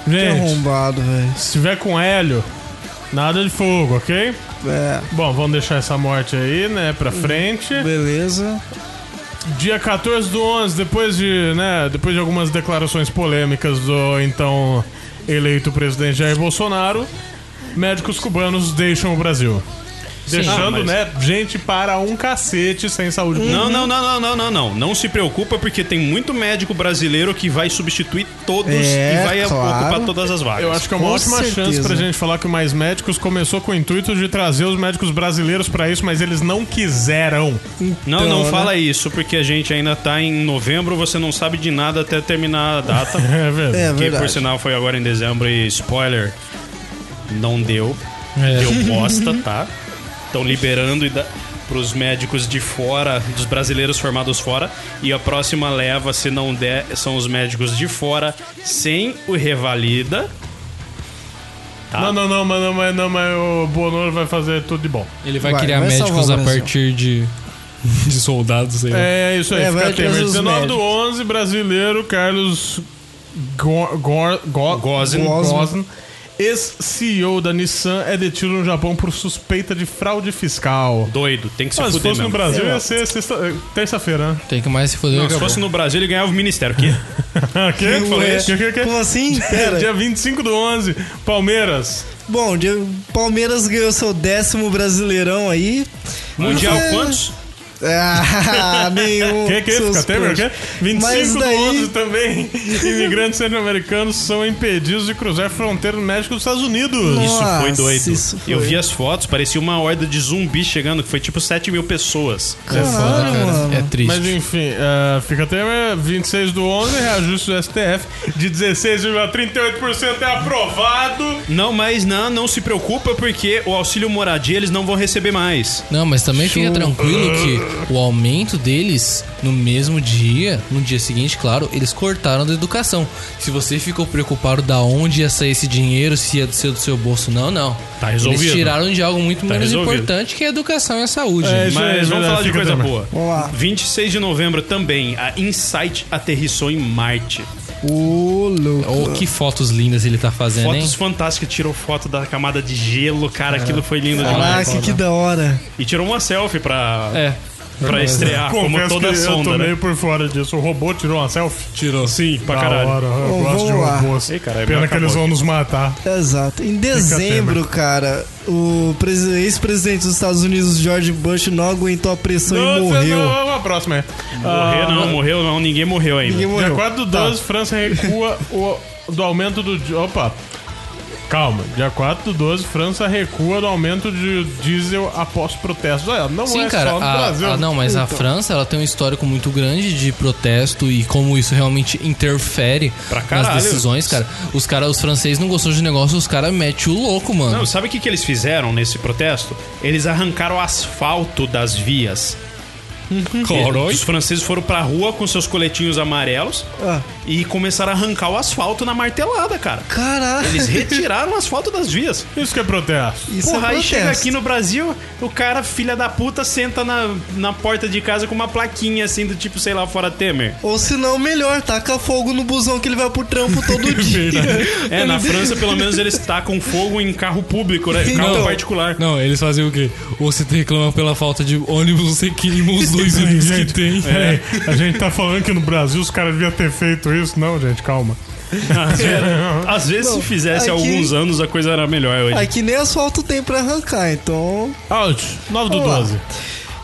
S4: Que
S1: Gente,
S4: arrombado, velho.
S1: se tiver com hélio, nada de fogo, ok?
S4: É.
S1: Bom, vamos deixar essa morte aí, né, pra frente.
S4: Beleza.
S1: Dia 14 do 11, depois de, né, depois de algumas declarações polêmicas do então eleito presidente Jair Bolsonaro, médicos cubanos deixam o Brasil. Deixando,
S5: Ah, mas-
S1: né, gente para um cacete sem saúde pública.
S5: Não, não, não, não, não, não, não. Não se preocupa porque tem muito médico brasileiro que vai substituir todos
S4: É,
S5: e vai
S4: claro.
S5: ocupar todas as vagas.
S1: Eu acho que é uma
S4: Com
S1: ótima chance
S4: certeza.
S1: pra gente falar que o Mais Médicos começou com o intuito de trazer os médicos brasileiros pra isso, mas eles não quiseram.
S5: Não,
S4: Então,
S5: não
S4: né?
S5: fala isso, porque a gente ainda tá em novembro, você não sabe de nada até terminar a data.
S1: É verdade.
S4: É
S5: que por
S4: verdade.
S5: sinal foi agora em dezembro e spoiler, não deu.
S4: É.
S3: É.
S5: Deu bosta, tá? Estão liberando e dá- pros médicos de fora, dos brasileiros formados fora. E a próxima leva, se não der, são os médicos de fora sem o Revalida. Tá?
S1: Não, não, não, mas, não, mas, não, mas o Bonoro vai fazer tudo de bom.
S3: Ele vai,
S4: Vai,
S3: criar
S4: vai salvar
S3: médicos
S4: o
S3: a
S4: Brasil.
S3: partir de. de soldados, sei lá.
S1: É isso aí,
S4: É, vai
S1: fica
S4: atrás
S1: tema.
S4: dos
S1: 19 do
S4: médicos.
S1: 11, brasileiro Carlos Go- Go- Go-
S5: Gozin.
S1: Gozin, ex-CEO da Nissan, é detido no Japão por suspeita de fraude fiscal.
S5: Doido, tem que se
S1: Ah, se
S5: fuder
S1: fosse
S5: mesmo.
S1: no Brasil,
S4: É.
S1: ia ser sexta- eh, terça-feira, né?
S3: Tem que é mais se foder.
S5: Não, se
S3: acabou.
S5: fosse no Brasil, ele ganhava o ministério. Que?
S1: Quem é que falou
S4: Ué,
S1: isso? Que- que- que-
S4: Como assim? Pera.
S1: É, Dia 25 do 11, Palmeiras.
S4: Bom, dia- Palmeiras ganhou seu décimo brasileirão aí.
S5: Mundial
S4: Mas é-
S5: quantos?
S4: Ah, nenhum.
S1: Quem é que
S4: seus
S1: fica até
S4: trouxas.
S1: que? 25
S4: Mas daí-
S1: do 11 também, imigrantes centro-americanos são impedidos de cruzar fronteira no México dos Estados Unidos.
S5: Isso foi
S4: Nossa,
S5: doido.
S4: isso
S5: Eu
S4: foi.
S5: vi as fotos, parecia uma horda de zumbi chegando, que foi tipo 7 mil pessoas.
S3: É foda,
S4: Caralho,
S3: cara.
S4: mano.
S3: É triste.
S1: Mas enfim, eh, fica até eh, 26 do 11, reajuste do STF de 16,38% é aprovado.
S5: Não, mas não, não se preocupa, porque o auxílio moradia eles não vão receber mais.
S3: Não, mas também fica tranquilo que o aumento deles no mesmo dia, no dia seguinte, claro, eles cortaram da educação. Se você ficou preocupado da onde ia sair esse dinheiro, se ia ser do seu bolso, não, não.
S5: Tá resolvido.
S3: Eles tiraram de algo muito
S5: Tá
S3: menos
S5: resolvido.
S3: importante que é a educação e a saúde.
S1: É, isso aí,
S5: Mas
S1: verdade,
S5: vamos falar de
S1: fica
S5: coisa
S1: também.
S5: boa.
S4: Vamos lá.
S5: 26 de novembro também, a Insight aterrissou em Marte.
S4: Ô, louco.
S3: Oh, que fotos lindas ele tá
S1: É
S3: fazendo, hein?
S5: Fotos fantásticas, tirou foto da camada de gelo, cara, aquilo foi lindo demais.
S4: Caraca, Ah, que da hora.
S5: E tirou uma selfie pra,
S3: É.
S5: pra estrear, Ah, como
S1: Confesso
S5: toda
S1: que eu
S5: sonda,
S1: tô
S5: né?
S1: meio por fora disso. O robô tirou uma selfie? Tirou. Sim, pra
S5: Da
S1: caralho.
S5: hora,
S1: eu
S4: Bom,
S1: gosto de
S4: vamos lá.
S1: robôs.
S5: Ei, caralho,
S1: Pena que
S5: acabou
S1: eles vão
S5: aqui.
S1: nos matar.
S4: Exato. Em dezembro, cara, o presi- ex-presidente dos Estados Unidos, George Bush, não aguentou a pressão e
S1: Não,
S4: morreu.
S1: não, não, a próxima é.
S5: Morreu não, morreu não, ninguém
S4: Tá.
S5: morreu ainda.
S4: Ninguém
S1: Dia
S4: morreu.
S1: 4 do 12, França recua o, do aumento do. di- Opa! Calma, dia 4 do 12, França recua do aumento de diesel após protestos. Olha, não
S3: Sim,
S1: é
S3: cara.
S1: só no
S3: a-
S1: Brasil. Então.
S3: a- não, mas a França ela tem um histórico muito grande de protesto e como isso realmente interfere
S5: Pra
S3: nas
S5: caralho.
S3: decisões, cara. Os cara, os franceses não gostou de negócio, os caras metem o louco, mano.
S5: Não, sabe o que, que eles fizeram nesse protesto? Eles arrancaram o asfalto das vias.
S4: Uhum.
S3: Caralho.
S5: Os franceses foram pra rua com seus coletinhos amarelos
S4: Ah.
S5: e começaram a arrancar o asfalto na martelada, cara.
S4: Caralho.
S5: Eles retiraram o asfalto das vias.
S1: Isso que é protesto.
S4: Isso
S5: Porra,
S4: é
S5: aí
S4: protesto.
S5: chega aqui no Brasil, o cara, filha da puta, senta na, na porta de casa com uma plaquinha assim do tipo, sei lá, fora Temer.
S4: Ou se não, melhor, taca fogo no busão que ele vai pro trampo todo dia.
S5: É, na França, pelo menos, eles tacam fogo em carro público, né? Carro
S4: Então,
S3: Não.
S5: particular.
S3: Não, eles faziam o quê? Ou você reclama pela falta de ônibus, você queima os dois
S1: Peraí,
S3: ônibus que
S1: gente,
S3: tem. É.
S1: peraí. a gente tá falando que no Brasil os caras deviam ter feito isso. Não, gente, calma.
S5: Às vezes, se
S4: Não,
S5: fizesse
S4: aqui-
S5: alguns anos, a coisa era melhor hoje.
S4: Aqui É nem asfalto tem pra arrancar, então.
S1: Out, 9 do
S4: Vamos lá.
S1: 12.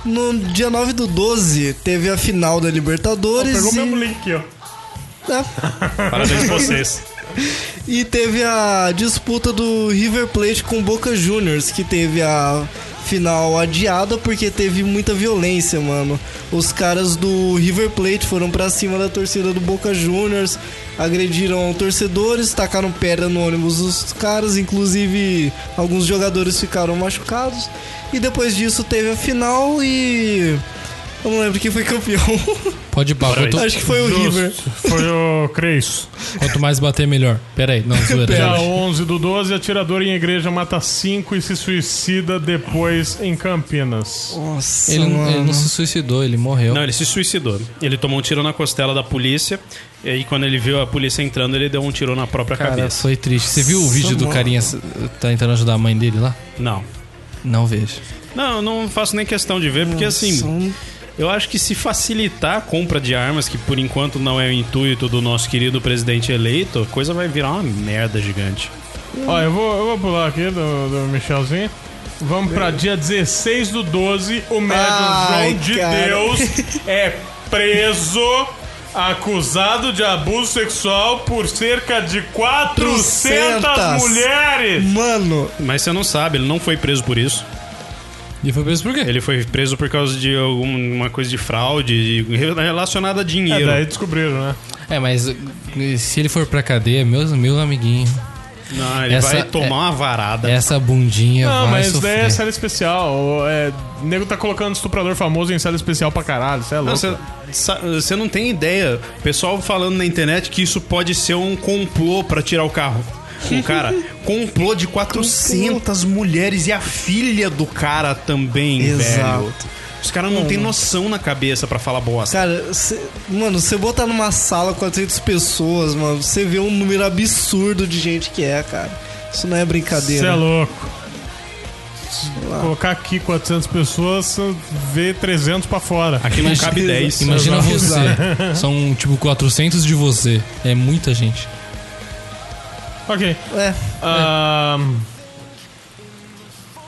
S4: No dia 9 do 12, teve a final da Libertadores.
S1: Pegou o
S4: e...
S1: mesmo link aqui, ó.
S4: Ah,
S5: Parabéns pra vocês.
S4: E teve a disputa do River Plate com o Boca Juniors, que teve a final adiada porque teve muita violência, mano. Os caras do River Plate foram pra cima da torcida do Boca Juniors, agrediram torcedores, tacaram pedra no ônibus dos caras, inclusive alguns jogadores ficaram machucados. E depois disso teve a final e eu não lembro quem foi campeão.
S3: Pode ir pra, quanto,
S4: Acho que foi o River.
S1: Justo. Foi o Creis.
S3: quanto mais bater, melhor. Pera aí, não, zoeira.
S1: Dia
S3: relaxa.
S1: 11 do 12, atirador em igreja mata 5 e se suicida depois em Campinas.
S4: Nossa,
S3: Ele, não- ele
S4: mano.
S3: não se suicidou, ele morreu.
S5: Não, ele se suicidou. Ele tomou um tiro na costela da polícia. E aí, quando ele viu a polícia entrando, ele deu um tiro na própria
S3: Cara,
S5: cabeça.
S3: foi triste. Você viu o vídeo do
S4: mano.
S3: carinha s- tá tentando ajudar a mãe dele lá?
S5: Não.
S3: Não vejo.
S5: Não, eu não faço nem questão de ver, porque assim,
S4: São-
S5: eu acho que se facilitar a compra de armas, que por enquanto não é o intuito do nosso querido presidente eleito, a coisa vai virar uma merda gigante.
S1: Ó, eu vou, eu vou pular aqui do, do Michelzinho. Vamos pra dia 16 do 12. O médium
S4: Ai,
S1: João de
S4: cara.
S1: Deus é preso, acusado de abuso sexual por cerca de 400
S4: 400.
S1: mulheres.
S4: Mano,
S5: Mas você não sabe, ele não foi preso por isso.
S3: E foi preso por quê?
S5: Ele foi preso por causa de alguma coisa de fraude de- relacionada a
S1: É,
S5: dinheiro.
S1: daí descobriram, né?
S3: É, mas eh, se ele for pra cadeia, meus, meu amiguinho,
S5: Não, ele
S3: Essa-
S5: vai tomar uma varada.
S3: essa bundinha
S1: Não,
S3: vai
S1: mas isso daí
S3: sofrer.
S1: é série especial. O é, o nego tá colocando estuprador famoso em série especial pra caralho. Isso é louco.
S5: Você não tem ideia. O pessoal falando na internet que isso pode ser um complô pra tirar o carro. Um cara, complô de 400 mulheres e a filha do cara também,
S4: Exato.
S5: velho. Os caras não têm noção na cabeça pra falar bosta.
S4: Cara, cê, mano, você botar numa sala 400 pessoas, mano, você vê um número absurdo de gente que é, cara. Isso não é
S1: Você é
S4: brincadeira.
S1: louco. Colocar aqui 400 pessoas, você vê 300 pra fora.
S5: Aqui não cabe 10.
S3: Imagina
S1: Exato.
S3: você. São, tipo, 400 de você. É muita gente.
S1: Ok.
S4: É,
S1: Ahn,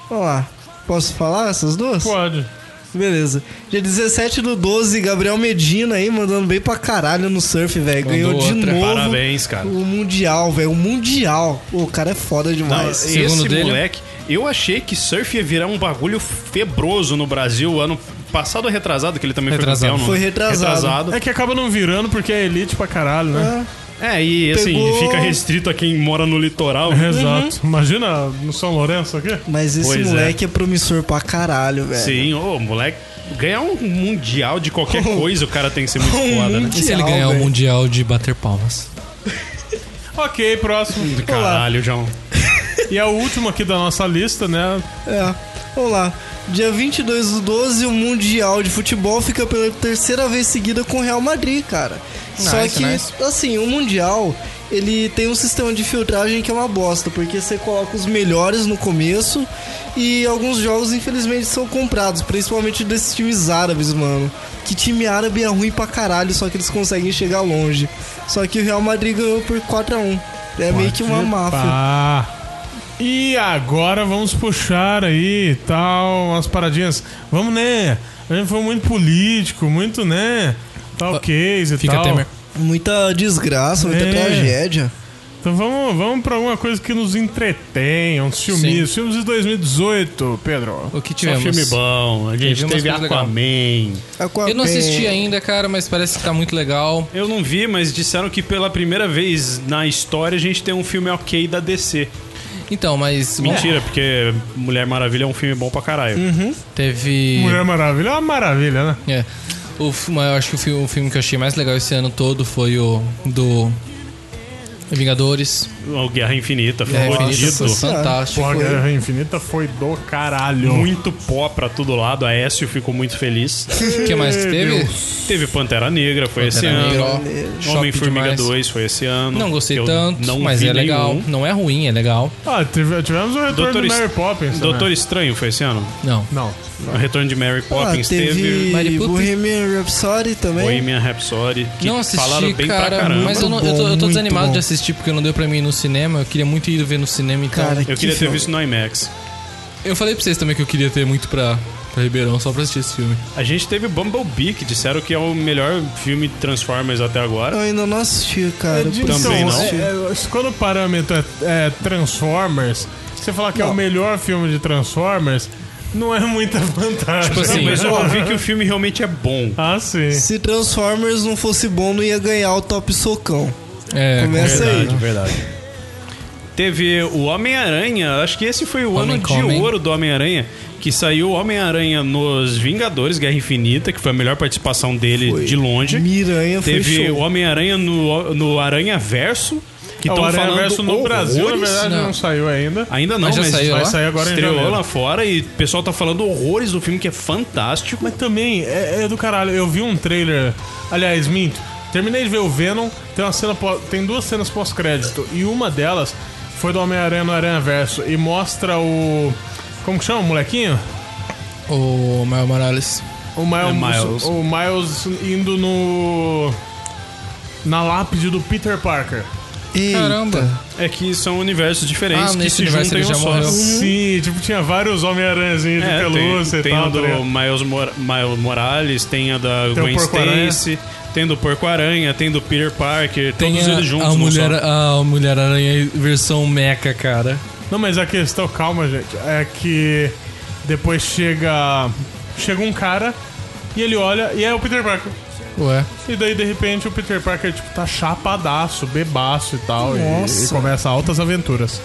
S4: vamos lá. Posso falar essas duas?
S1: pode.
S4: Beleza. Dia 17 do 12, Gabriel Medina aí, mandando bem pra caralho no surf, velho. Ganhou
S3: Mandou
S4: de
S3: outra.
S4: novo
S5: Parabéns, cara.
S4: o Mundial, velho. O Mundial. Pô, o cara é foda
S5: Não,
S4: demais.
S5: esse
S3: Segundo dele-
S5: moleque, eu achei que surf ia virar um bagulho febroso no Brasil ano passado ou retrasado, que ele também
S3: Retrasado.
S5: foi campeão. não?
S4: Foi retrasado.
S1: É que acaba não virando porque é elite pra caralho, né?
S5: É, e assim,
S4: Pegou-
S5: fica restrito a quem mora no litoral.
S3: É. Uhum.
S5: né?
S1: Exato. Imagina no São Lourenço aqui.
S4: Mas esse
S5: Pois é.
S4: moleque é. promissor pra caralho, velho.
S5: Sim,
S3: É.
S5: ô, moleque, ganhar um mundial de qualquer coisa, o cara tem que ser muito
S4: Um
S5: foda, né?
S3: E se ele
S4: Mundial,
S3: ganhar o
S4: velho.
S3: Mundial de bater palmas?
S1: Ok, próximo.
S5: Caralho, um, João.
S1: E é o último aqui da nossa lista, né?
S4: É, vamos lá. Dia 22 do 12, o Mundial de Futebol fica pela terceira vez seguida com o Real Madrid, cara. Só
S3: Nice,
S4: que,
S3: nice.
S4: assim, o Mundial, ele tem um sistema de filtragem que é uma bosta, porque você coloca os melhores no começo e alguns jogos, infelizmente, são comprados, principalmente desses times árabes, mano. Que time árabe é ruim pra caralho, só que eles conseguem chegar longe. Só que o Real Madrid ganhou por 4x1. É meio que uma
S3: Tá
S4: máfia.
S1: Pá. E agora vamos puxar aí e tal, umas paradinhas. Vamos, né? A gente foi muito político, muito, né? Tal
S3: Fa-
S1: case e
S3: Fica
S1: tal.
S3: Temer.
S4: Muita desgraça, muita
S1: É.
S4: tragédia.
S1: Então vamos, vamos pra alguma coisa que nos entretenha, uns filminhos. Filmes de 2018, Pedro.
S3: O que
S5: Só
S3: tivemos?
S5: filme bom. A gente
S3: Tivemos
S5: teve
S3: coisa legal.
S5: Aquaman.
S4: Aquaman.
S3: Eu não assisti ainda, cara, mas parece que tá muito legal.
S5: Eu não vi, mas disseram que pela primeira vez na história a gente tem um filme ok da DC.
S3: Então, mas.
S5: Mentira, porque Mulher Maravilha é um filme bom pra caralho.
S3: Teve.
S1: Mulher Maravilha é uma maravilha, né?
S3: É. O, fi- mas eu acho que o fi- o filme, que eu achei mais legal esse ano todo foi o do Vingadores.
S5: O Guerra Infinita,
S3: Uhum. Guerra Infinita
S5: fodido.
S3: foi
S4: Tipo,
S3: fantástico.
S1: Pô, a Guerra Infinita foi do caralho.
S5: Muito pó pra todo lado. A Aécio ficou muito feliz.
S3: O que mais que teve?
S5: Teve Pantera Negra, foi esse
S3: Pantera Negra,
S5: ano.
S3: ó,
S5: Homem-Formiga
S3: shopping demais.
S5: 2 foi esse ano.
S3: Não gostei
S5: Eu
S3: tanto,
S5: não
S3: mas
S5: vi
S3: é legal.
S5: nenhum.
S3: Não é ruim, é legal.
S1: Ah, tive- tivemos o retorno
S5: Doutor
S1: de
S5: Est-
S1: Mary Poppins. também.
S5: Doutor Estranho foi esse ano.
S3: Não.
S1: Não.
S5: O retorno de Mary
S4: Ah,
S5: Poppins teve.
S4: teve
S3: Mariputa.
S4: Bohemian Rhapsody também.
S5: Bohemian Rhapsody. Que
S3: não assisti,
S5: falaram bem pra
S3: cara,
S5: caramba.
S3: mas eu, não,
S4: Muito
S3: eu tô, eu tô
S4: bom,
S3: desanimado
S4: muito
S3: de
S4: bom.
S3: assistir porque não deu pra mim ir no cinema. Eu queria muito ir ver no cinema, então.
S4: Cara,
S5: Eu
S4: que
S5: queria ter
S4: filme.
S5: visto no IMAX.
S3: Eu falei pra vocês também que eu queria ter muito pra, pra Ribeirão só pra assistir esse filme.
S5: A gente teve Bumblebee, que disseram que é o melhor filme de Transformers até agora.
S4: Eu ainda não assisti, cara.
S1: É de-
S4: Por isso
S5: Também
S4: eu
S5: não.
S1: é-
S4: assisti.
S1: é- quando o parâmetro é, é Transformers, você falar que é
S4: Não.
S1: o melhor filme de Transformers, não é muita vantagem.
S3: Tipo
S5: Não,
S3: assim,
S5: mas eu ouvi que o filme realmente é bom.
S1: Ah, sim.
S4: Se Transformers não fosse bom, não ia ganhar o top socão.
S3: É,
S4: Começa aí.
S5: verdade. Teve o Homem-Aranha, acho que esse foi o
S3: Homem
S5: ano
S3: com
S5: de
S3: Homem.
S5: ouro do Homem-Aranha, que saiu o Homem-Aranha nos Vingadores, Guerra Infinita, que foi a melhor participação dele
S4: Foi.
S5: de longe.
S4: Miranha foi
S5: Teve o
S4: show.
S5: Homem-Aranha no, no Aranha Verso, que
S1: Ah, o
S5: estão
S1: Aranha
S5: falando
S1: Verso no Brasil, na
S5: horrores.
S1: verdade, não,
S3: Não.
S1: saiu ainda.
S5: Ainda não,
S3: Mas
S5: mas,
S3: já saiu
S1: Vai
S3: lá?
S1: sair agora em
S5: estreou
S1: janeiro.
S5: lá fora e o pessoal tá falando horrores do filme, que é fantástico.
S1: Mas também é, é do caralho. Eu vi um trailer. Aliás, minto. Terminei de ver o Venom. Tem, uma cena, pós- tem duas cenas pós-crédito. E uma delas foi do Homem-Aranha no Aranha Verso. E mostra o. Como que chama o molequinho?
S4: é?
S3: o Mael Morales.
S1: O Miles,
S5: É Miles.
S1: O Miles indo no. Na lápide do Peter Parker.
S4: Eita.
S3: Caramba.
S5: É que são universos diferentes
S3: Ah,
S5: que
S3: nesse
S5: se
S3: universo
S5: juntam em
S3: ele
S5: um
S3: já
S5: só.
S3: morreu.
S1: Sim, tipo, tinha vários Homem-Aranhazinhos de
S5: É,
S1: pelúcia
S5: tem, tem
S1: e
S5: a
S1: tal.
S5: do
S1: tá ligado?
S5: Miles, Mor- Miles Morales, tem a da
S1: Tem o
S5: Gwen
S1: Porco-Aranha.
S5: Stacy, tem do Porco-Aranha, tem do Peter Parker,
S3: Tem
S5: todos
S3: a,
S5: eles juntos.
S3: a
S5: num
S3: mulher,
S5: só.
S3: a mulher Aranha versão meca, cara.
S1: Não, mas a questão, calma, gente, é que depois chega. Chega um cara e ele olha e é o Peter Parker.
S3: Ué.
S1: E daí, de repente, o Peter Parker, tipo, tá chapadaço, bebaço e tal. e- E,
S4: Nossa.
S1: começa altas aventuras.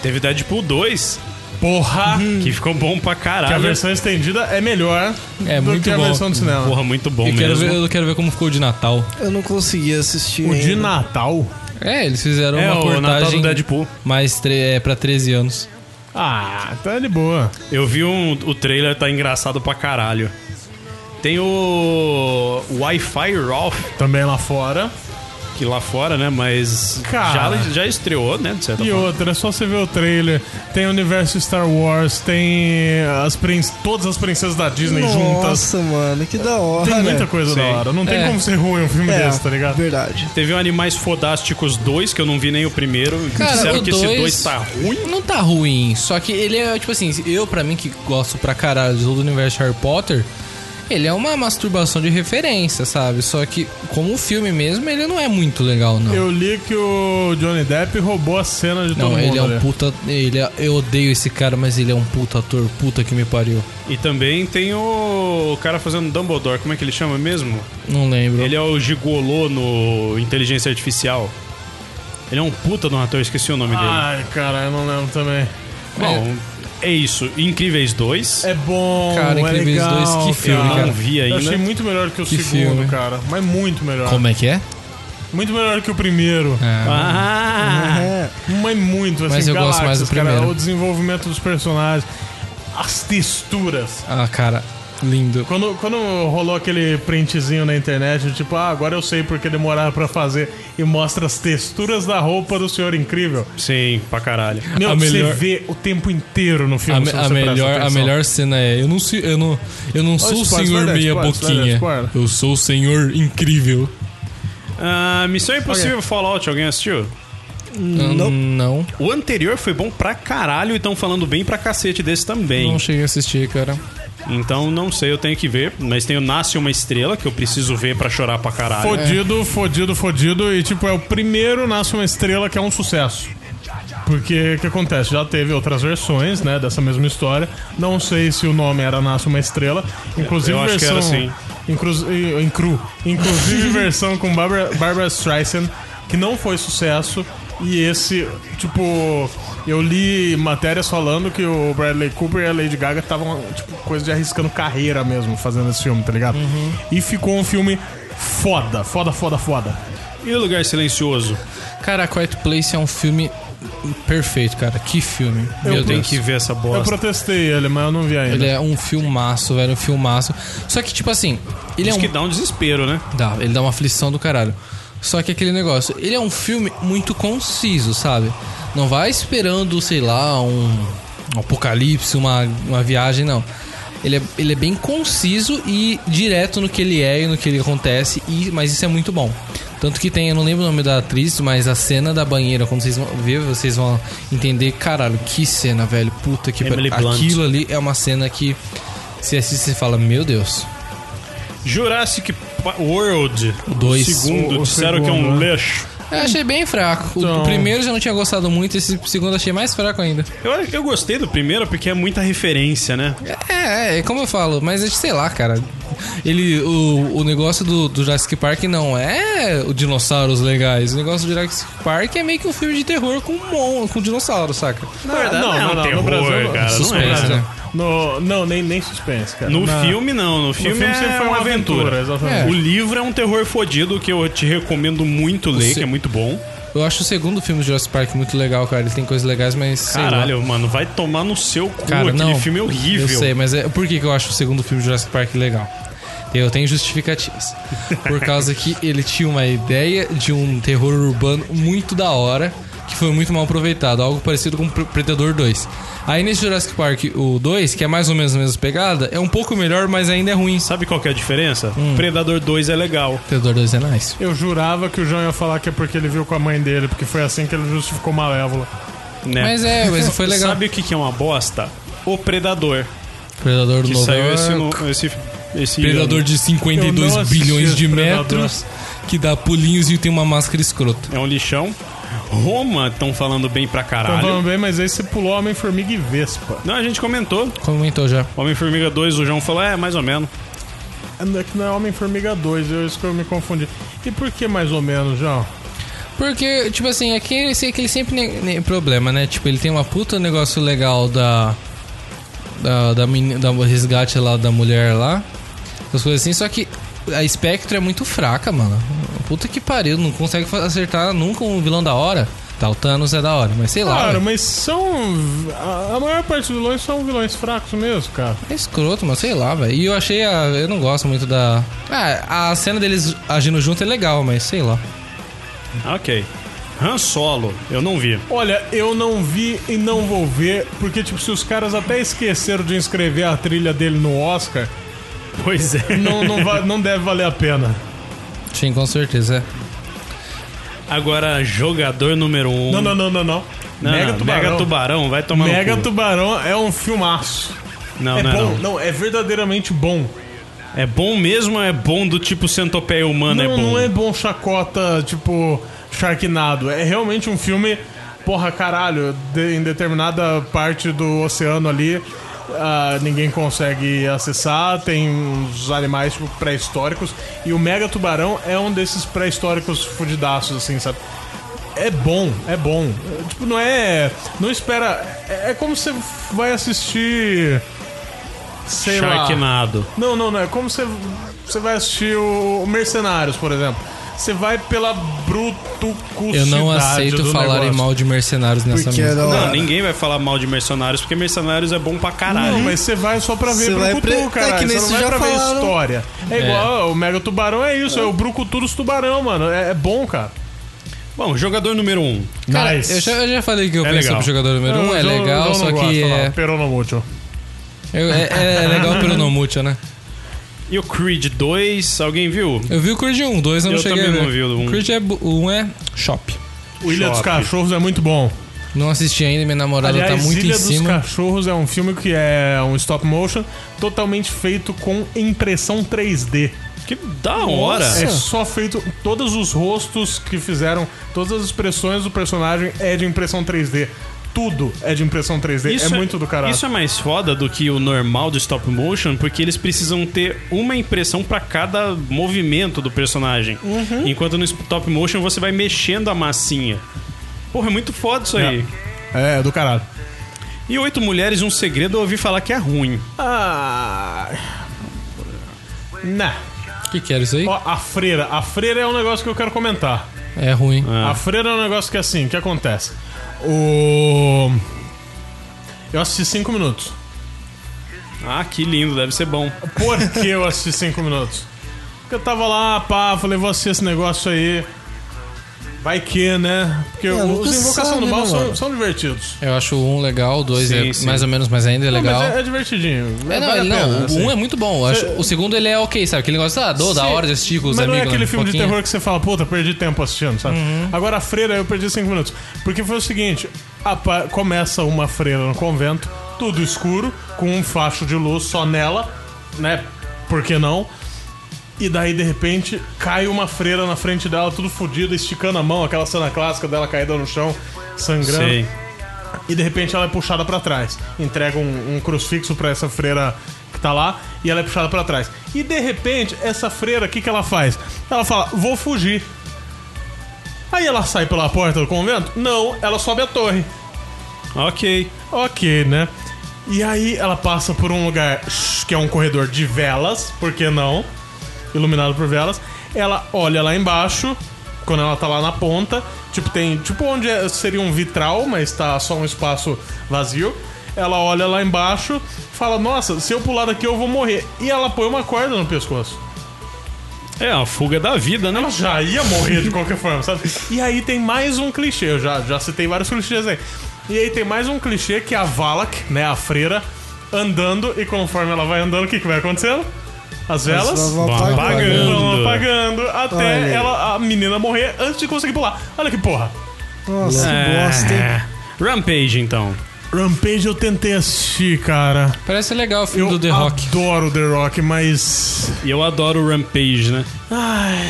S5: Teve Deadpool 2,
S1: Porra!
S3: Hum.
S5: que ficou bom pra
S1: Que a
S5: caralho.
S1: versão estendida é melhor
S3: É,
S1: do
S3: muito
S1: que a
S3: bom.
S1: versão do cinema.
S5: Porra, muito bom
S3: Eu quero,
S5: mesmo.
S3: ver, eu quero ver como ficou o de Natal.
S4: Eu não consegui assistir
S1: O de
S4: ainda.
S1: Natal?
S3: É, eles fizeram uma
S5: É, o Natal do
S3: portagem
S5: Deadpool.
S3: mais tre é, pra 13 anos.
S1: Ah, tá de boa.
S5: Eu vi um, o trailer, tá engraçado pra caralho. Tem o Wi-Fi Ralph,
S1: Também lá fora.
S5: que lá fora, né? Mas
S1: Cara.
S5: já, já estreou, né? De certa
S1: E
S5: forma.
S1: outra, é só você ver o trailer. Tem o universo Star Wars, tem as prin todas as princesas da Disney juntas.
S4: Nossa, mano, que da hora. né?
S1: Tem muita coisa
S5: Sim.
S1: da hora. Não tem
S3: É.
S1: como ser ruim um filme
S4: É,
S1: desse, tá ligado?
S4: Verdade.
S5: Teve o Animais Fodásticos 2, que eu não vi nem o primeiro.
S3: Cara,
S5: Disseram
S3: o
S5: que esse
S3: dois-
S5: 2 tá ruim.
S3: Não tá ruim, só que ele é, tipo assim, eu pra mim que gosto pra caralho de todo o universo de Harry Potter, ele é uma masturbação de referência, sabe? Só que, como filme mesmo, ele não é muito legal, não.
S1: Eu li que o Johnny Depp roubou a cena de né? todo
S3: Não,
S1: mundo.
S3: ele é um
S1: ali.
S3: puta. Ele é- eu odeio esse cara, mas ele é um puta ator, puta que me pariu.
S5: E também tem o cara fazendo Dumbledore, como é que ele chama mesmo?
S3: Não lembro.
S5: Ele é o Gigolô no Inteligência Artificial. Ele é um puta de um ator, esqueci o nome
S1: Ai, cara, eu não lembro também.
S5: dele. Bom, é isso. Incríveis 2.
S1: É bom,
S3: Cara,
S1: é
S3: Incríveis
S1: legal,
S3: dois, que
S5: eu
S3: filme,
S5: não
S1: cara.
S3: cara.
S5: vi
S1: Eu achei
S5: ainda.
S1: muito melhor que o
S3: Que
S1: segundo,
S3: filme.
S1: cara. Mas muito melhor.
S3: Como é que é?
S1: Muito melhor que o primeiro.
S3: Ah,
S5: Ah!
S4: É.
S1: Mas muito, assim,
S3: Mas eu gosto mais do
S1: Galactus, cara,
S3: primeiro.
S1: O desenvolvimento dos personagens, as texturas.
S3: ah, cara, lindo.
S1: Quando, quando rolou aquele printzinho na internet, tipo, ah, agora eu sei porque demorava pra fazer, e mostra as texturas da roupa do Senhor Incrível.
S5: Sim, pra caralho.
S1: Meu,
S3: A melhor-
S1: você vê o tempo inteiro no filme. se
S3: A, me-
S1: você
S3: a
S1: presta
S3: melhor, a
S1: atenção.
S3: melhor cena é: Eu não, se- eu não, eu não sou
S1: spoiler,
S3: o senhor
S1: spoiler,
S3: meia
S1: spoiler, spoiler,
S3: boquinha.
S1: spoiler.
S3: Eu sou o senhor incrível.
S5: Ah, Missão Impossível Fallout, alguém assistiu?
S3: Não. Hum, Não,
S5: O anterior foi bom pra caralho e estão falando bem pra cacete desse também.
S3: não cheguei a assistir, cara.
S5: Então não sei, eu tenho que ver, mas tem o Nasce uma Estrela que eu preciso ver pra chorar pra caralho.
S1: Fodido, fodido, fodido. E, tipo, é o primeiro Nasce uma Estrela que é um sucesso. Porque o que acontece? Já teve outras versões, né, dessa mesma história. Não sei se o nome era Nasce uma Estrela. Inclusive,
S5: Eu acho que
S1: versão.
S5: era assim.
S1: inclus- eh, em cru. Inclusive, versão com Barbara, Barbara Streisand, que não foi sucesso. E esse, tipo, eu li matérias falando que o Bradley Cooper e a Lady Gaga estavam, tipo, coisa de arriscando carreira mesmo fazendo esse filme, tá ligado?
S5: Uhum.
S1: E ficou um filme foda, foda, foda, foda.
S5: E o Lugar Silencioso?
S3: Cara, a Quiet Place é um filme perfeito, cara. Que filme.
S1: Eu
S3: Meu
S5: Tem
S3: Deus.
S5: que ver né? essa
S1: Eu
S5: bosta.
S1: protestei ele, mas eu não vi ainda.
S3: Ele é um filmaço, velho. Um filmaço. Só que, tipo assim, ele é
S5: Diz
S3: um.
S5: que dá um desespero, né?
S3: Dá, ele dá uma aflição do caralho. Só que aquele negócio, ele é um filme muito conciso, sabe? Não vai esperando, sei lá, um, um apocalipse, uma, uma viagem, não. Ele é, ele é bem conciso e direto no que ele é e no que ele acontece, e, mas isso é muito bom. Tanto que tem, eu não lembro o nome da atriz, mas a cena da banheira, quando vocês vão ver, vocês vão entender, caralho, que cena, velho. Puta que
S5: Emily
S3: pariu.
S5: Blunt.
S3: Aquilo ali é uma cena que você assiste e fala, meu Deus.
S5: Jurassic Pa- World. O
S3: dois.
S5: Segundo,
S1: O- o
S5: disseram que é um
S1: segundo, né?
S5: lixo.
S3: Eu achei bem fraco. O-
S1: Então-
S3: O primeiro já não tinha gostado muito, esse segundo eu achei mais fraco ainda.
S5: Eu, eu gostei do primeiro porque é muita referência, né?
S3: É, é, é como eu falo, mas é, sei lá, cara. Ele, o, o negócio do, do Jurassic Park não é o dinossauros legais. O negócio do Jurassic Park é meio que um filme de terror com, mon, com dinossauro, saca?
S5: Na
S1: É
S5: verdade, não, não,
S1: no
S5: terror,
S1: Brasil, não.
S5: cara.
S3: Suspense,
S5: não é.
S3: né?
S1: No, não, nem, nem suspense, cara.
S5: No
S1: Na-
S5: filme, não. No filme,
S1: filme
S5: é
S1: sempre foi
S5: uma
S1: uma
S5: aventura.
S1: aventura, exatamente.
S5: O livro é um terror fodido que eu te recomendo muito ler,
S3: Você-
S5: que é muito bom.
S3: Eu acho o segundo filme do Jurassic Park muito legal, cara. Ele tem coisas legais, mas. sei lá.
S5: Caralho, mano, vai tomar no seu cu.
S3: Cara,
S5: Aquele
S3: não.
S5: filme é horrível.
S3: Eu sei, mas é, por que, que eu acho o segundo filme de Jurassic Park legal? Eu tenho justificativas. Por causa que ele tinha uma ideia de um terror urbano muito da hora, que foi muito mal aproveitado, algo parecido com Pre- Predador 2. Aí nesse Jurassic Park o 2, que é mais ou menos a mesma pegada, é um pouco melhor, mas ainda é ruim.
S5: Sabe qual que é a diferença?
S3: Hum.
S5: Predador 2 é legal.
S3: Predador 2 é nice.
S1: Eu jurava que o João ia falar que é porque ele viu com a mãe dele, porque foi assim que ele justificou Malévola.
S5: Né?
S3: Mas é, mas foi legal.
S5: Sabe o que, que é uma bosta? O Predador.
S3: Predador
S5: Que
S3: novo.
S5: saiu
S3: é-
S5: esse, no- esse, esse
S3: Predador de
S1: Eu
S3: 52
S1: não assisti
S3: bilhões
S1: esse
S3: de
S1: Predador.
S3: metros, que dá pulinhos e tem uma máscara escrota.
S5: É um lixão. Roma estão falando bem pra
S1: Então
S5: caralho.
S1: vamos bem, mas aí você pulou Homem-Formiga e Vespa.
S5: Não, a gente comentou.
S3: Comentou já.
S5: Homem-Formiga 2, o João falou, é, mais ou menos.
S1: Não é que não é Homem-Formiga 2, eu, isso que eu me confundi. E por que mais ou menos, João?
S3: Porque, tipo assim, aqui ele, sei que ele sempre ne- ne- problema, né? Tipo, ele tem uma puta negócio legal da. Da, da, meni- da resgate lá da mulher lá. As coisas assim, só que a Spectre é muito fraca, mano. Puta que pariu, não consegue fa- acertar nunca um vilão da hora. Tá, o Thanos é da hora, mas sei lá.
S1: Claro,
S3: velho.
S1: mas são. A, a maior parte dos vilões são vilões fracos mesmo, cara.
S3: É escroto, mas sei lá, velho. E eu achei a. Eu não gosto muito da. Ah, a cena deles agindo junto é legal, mas sei lá.
S5: Ok. Han Solo, eu não vi.
S1: Olha, eu não vi e não vou ver, porque, tipo, se os caras até esqueceram de inscrever a trilha dele no Oscar,
S5: Pois é.
S1: não, não, va- não deve valer a pena.
S3: Sim, com certeza, é.
S5: Agora, jogador número 1. Um.
S1: Não, não, não, não, não.
S5: Não,
S1: Mega
S5: não,
S1: Tubarão.
S5: Mega Tubarão, vai tomar
S1: Mega
S5: no cu.
S1: Tubarão é um filmaço.
S5: Não,
S1: é
S5: não, é
S1: bom,
S5: não.
S1: é verdadeiramente bom.
S5: É bom mesmo ou é bom do tipo centopeia humana?
S1: não,
S5: é bom.
S1: não é bom chacota, tipo, Sharknado. É realmente um filme, porra, caralho, de- em determinada parte do oceano ali, ah, ninguém consegue acessar, tem uns animais, tipo, pré-históricos, e o Mega Tubarão é um desses pré-históricos fudidaços, assim, sabe? É bom, é bom. Tipo, não é. Não espera. É é como você vai assistir. Sei lá.
S5: Sharknado.
S1: Não, não, não. É como você, você vai assistir o Mercenários, por exemplo. Você vai pela brutucucidade
S3: Eu não aceito
S1: do
S3: falarem
S1: negócio.
S3: mal de mercenários nessa
S4: Porque
S3: mesa.
S4: é da
S5: Não,
S4: hora.
S5: ninguém vai falar mal de Mercenários, porque Mercenários é bom pra caralho.
S1: Ah, Não, mas você vai só pra ver
S4: Uhum. Você vai
S1: brucutu,
S4: pre-
S1: cara.
S4: É que nem
S1: você não
S4: vocês
S1: vai
S4: já
S1: pra ver
S4: falaram.
S1: história. É,
S3: É.
S1: igual o Mega Tubarão, é isso. É, o brucutu dos tubarão, mano. É, é bom, cara.
S5: Bom, jogador número 1. Um.
S3: Cara,
S1: Nice.
S3: eu, já, eu já falei que eu
S5: É
S3: penso sobre
S5: legal.
S3: o jogador número 1, um, é
S1: Eu- eu- eu
S3: legal,
S1: não
S3: só
S1: gosto,
S3: que
S1: não.
S3: é,
S1: Peronomútil.
S3: eu- é, é, legal pelo Nomútil, né?
S5: E o Creed 2, alguém viu?
S3: Eu vi o Creed 1, 2 eu não
S5: Eu
S3: cheguei
S5: também
S3: a ver.
S5: não vi o um.
S3: Creed é, bu- o 1 é Shop.
S1: O Ilha dos
S5: Shop.
S1: Cachorros é muito bom.
S3: Não assisti ainda, minha namorada
S1: Aliás,
S3: tá muito
S1: Ilha
S3: em
S1: dos
S3: cima.
S1: Cachorros é um filme que é um stop motion totalmente feito com impressão 3D.
S5: Que da hora.
S1: É
S3: Nossa.
S1: só feito. Todos os rostos que fizeram, todas as expressões do personagem é de impressão 3D. Tudo é de impressão 3D. é muito do caralho.
S5: Isso é mais foda do que o normal do stop motion, porque eles precisam ter uma impressão pra cada movimento do personagem.
S4: Uhum.
S5: Enquanto no stop motion você vai mexendo a massinha. Porra, é muito foda isso aí.
S1: É, do caralho.
S5: E Oito Mulheres e um Segredo eu ouvi falar que é ruim.
S1: Ah. Nah.
S3: O que, que era isso aí?
S1: Ó, a freira. A freira é um negócio que eu quero comentar.
S3: É ruim.
S5: Ah.
S1: A freira é um negócio que é assim, o que acontece? O. Eu assisti 5 minutos.
S5: Ah, que lindo, deve ser bom.
S1: Por que eu assisti 5 minutos? Porque eu tava lá, pá, falei, vou assistir esse negócio aí. Vai que, né? Porque
S4: É, nunca
S1: os Invocação
S4: sabe,
S1: do Mal
S4: né,
S1: são,
S4: mano?
S1: são divertidos.
S3: Eu acho o um legal, o dois
S5: Sim,
S3: é
S5: sim.
S3: mais ou menos, mas ainda é
S1: É. Não,
S3: legal.
S1: mas é, é divertidinho.
S3: É, não,
S1: vale a
S3: ele não.
S1: pena,
S3: o
S1: assim.
S3: um é muito bom. eu acho-
S1: Cê-
S3: o segundo ele é ok, sabe? Aquele negócio ah, do, da
S1: Sim.
S3: hora de assistir com os
S1: Mas não
S3: amigos.
S1: é aquele
S3: né,
S1: filme de
S3: foquinha. Uhum.
S1: terror que você fala, puta, perdi tempo assistindo, sabe? Agora a freira eu perdi cinco minutos. Porque foi o seguinte: a pa- começa uma freira no convento, tudo escuro, com um facho de luz só nela, né? Por que não? E daí, de repente, cai uma freira na frente dela, tudo fodida, esticando a mão, aquela cena clássica dela caída no chão, sangrando
S5: Sei.
S1: e de repente ela é puxada pra trás. Entrega um, um crucifixo pra essa freira que tá lá e ela é puxada pra trás. E de repente, essa freira, o que, que ela faz? Ela fala: vou fugir. Aí ela sai pela porta do convento? Não, ela sobe a torre.
S5: Ok.
S1: Ok, né? E aí ela passa por um lugar shh, que é um corredor de velas, por que não? Iluminado por velas. Ela olha lá embaixo, quando ela tá lá na ponta, tipo, tem. Tipo onde é- seria um vitral, mas tá só um espaço vazio. Ela olha lá embaixo, fala, nossa, se eu pular daqui eu vou morrer. E ela põe uma corda no pescoço.
S5: É a fuga da vida, né?
S1: Ela já ia morrer de qualquer forma, sabe? E aí tem mais um clichê, eu já, já citei vários clichês aí. E aí tem mais um clichê que é a Valak, né, a freira, andando e conforme ela vai andando, o que, que vai acontecendo? As velas
S4: vão apagando.
S1: vão apagando
S4: Olha
S1: até
S4: aí.
S1: ela, a menina morrer antes de conseguir pular. Olha que porra.
S4: Nossa, que bosta, hein?
S5: É. Rampage, então.
S1: Rampage eu tentei assistir, cara.
S3: Parece legal o filme
S1: Eu
S3: do The Rock.
S1: adoro The Rock, mas
S5: E eu adoro o Rampage, né?
S1: ai,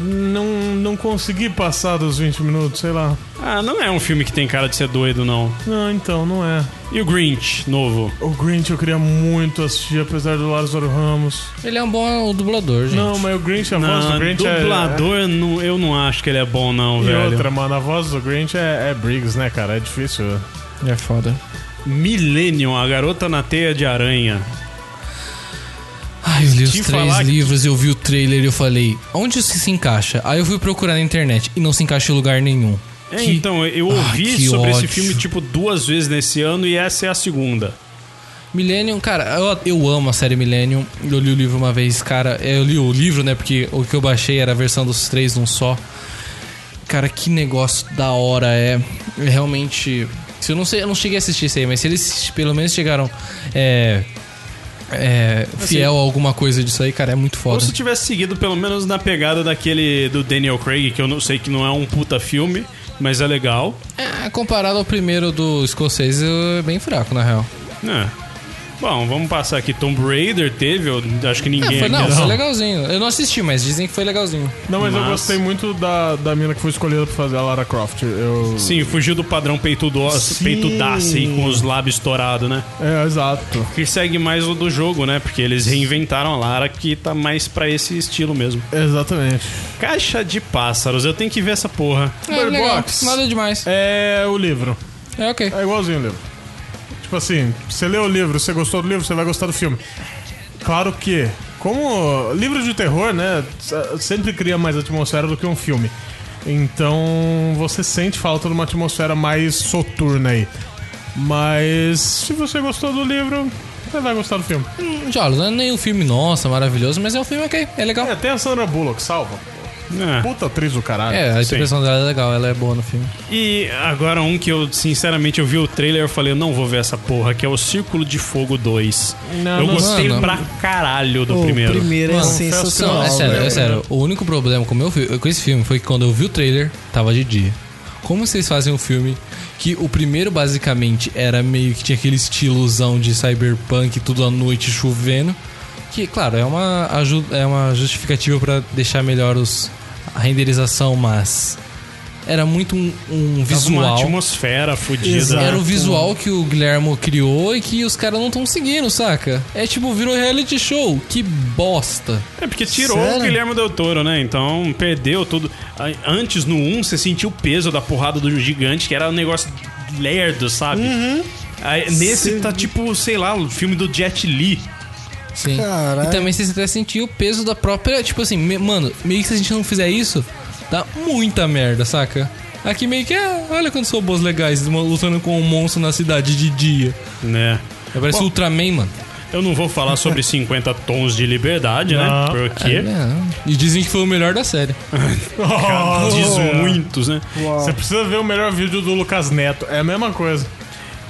S1: não não consegui passar dos 20 minutos, sei lá.
S5: Ah, não é um filme que tem cara de ser doido, não.
S1: Não, então não é.
S5: E o Grinch, novo?
S1: O Grinch eu queria muito assistir, apesar do Lázaro Ramos.
S3: Ele é um bom dublador, gente.
S1: Não, mas o Grinch, a voz do
S5: Não,
S1: Grinch é-
S5: dublador, não- eu não acho que ele é bom, não,
S1: é. E
S5: velho.
S1: outra, mano, a voz do Grinch é, é Briggs, né, cara? É difícil.
S3: É foda.
S5: Millennium, a garota na teia de aranha.
S3: Ai, eu li os
S5: Te
S3: três
S5: falar que-
S3: livros, eu vi o trailer e eu falei, onde isso se encaixa? Aí eu fui procurar na internet e não se encaixa em lugar nenhum.
S5: É,
S3: Que-
S5: então, eu
S3: Ah,
S5: ouvi
S3: que
S5: sobre esse
S3: ódio.
S5: filme, tipo, duas vezes nesse ano e essa é a segunda.
S3: Millennium, cara, eu, eu amo a série Millennium. Eu li o livro uma vez, cara. Eu li o livro, né? Porque o que eu baixei era a versão dos três num só. Cara, que negócio da hora é. É Realmente. Se eu não sei, eu não cheguei a assistir isso aí, mas se eles pelo menos chegaram é, é,
S5: Assim,
S3: fiel a alguma coisa disso aí, cara, é muito
S5: Ou
S3: foda.
S5: se tivesse seguido, pelo menos, na pegada daquele do Daniel Craig, que eu não sei que não é um puta filme, mas é legal.
S3: É, comparado ao primeiro do escocês, é bem fraco, na real.
S5: né? Bom, vamos passar aqui. Tomb Raider teve, eu acho que
S3: É,
S5: ninguém
S3: foi,
S5: aqui-
S3: não, foi legalzinho. Eu não assisti, mas dizem que foi legalzinho.
S1: Não, mas eu
S5: Mas-
S1: gostei muito da, da mina que foi escolhida pra fazer a Lara Croft. Eu...
S5: Sim, fugiu do padrão peitudo,
S1: Sim.
S5: peitudaço e com os lábios estourados, né?
S1: É, exato.
S5: Que segue mais o do jogo, né? Porque eles reinventaram a Lara, que tá mais pra esse estilo mesmo.
S1: Exatamente.
S5: Caixa de pássaros, eu tenho que ver essa porra.
S3: É,
S1: Bird
S3: legal,
S1: Box.
S3: Nada demais.
S1: É o livro.
S3: É ok.
S1: É igualzinho o livro. Tipo assim, você leu o livro, você gostou do livro, você vai gostar do filme. Claro que, como livro de terror, né, s- sempre cria mais atmosfera do que um filme. Então você sente falta de uma atmosfera mais soturna aí. Mas se você gostou do livro, você vai gostar do filme.
S3: Jalo, não é nem um filme, nossa, maravilhoso, mas é um filme ok, é legal.
S1: É, tem a Sandra Bullock, salva.
S5: É.
S1: Puta atriz do caralho.
S3: É, a
S5: sim.
S3: expressão dela é legal, ela é boa no filme.
S5: E agora um que eu, sinceramente, eu vi o trailer e eu falei, eu não vou ver essa porra, que é o Círculo de Fogo 2.
S1: Não,
S5: eu
S1: não-
S5: gostei
S3: Mano.
S5: pra caralho do
S4: Pô,
S5: primeiro.
S4: O primeiro é
S3: Mano,
S4: sensacional.
S3: é sério,
S4: velho.
S3: é sério. O único problema com, o meu, fi- com esse filme foi que quando eu vi o trailer, tava de dia. Como vocês fazem um filme que o primeiro basicamente era meio que tinha aquele estilozão de cyberpunk, tudo à noite chovendo, que claro, é uma ajuda, é uma justificativa pra deixar melhor os a renderização, mas era muito um, um
S5: Tava Uma
S3: visual.
S5: atmosfera fodida.
S1: Exato.
S3: Era o visual que o Guilhermo criou e que os caras não estão seguindo, saca? É tipo, virou reality show. Que bosta.
S5: É porque tirou
S4: Sério?
S5: o Guilherme Del Toro, né? Então perdeu tudo. A- Antes no 1 você sentiu o peso da porrada do gigante, que era um negócio lerdo, sabe? Aí, nesse
S4: Sim.
S5: tá tipo, sei lá, o filme do Jet Li.
S3: Sim.
S4: Caralho.
S3: E também você até sentiu o peso da própria. Tipo assim, me- mano, meio que se a gente não fizer isso, dá muita merda, saca? Aqui meio que é. Olha quantos robôs legais mo- lutando com um monstro na cidade de dia.
S5: Né?
S3: É, Parece o Ultraman, mano.
S5: Eu não vou falar sobre 50 tons de liberdade, né?
S1: Não.
S5: Porque
S3: É, e dizem que foi o melhor da série.
S1: Oh,
S5: diz muitos, né?
S1: Você precisa ver o melhor vídeo do Lucas Neto. É a mesma coisa.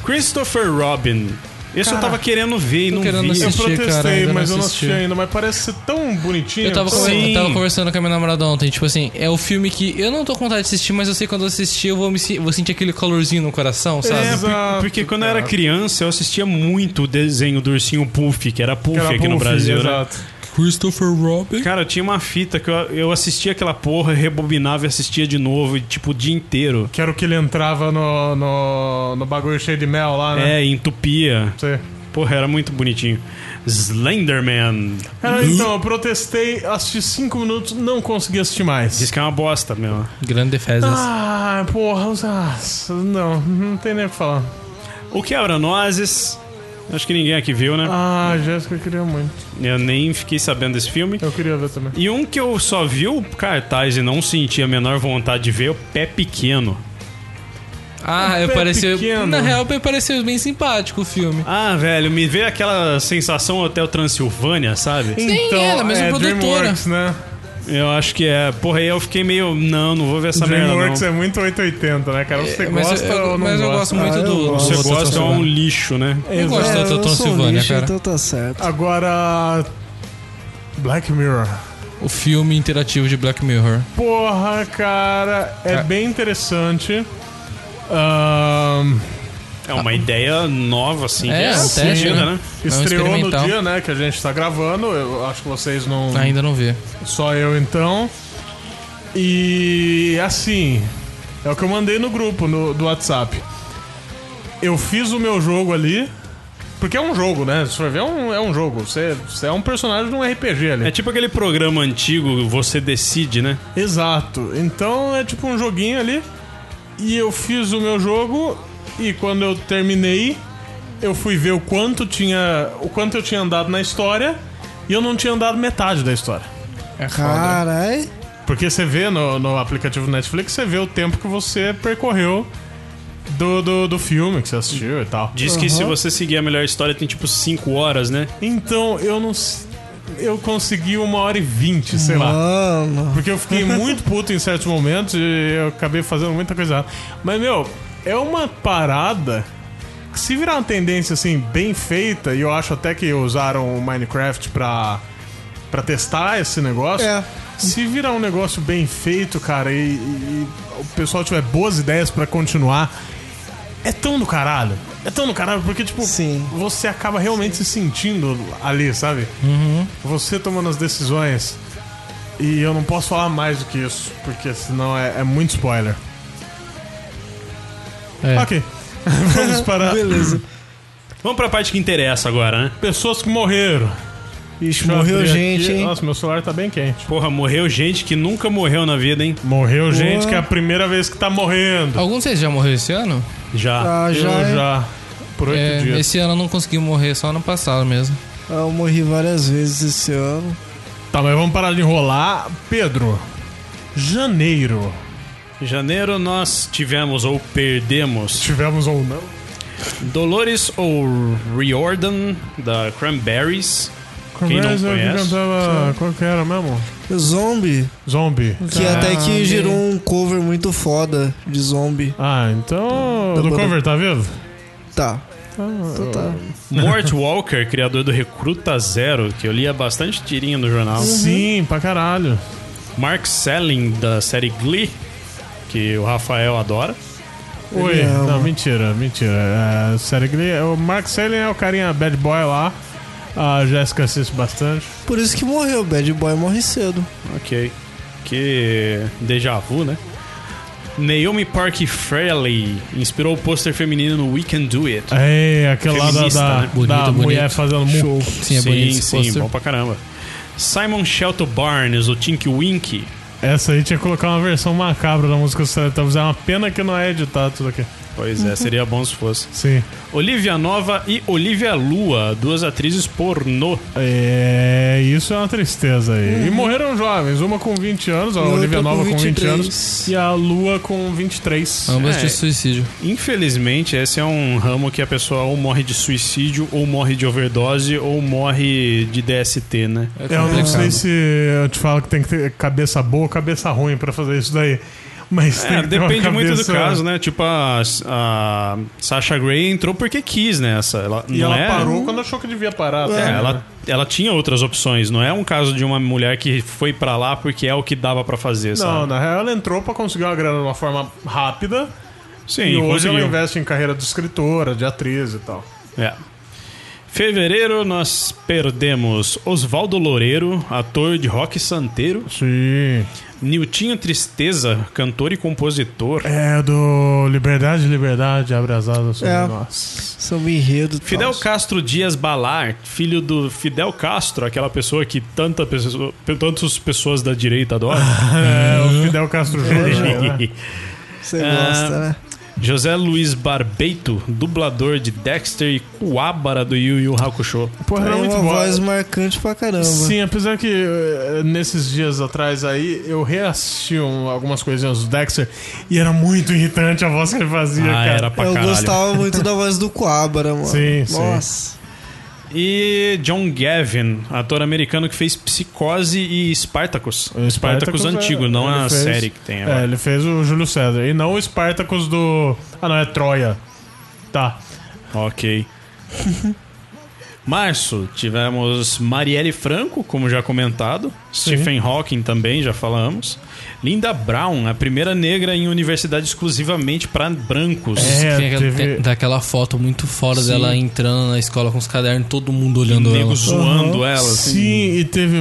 S5: Christopher Robin. Esse eu tava querendo ver e
S3: tô
S5: não
S3: querendo
S5: vi.
S1: Eu
S3: Assisti,
S1: protestei,
S3: cara, ainda não
S1: mas eu não assisti
S3: assisti.
S1: ainda. Mas parece ser tão bonitinho.
S3: Eu tava,
S1: tão-
S3: conversando,
S5: Sim.
S3: eu tava conversando com a minha namorada ontem, tipo assim, é o filme que eu não tô com vontade de assistir, mas eu sei que quando eu assistir eu vou, me, se- vou sentir aquele calorzinho no
S1: É,
S3: coração, sabe?
S1: Exato,
S5: Por- Porque quando eu era
S1: cara.
S5: criança, eu assistia muito o desenho do ursinho Puff, que era Puff
S1: Era
S5: aqui no
S1: Puff,
S5: Brasil, né?
S1: exato.
S3: Christopher Robin.
S5: Cara, eu tinha uma fita que eu, eu assistia aquela porra, rebobinava e assistia de novo, e, tipo, o dia inteiro.
S1: Que era o que ele entrava no, no, no bagulho cheio de mel lá, né?
S5: É, e entupia.
S1: Sei.
S5: Porra, era muito bonitinho. Slenderman.
S1: Cara, então, eu protestei, assisti 5 minutos, não consegui assistir mais.
S5: Diz que é uma bosta, meu.
S3: Grande defesa.
S1: Ah, porra, ah, não, não tem nem o que falar.
S5: O Quebra-Nozes. Acho que ninguém aqui viu, né?
S1: Ah, Jéssica, eu queria muito.
S5: Eu nem fiquei sabendo desse filme.
S1: Eu queria ver também.
S5: E um que eu só vi o cartaz e não senti a menor vontade de ver, o Pé Pequeno.
S3: Ah,
S1: Um
S3: eu
S1: pé
S3: pareceu.
S1: pequeno.
S3: Na real, me pareceu bem simpático o filme.
S5: Ah, velho, me veio aquela sensação Hotel Transilvânia, sabe?
S1: então,
S3: ela, a mesma
S1: é
S3: produtora.
S1: DreamWorks, né?
S5: Eu acho que é. Porra, aí eu fiquei meio. Não, não vou ver essa merda. Não.
S1: DreamWorks é muito 880, né, cara? Você
S3: É, mas
S1: gosta
S3: eu,
S1: ou não
S3: mas eu
S1: gosta?
S3: gosto muito
S4: Ah, eu
S3: do.
S4: gosto.
S5: Você
S3: do Hotel
S5: gosta é um
S3: Transilvânia.
S5: lixo, né?
S3: Eu gosto
S4: É,
S3: da Hotel
S4: eu sou um
S3: Transilvânia,
S4: lixo,
S3: cara.
S4: Então tá certo.
S1: Agora, Black Mirror.
S3: O filme interativo de Black Mirror.
S1: Porra, cara, é bem interessante. Ahn,
S5: É uma ideia nova, assim.
S3: É,
S5: que
S3: um
S5: assim,
S3: teste,
S5: né?
S3: né? É um
S1: estreou no
S3: experimental.
S1: dia, né, que a gente tá gravando. Eu acho que vocês não.
S3: Ainda não vi. É.
S1: Só eu então. E assim, é o que eu mandei no grupo no- do WhatsApp. Eu fiz o meu jogo ali. Porque é um jogo, né? Se for ver, é um, é um jogo. Você, você é um personagem de um RPG ali.
S5: É tipo aquele programa antigo, Você Decide, né?
S1: Exato. Então é tipo um joguinho ali. E eu fiz o meu jogo e quando eu terminei, eu fui ver o quanto tinha, o quanto eu tinha andado na história e eu não tinha andado metade da história.
S3: É foda.
S4: Caralho.
S1: Porque você vê no, no aplicativo Netflix, você vê o tempo que você percorreu do, do, do filme que você assistiu e tal.
S5: Diz que se você seguir a melhor história tem tipo 5 horas, né?
S1: Então, eu não. s- Eu consegui uma hora e vinte, sei lá.
S4: Mano.
S1: Porque eu fiquei muito puto em certos momentos e eu acabei fazendo muita coisa errada. Mas, meu, é uma parada que se virar uma tendência, assim, bem feita, e eu acho até que usaram o Minecraft pra, pra testar esse negócio.
S4: É.
S1: Se virar um negócio bem feito, cara, e, e- e o pessoal tiver boas ideias pra continuar, é tão do caralho. É tão do caralho, porque, tipo,
S4: Sim.
S1: você acaba realmente se sentindo ali, sabe?
S4: Uhum.
S1: Você tomando as decisões. E eu não posso falar mais do que isso, porque senão é, é muito spoiler.
S3: É.
S1: Ok. Vamos para
S4: Beleza.
S5: Vamos pra parte que interessa agora, né?
S1: pessoas que morreram.
S4: Ixi,
S1: Deixa eu
S4: morreu
S1: abrir
S4: gente,
S1: aqui.
S4: hein?
S1: Nossa, meu celular tá bem quente.
S5: Porra, morreu gente que nunca morreu na vida, hein?
S1: Morreu gente que é a primeira vez que tá morrendo.
S3: Algum de vocês já morreu esse ano?
S5: Já.
S4: Ah, já.
S1: eu
S4: é.
S1: já. Por oito
S3: É,
S1: dias.
S3: esse ano eu não consegui morrer, só ano passado mesmo.
S4: Ah, Eu morri várias vezes esse ano.
S1: Tá, mas vamos parar de enrolar. Pedro, janeiro.
S5: Em janeiro nós tivemos ou perdemos
S1: Tivemos ou não?
S5: Dolores ou Riordan da Cranberries. Quem não
S1: Conversa, eu
S5: conhece?
S1: cantava. Qual que era mesmo?
S4: Zombie,
S1: Zombie.
S4: que
S3: Tá.
S4: até que gerou um cover muito foda de zombie.
S1: Ah, então.
S4: Tá
S1: Do
S4: bom.
S1: cover, tá vivo?
S4: Tá. Então tá.
S5: Mort Walker, criador do Recruta Zero, que eu lia bastante tirinha no jornal.
S1: Sim, pra caralho.
S5: Mark Selling, da série Glee, que o Rafael adora.
S1: Oi,
S4: Ele ama.
S1: não, mentira, mentira. É, sério que ele- o Mark Selen é o carinha bad boy lá. A Jéssica assiste bastante.
S4: Por isso que morreu, o Bad Boy morre cedo.
S5: Ok. Que déjà vu, né? Naomi Park Fairley inspirou o pôster feminino no We Can Do It.
S3: Ah,
S1: É, aquele lá da,
S5: Feminista,
S1: da,
S5: né?
S3: Bonito,
S1: da
S3: bonito.
S1: mulher fazendo mu.
S3: Sim, é bonito esse
S5: sim,
S3: pôster.
S5: bom pra caramba. Simon Shelto Barnes, o Tink Wink.
S1: Essa aí tinha que colocar uma versão macabra da música dos Teletubbies. É uma pena que não é editado tudo aqui.
S5: Pois
S3: Uhum.
S5: é, seria bom se fosse.
S1: Sim.
S5: Olivia Nova e Olivia Lua, duas atrizes pornô.
S1: É, isso é uma tristeza aí. E morreram jovens, uma com 20 anos, a
S4: Eu
S1: Olivia
S4: tô com
S1: Nova com 20 anos
S4: 23.
S1: e a Lua com 23.
S3: Ambas
S5: É.
S3: um de suicídio.
S5: Infelizmente, esse é um ramo que a pessoa ou morre de suicídio, ou morre de overdose, ou morre de DST, né?
S1: Eu não sei se eu te falo que tem que ter cabeça boa ou cabeça ruim pra fazer isso daí. Mas tem
S5: É,
S1: que ter uma
S5: depende muito do
S1: cabeça- é.
S5: caso, né? Tipo, a, a Sasha Grey entrou porque quis nessa. Ela,
S1: E
S5: não
S1: ela
S5: é-
S1: parou quando achou que devia parar.
S5: É,
S1: tá?
S5: ela, ela tinha outras opções. Não é um caso de uma mulher que foi pra lá porque é o que dava pra fazer,
S1: Não,
S5: sabe?
S1: na real ela entrou pra conseguir uma grana de uma forma rápida.
S5: Sim,
S1: e hoje
S5: conseguiu.
S1: ela investe em carreira de escritora, de atriz e tal.
S5: É. Fevereiro nós perdemos Oswaldo Loureiro, ator de rock santeiro,
S1: Sim.
S5: Niltinho Tristeza, cantor e compositor,
S1: É do Liberdade, Liberdade, abraçada sobre
S4: É.
S1: nós.
S4: Samba enredo. tal.
S5: Fidel Castro Dias Balar, filho do Fidel Castro, aquela pessoa que tanta pessoa, tantas pessoas da direita adoram.
S1: É, o Fidel Castro Júnior. né?
S4: Você
S1: Ah,
S4: gosta, né?
S5: José Luiz Barbeito, dublador de Dexter e Coabara do Yu Yu Hakusho.
S1: Porra,
S4: É
S1: era
S4: uma
S1: muito bom.
S4: voz marcante pra caramba.
S1: Sim, apesar que eh, nesses dias atrás aí eu reassisti um- algumas coisinhas do Dexter e era muito irritante a voz que ele fazia,
S5: Ah,
S1: cara.
S5: era pra
S4: Eu
S5: caralho.
S4: gostava muito da voz do Coabra, mano.
S1: Sim, sim.
S4: Nossa.
S5: E John Gavin, ator americano que fez Psicose e Spartacus.
S1: O
S5: Spartacus,
S1: é-
S5: antigo, não
S1: ele
S5: a
S1: fez-
S5: série que tem
S1: É,
S5: agora.
S1: ele fez o Júlio César. E não o Spartacus do. Ah, não, é Troia. Tá.
S5: Ok. Março, tivemos Marielle Franco, como já comentado. Stephen Hawking também, já falamos. Linda Brown, a primeira negra em universidade exclusivamente para brancos.
S1: É,
S3: Tem aquela-
S1: teve-
S3: tem- daquela foto muito fora
S5: Sim.
S3: dela entrando na escola com os cadernos, todo mundo
S5: E
S3: olhando
S5: nego
S3: ela.
S5: zoando ela. assim.
S1: Sim, e teve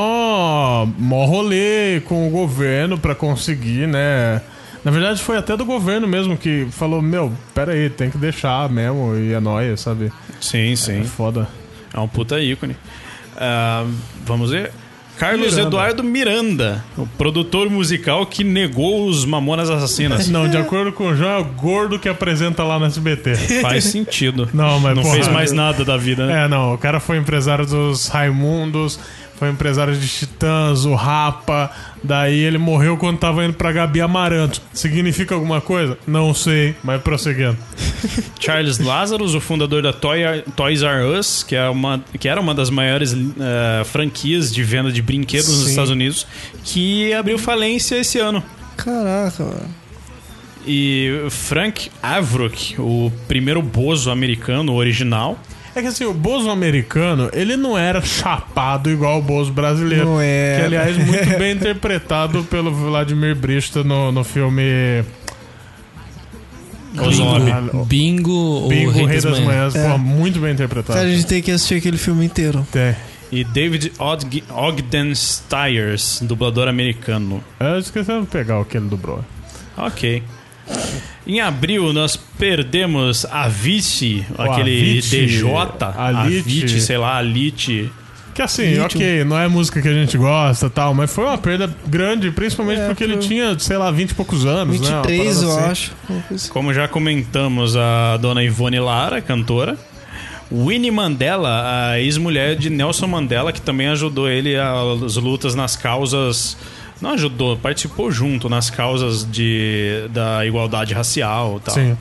S1: mó, mó rolê com o governo pra conseguir, né? Na verdade, foi até do governo mesmo que falou: Meu, pera aí, tem que deixar mesmo, e é nóis, sabe?
S5: Sim,
S1: É
S5: sim.
S1: foda.
S5: É um puta ícone. Ah, vamos ver. Carlos
S1: Miranda.
S5: Eduardo Miranda, o produtor musical que negou os Mamonas Assassinas.
S1: Não, de acordo com o João, é o gordo que apresenta lá no SBT.
S5: Faz sentido.
S1: Não, mas
S5: Não
S1: porra,
S5: fez mais nada da vida, né?
S1: É, não, o cara foi empresário dos Raimundos, foi empresário de Titãs, o Rapa, daí ele morreu quando tava indo pra Gabi Amaranto. Significa alguma coisa? Não sei, mas prosseguindo.
S5: Charles Lazarus, o fundador da Toy- Toys R Us, que, é uma, que era uma das maiores eh, franquias de venda de brinquedos nos
S1: Sim.
S5: Estados Unidos, que abriu falência esse ano.
S4: Caraca, mano.
S5: E Frank Avrock, o primeiro bozo americano original,
S1: É que assim, o Bozo americano, ele não era chapado igual o Bozo brasileiro.
S4: Não é.
S1: Que, aliás, muito bem interpretado pelo Vladimir Brista no, no filme
S5: o zombie.
S1: Caralho,
S3: Bingo ou
S1: Bingo, Rei das,
S3: Manhãs.
S1: Manhãs.
S4: É.
S1: Pô, muito bem interpretado.
S4: Cara, a gente tem que assistir aquele filme inteiro.
S1: Tem.
S5: E David Og- Ogden Stiers, dublador americano.
S1: Eu esqueci de pegar o que ele dobrou.
S5: Ok. Em abril, nós perdemos a Vici, aquele
S1: Avicii,
S5: DJ, a
S1: Alite.
S5: Vici, sei lá, Alite.
S1: Que assim, ok, não é música que a gente gosta e tal, mas foi uma perda grande, principalmente
S4: É,
S1: porque ele
S4: foi-
S1: tinha, sei lá, 20 e poucos anos, né? Uma
S4: 23,
S1: parada
S4: eu
S1: assim.
S4: acho. Uma coisa assim.
S5: Como já comentamos, a dona Ivone Lara, cantora. Winnie Mandela, a ex-mulher de Nelson Mandela, que também ajudou ele às lutas nas causas. Não ajudou, participou junto nas causas de, da igualdade racial e tal.
S1: Sim.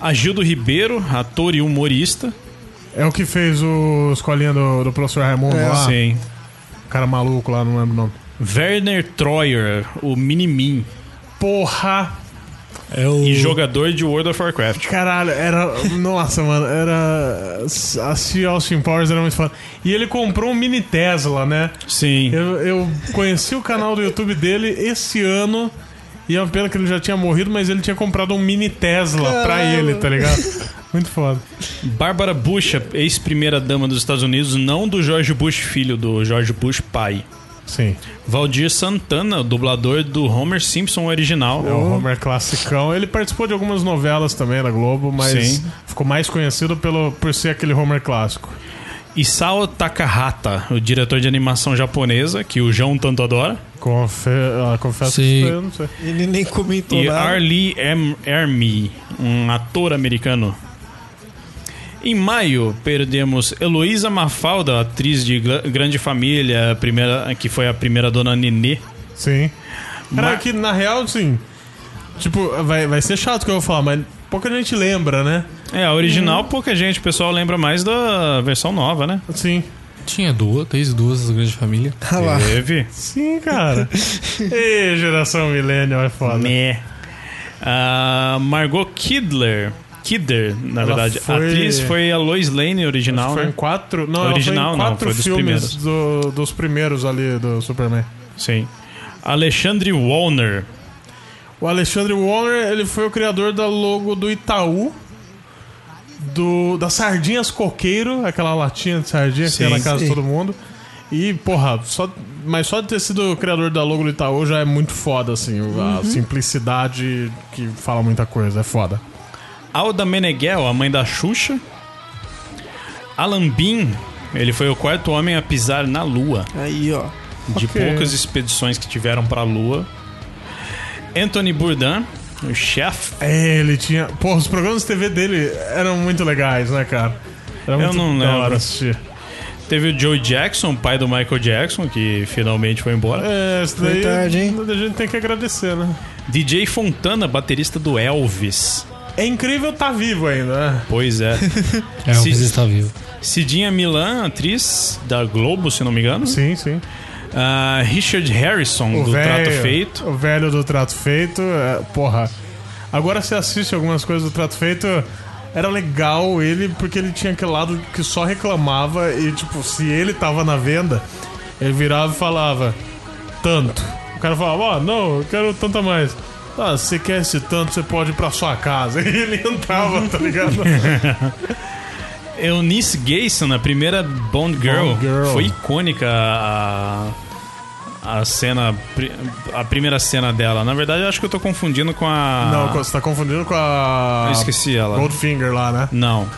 S5: Agildo Ribeiro, ator e humorista.
S1: É o que fez o escolinha do, do professor Raimundo
S4: É.
S1: lá.
S5: Sim.
S1: O cara maluco lá, não lembro o nome.
S5: Werner Troyer, o Minimin.
S1: Porra!
S3: É o...
S5: E jogador de World of Warcraft.
S1: Caralho, era. Nossa, mano, era. A Sea Austin Powers era muito foda. E ele comprou um mini Tesla, né?
S5: Sim.
S1: Eu, eu conheci o canal do YouTube dele esse ano E é uma pena que ele já tinha morrido, mas ele tinha comprado um mini Tesla pra
S4: Caralho.
S1: ele, tá ligado? Muito foda.
S5: Bárbara Bush, a ex-primeira-dama dos Estados Unidos, não do George Bush filho, do George Bush pai.
S1: Sim.
S5: Valdir Santana, dublador do Homer Simpson original.
S1: É o Homer classicão. Ele participou de algumas novelas também na Globo, mas
S5: Sim.
S1: ficou mais conhecido pelo, por ser aquele Homer clássico.
S5: Isao Takahata, o diretor de animação japonesa, que o João tanto adora.
S1: Confe... ah, confesso
S3: Sim.
S1: que isso daí eu não sei.
S4: Ele nem comentou
S5: E
S4: nada.
S5: Arlie M. Ermy, um ator americano. Em maio, perdemos Heloísa Mafalda, atriz de Gra- Grande Família, a primeira, que foi a primeira dona Nenê.
S1: Sim. Cara,
S5: Ma-
S1: que na real, sim. Tipo, vai, vai ser chato o que eu vou falar, mas pouca gente lembra, né?
S5: É, a original
S1: Hum.
S5: pouca gente, o pessoal lembra mais da versão nova, né?
S1: Sim.
S3: Tinha duas, três duas da grande família.
S4: Ah lá.
S5: Teve.
S1: Sim, cara. Ei, geração millennial é foda.
S5: Né. A Ah, Margot Kidler, Kidder, na
S1: Ela
S5: verdade,
S1: foi-
S5: a atriz foi a Lois Lane original,
S1: foi em
S5: né?
S1: quatro. Não, ela
S5: Original,
S1: foi em
S5: não,
S1: quatro
S5: foi dos
S1: filmes do- dos primeiros ali do Superman.
S5: Sim. Alexandre Walner,
S1: O Alexandre Warner, ele foi o criador da logo do Itaú. Do, das sardinhas coqueiro, aquela latinha de sardinha que tem
S5: Sim.
S1: na casa de
S4: Sim.
S1: todo mundo. E, porra, só, mas só de ter sido o criador da logo do Itaú já é muito foda, assim.
S5: Uhum.
S1: A simplicidade que fala muita coisa, é foda.
S5: Alda Meneghel, a mãe da Xuxa. Alan Bean, ele foi o quarto homem a pisar na Lua,
S4: Aí, ó.
S5: de
S1: Ok.
S5: poucas expedições que tiveram pra Lua. Anthony Bourdain, o chefe.
S1: É, ele tinha. Porra, os programas de TV dele eram muito legais, né, cara? Era muito
S5: não
S1: da hora
S5: lembro.
S1: assistir.
S5: Teve o Joe Jackson, pai do Michael Jackson, que finalmente foi embora.
S1: É, isso daí
S4: Verdade, hein?
S1: a gente tem que agradecer, né?
S5: DJ Fontana, baterista do Elvis.
S1: É incrível tá vivo ainda, né?
S5: Pois é.
S3: É,
S5: Sim.
S3: o Elvis está vivo.
S5: Cidinha Milan, atriz da Globo, se não me engano.
S1: Sim, sim.
S5: Ah, Richard Harrison, do Trato Feito.
S1: O velho do Trato Feito, é, porra. Agora você assiste algumas coisas do Trato Feito. Era legal ele, porque ele tinha aquele lado que só reclamava e, tipo, se ele tava na venda, ele virava e falava: tanto. O cara falava: ó, não, eu quero tanto a mais. Ah, se você quer esse tanto, você pode ir pra sua casa. E ele entrava, tá ligado?
S5: Eunice Gayson, a primeira Bond Girl.
S1: Bond Girl.
S5: Foi icônica a, a cena, pri- a primeira cena dela. Na verdade, eu acho que eu tô confundindo com a...
S1: Não, você tá confundindo com a.
S5: Ah. Eu esqueci ela.
S1: Goldfinger lá, né?
S5: Não.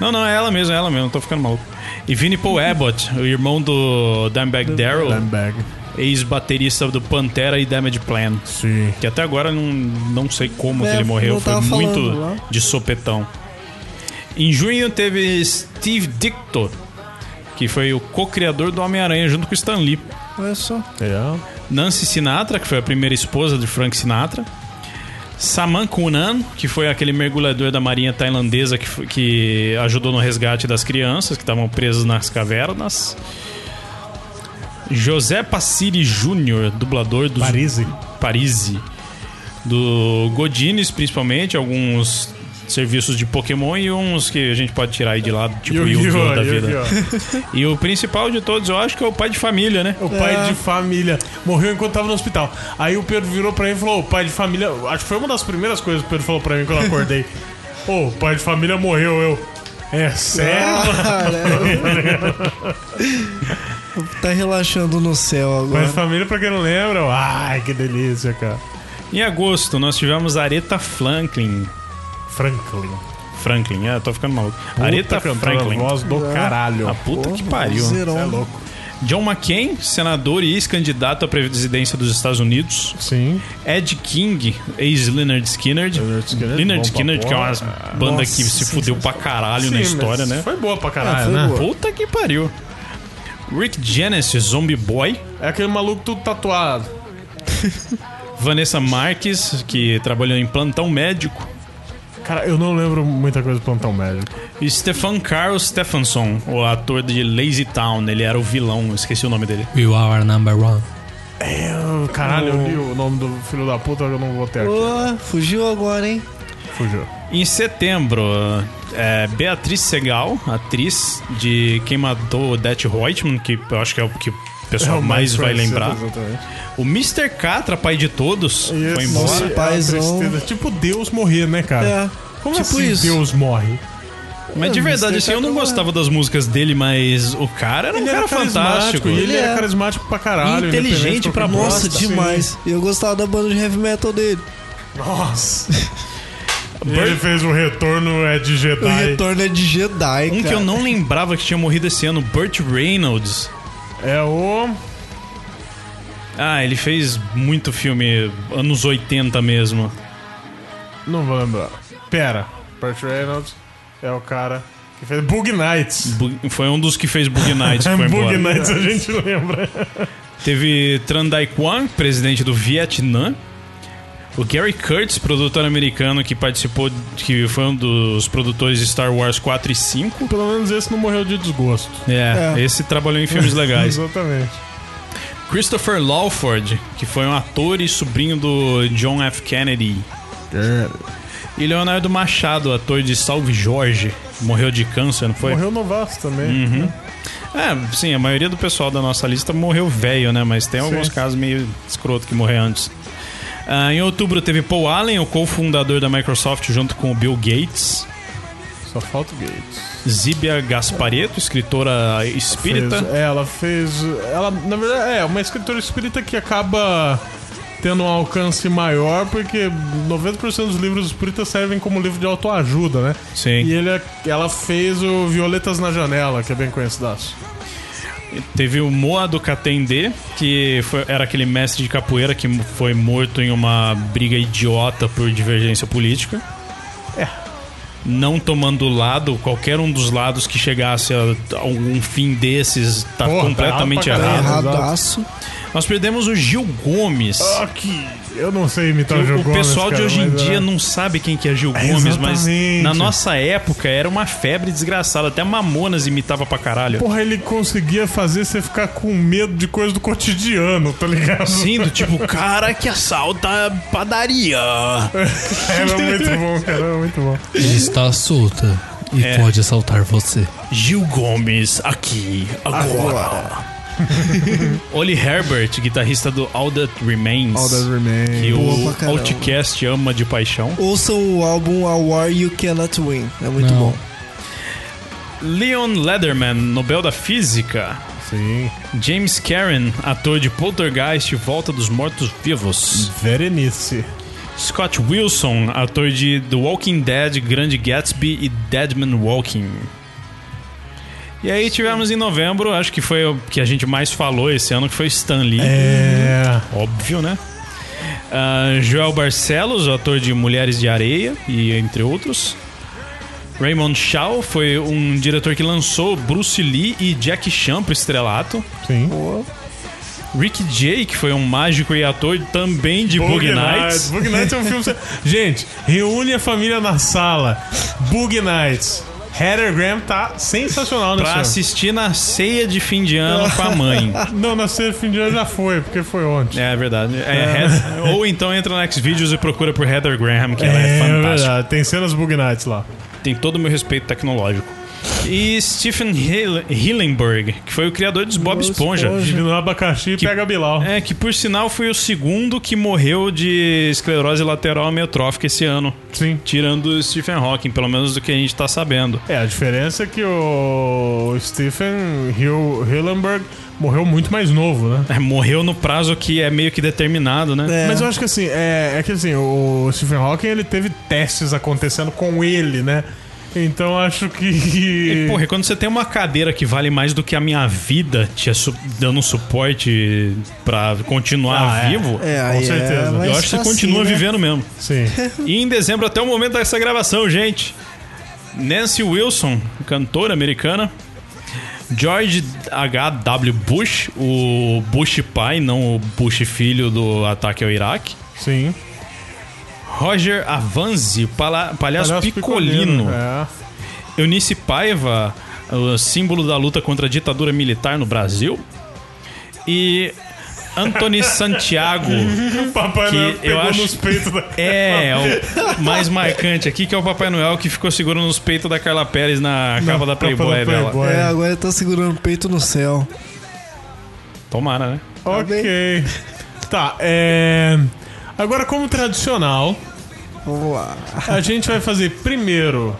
S5: Não, não, é ela mesmo, é ela mesmo. Tô ficando maluco. E Vinnie Paul Abbott, o irmão do Dimebag Darrell,
S1: Lambag.
S5: ex-baterista do Pantera e Damage Plan.
S1: Sim.
S5: Que até agora eu não, não sei como
S4: É,
S5: que ele morreu,
S4: não
S5: foi
S4: tava
S5: muito
S4: falando lá.
S5: de sopetão. Em junho teve Steve Ditko, que foi o co-criador do Homem-Aranha junto com Stan Lee.
S4: Olha só.
S1: É.
S5: Nancy Sinatra, que foi a primeira esposa de Frank Sinatra. Saman Kunan, que foi aquele mergulhador da marinha tailandesa que, foi- que ajudou no resgate das crianças que estavam presas nas cavernas. José Passiri Jr., dublador dos
S1: Parise.
S5: Parisi. Do Godines, principalmente, alguns serviços de Pokémon e uns que a gente pode tirar aí de lado, tipo Yu-Gi-Oh! da vida. E o principal de todos, eu acho que é o pai de família, né?
S1: O pai
S4: É.
S1: de família morreu enquanto tava no hospital. Aí o Pedro virou pra mim e falou: "Ô, pai de família. Acho que foi uma das primeiras coisas que o Pedro falou pra mim quando eu acordei. Ô, o pai de família morreu, eu. É
S4: Ah,
S1: sério?
S4: tá relaxando no céu
S1: Pai
S4: agora.
S1: de família, pra quem não lembra, eu, ai, que delícia, cara.
S5: Em agosto, nós tivemos Aretha Franklin.
S1: Franklin.
S5: Franklin, é, tô ficando maluco. Aretha
S1: cantando a
S5: Franklin.
S1: voz do
S4: É.
S1: caralho.
S5: A puta que pariu.
S4: Zerão.
S1: Cê é louco.
S5: John McCain, senador e ex-candidato à presidência dos Estados Unidos.
S1: Sim.
S5: Ed King, ex-Leonard Skinner.
S1: Leonard Skinner,
S5: Leonard
S1: bom pra
S5: Skinner, que é uma banda que se fudeu pra caralho na história,
S1: mas
S5: né?
S1: Foi boa pra
S4: Ah,
S1: caralho,
S4: foi
S1: né?
S4: boa.
S5: Puta que pariu. Rick Genesis, Zombie Boy.
S1: É aquele maluco tudo tatuado.
S5: Vanessa Marques, que trabalhou em plantão médico.
S1: Cara, eu não lembro muita coisa do plantão médico.
S5: E Stefan Carl Stephenson, o ator de Lazy Town. Ele era o vilão, esqueci o nome dele.
S3: We are number one.
S1: Eu- Ah, Caralho, eu li o nome do filho da puta, eu não vou ter aqui.
S4: Ô, fugiu agora, hein?
S1: Fugiu.
S5: Em setembro, é, Beatriz Segal, atriz de Quem Matou Odette Reutemann, que eu acho que é o que o pessoal mais vai
S1: Francis,
S5: lembrar.
S1: exatamente.
S5: O Mr. Catra, pai de todos,
S1: E esse
S5: foi embora.
S1: é a
S4: Paizão.
S1: tristeza. Tipo Deus morrer, né, cara?
S4: É.
S1: Como
S4: tipo
S1: assim
S4: isso.
S1: Deus morre?
S5: Mas de
S4: É,
S5: verdade,
S4: Mr.
S5: assim, eu não
S4: Catra-
S5: gostava das músicas dele, mas o cara era
S4: É
S5: um
S1: Ele
S5: cara
S1: era
S5: fantástico.
S1: fantástico. E ele
S4: Ele
S1: era
S4: é.
S1: carismático pra caralho.
S5: Inteligente
S1: independente assim. de
S5: pra
S1: qualquer
S5: bosta,
S4: Nossa,
S1: coisa.
S4: demais. E eu gostava da banda de heavy metal dele.
S1: Nossa.
S5: Bird-
S1: Ele fez o retorno é de Jedi.
S4: O retorno é de Jedi,
S5: Um
S4: cara.
S5: que eu não lembrava que tinha morrido esse ano, Burt Reynolds.
S1: É o.
S5: Ah, ele fez muito filme anos 80 mesmo.
S1: Não vou lembrar. Pera. Burt Reynolds é o cara que fez Bug Nights.
S5: Bu- Foi um dos que fez Bug Nights que foi
S1: Bug
S5: embora.
S1: Nights a gente lembra.
S5: Teve Tran Dai Quang, presidente do Vietnã. O Gary Kurtz, produtor americano que participou, que foi um dos produtores de Star Wars 4 e 5.
S1: Pelo menos esse não morreu de desgosto.
S5: É, esse trabalhou em filmes legais.
S1: Exatamente.
S5: Christopher Lawford, que foi um ator e sobrinho do John F. Kennedy.
S1: É.
S5: E Leonardo Machado, ator de Salve Jorge. Morreu de câncer, não foi? Uhum.
S1: Morreu no Vasco também.
S5: É, sim, a maioria do pessoal da nossa lista morreu velho, né? Mas tem alguns casos meio escroto que morreu antes. Ah, em outubro teve Paul Allen, o cofundador da Microsoft, junto com o Bill Gates.
S1: Só falta o Gates.
S5: Zíbia Gaspareto, escritora espírita.
S1: Fez- é, ela fez. Ela, na verdade, é uma escritora espírita que acaba tendo um alcance maior, porque 90% dos livros espíritas servem como livro de autoajuda, né?
S5: Sim.
S1: E ele, ela fez o Violetas na Janela, que é bem conhecidaço.
S5: Teve o Moa do Katendê, que foi- era aquele mestre de capoeira que foi morto em uma briga idiota por divergência política.
S1: É.
S5: Não tomando lado, qualquer um dos lados que chegasse a algum fim desses tá
S1: Porra, tá
S5: completamente
S1: errado pra
S5: errado.
S1: caralho.
S4: Erradaço.
S5: Nós perdemos o Gil Gomes.
S1: Aqui, eu não sei imitar o Ah, tá, Gil
S5: O, o
S1: Gomes,
S5: pessoal de
S1: cara,
S5: hoje em
S1: mas,
S5: dia
S1: é.
S5: não sabe quem que é Gil Gomes, mas
S1: exatamente.
S5: na nossa época era uma febre desgraçada. Até Mamonas imitava pra caralho.
S1: Porra, ele conseguia fazer você ficar com medo de coisa do cotidiano, tá ligado?
S5: Sim, do tipo, cara que assalta padaria.
S1: Era muito bom, cara, era muito bom.
S3: Ele está solta e
S5: É.
S3: pode assaltar você.
S5: Gil Gomes, aqui, agora. Oli Herbert, guitarrista do All That Remains.
S1: All That Remains.
S5: Que
S4: Boa pra
S5: o
S4: caramba.
S5: Outcast ama de paixão.
S4: Ouçam o álbum A War You Cannot Win. É muito
S3: Não.
S4: bom.
S5: Leon Lederman, Nobel da Física.
S1: Sim.
S5: James Karen, ator de Poltergeist e Volta dos Mortos Vivos.
S1: Verenice.
S5: Scott Wilson, ator de The Walking Dead, Grande Gatsby e Deadman Walking. E aí tivemos em novembro, acho que foi o que a gente mais falou esse ano, que foi Stan Lee.
S1: É.
S5: Óbvio, né? Ah, Joel Barcelos, o ator de Mulheres de Areia, e entre outros. Raymond Shaw foi um diretor que lançou Bruce Lee e Jack Chan pro estrelato.
S1: Sim.
S5: Rick Jay, que foi um mágico e ator também de Bug, Nights.
S1: Bug Nights é um filme. Gente, reúne a família na sala. Bug Nights. Heather Graham tá sensacional nesse
S5: Pra
S1: filme.
S5: assistir na ceia de fim de ano com a mãe.
S1: Não, nascer fim de ano já foi, porque foi ontem.
S5: É verdade. É, Heather- Ou então entra no Xvideos e procura por Heather Graham, que ela é, fantástica.
S1: Tem cenas Bug Nights lá.
S5: Tem todo o meu respeito tecnológico. E Stephen Hill- Hillenburg, que foi o criador dos Bob Esponja.
S1: Diminui o abacaxi e pega Bilal.
S5: É, que por sinal foi o segundo que morreu de esclerose lateral amiotrófica esse ano.
S1: Sim.
S5: Tirando o Stephen Hawking, pelo menos do que a gente tá sabendo.
S1: É, a diferença é que o Stephen Hill, Hillenburg morreu muito mais novo, né?
S5: É, morreu no prazo que é meio que determinado, né?
S4: É.
S1: Mas eu acho que assim, é, é que assim, o Stephen Hawking ele teve testes acontecendo com ele, né? Então acho que.
S5: E, porra, e quando você tem uma cadeira que vale mais do que a minha vida, te su- dando suporte pra continuar
S1: Ah, é.
S5: vivo,
S4: É, aí
S1: certeza.
S4: É, mais
S5: eu acho que você
S4: fácil,
S5: continua
S4: né?
S5: vivendo mesmo.
S1: Sim.
S5: E em dezembro, até o momento dessa gravação, gente. Nancy Wilson, cantora americana. George H.W. Bush, o Bush pai, não o Bush filho do ataque ao Iraque.
S1: Sim.
S5: Roger Avanzi, pala- palhaço,
S1: Palhaço
S5: É Picolino.
S1: É.
S5: Eunice Paiva, o símbolo da luta contra a ditadura militar no Brasil. E Anthony Santiago,
S1: O Papai
S5: É. Que
S1: Noel
S5: eu
S1: pegou
S5: acho-
S1: nos peitos da.
S5: É, o mais marcante aqui, que é o Papai Noel que ficou segurando nos peitos da Carla Pérez na capa da Playboy,
S1: Playboy.
S5: dela.
S4: É, agora ele tá segurando o peito no céu.
S5: Tomara, né?
S1: Ok. Tá, é. Agora, como tradicional,
S4: Vamos lá.
S1: a gente vai fazer primeiro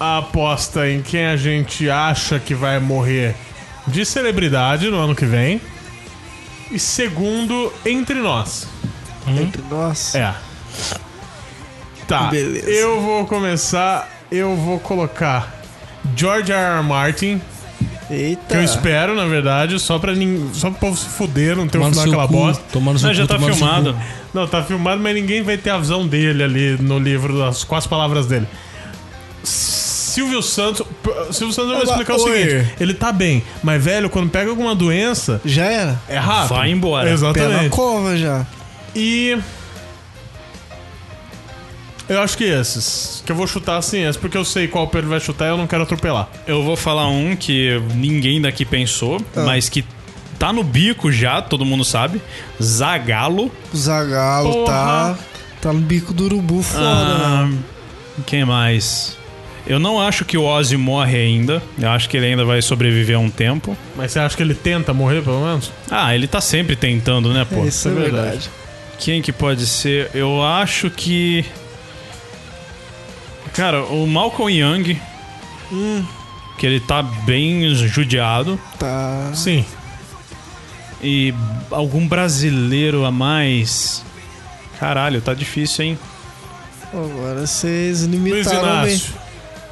S1: a aposta em quem a gente acha que vai morrer de celebridade no ano que vem. E segundo, entre nós.
S4: Entre nós.
S1: É. Tá.
S4: Beleza.
S1: Eu vou começar. Eu vou colocar George R. R. Martin, que
S4: Eita.
S1: eu espero, na verdade, só pra, nin- só pro povo se fuder, não ter o
S3: Tomando
S1: final
S3: seu
S1: daquela bosta.
S3: cu, tomando seu
S5: Não, já
S3: cu,
S5: tá
S3: tomando seu
S5: filmado.
S3: cu.
S1: Não, tá filmado, mas ninguém vai ter a visão dele ali no livro, as, com as palavras dele. Silvio Santos. p- Silvio Santos vai
S4: Ela-
S1: explicar o
S4: Oi.
S1: seguinte: ele tá bem, mas velho, quando pega alguma doença,
S4: Já era.
S1: é rápido.
S5: Vai embora.
S4: Pé na
S1: Exatamente.
S4: cova já.
S1: E. Eu acho que esses. Que eu vou chutar assim, esses, porque eu sei qual pé ele vai chutar e eu não quero atropelar.
S5: Eu vou falar um que ninguém daqui pensou, mas que tá no bico já, todo mundo sabe. Zagalo.
S4: O Zagalo
S1: Porra. Ah,
S4: tá. Tá no bico do urubu foda, né?
S5: Quem mais? Eu não acho que o Ozzy morre ainda. Eu acho que ele ainda vai sobreviver um tempo.
S1: Mas você acha que ele tenta morrer, pelo menos?
S5: Ah, ele tá sempre tentando, né, pô?
S4: Isso é verdade.
S5: Quem que pode ser? Eu acho que. Cara, o Malcolm Young.
S4: Hum.
S5: Que ele tá bem judiado.
S4: Tá.
S1: Sim.
S5: E algum brasileiro a mais. Caralho, tá difícil, hein?
S4: Agora vocês
S1: Luiz
S4: limitaram bem.
S1: Inácio.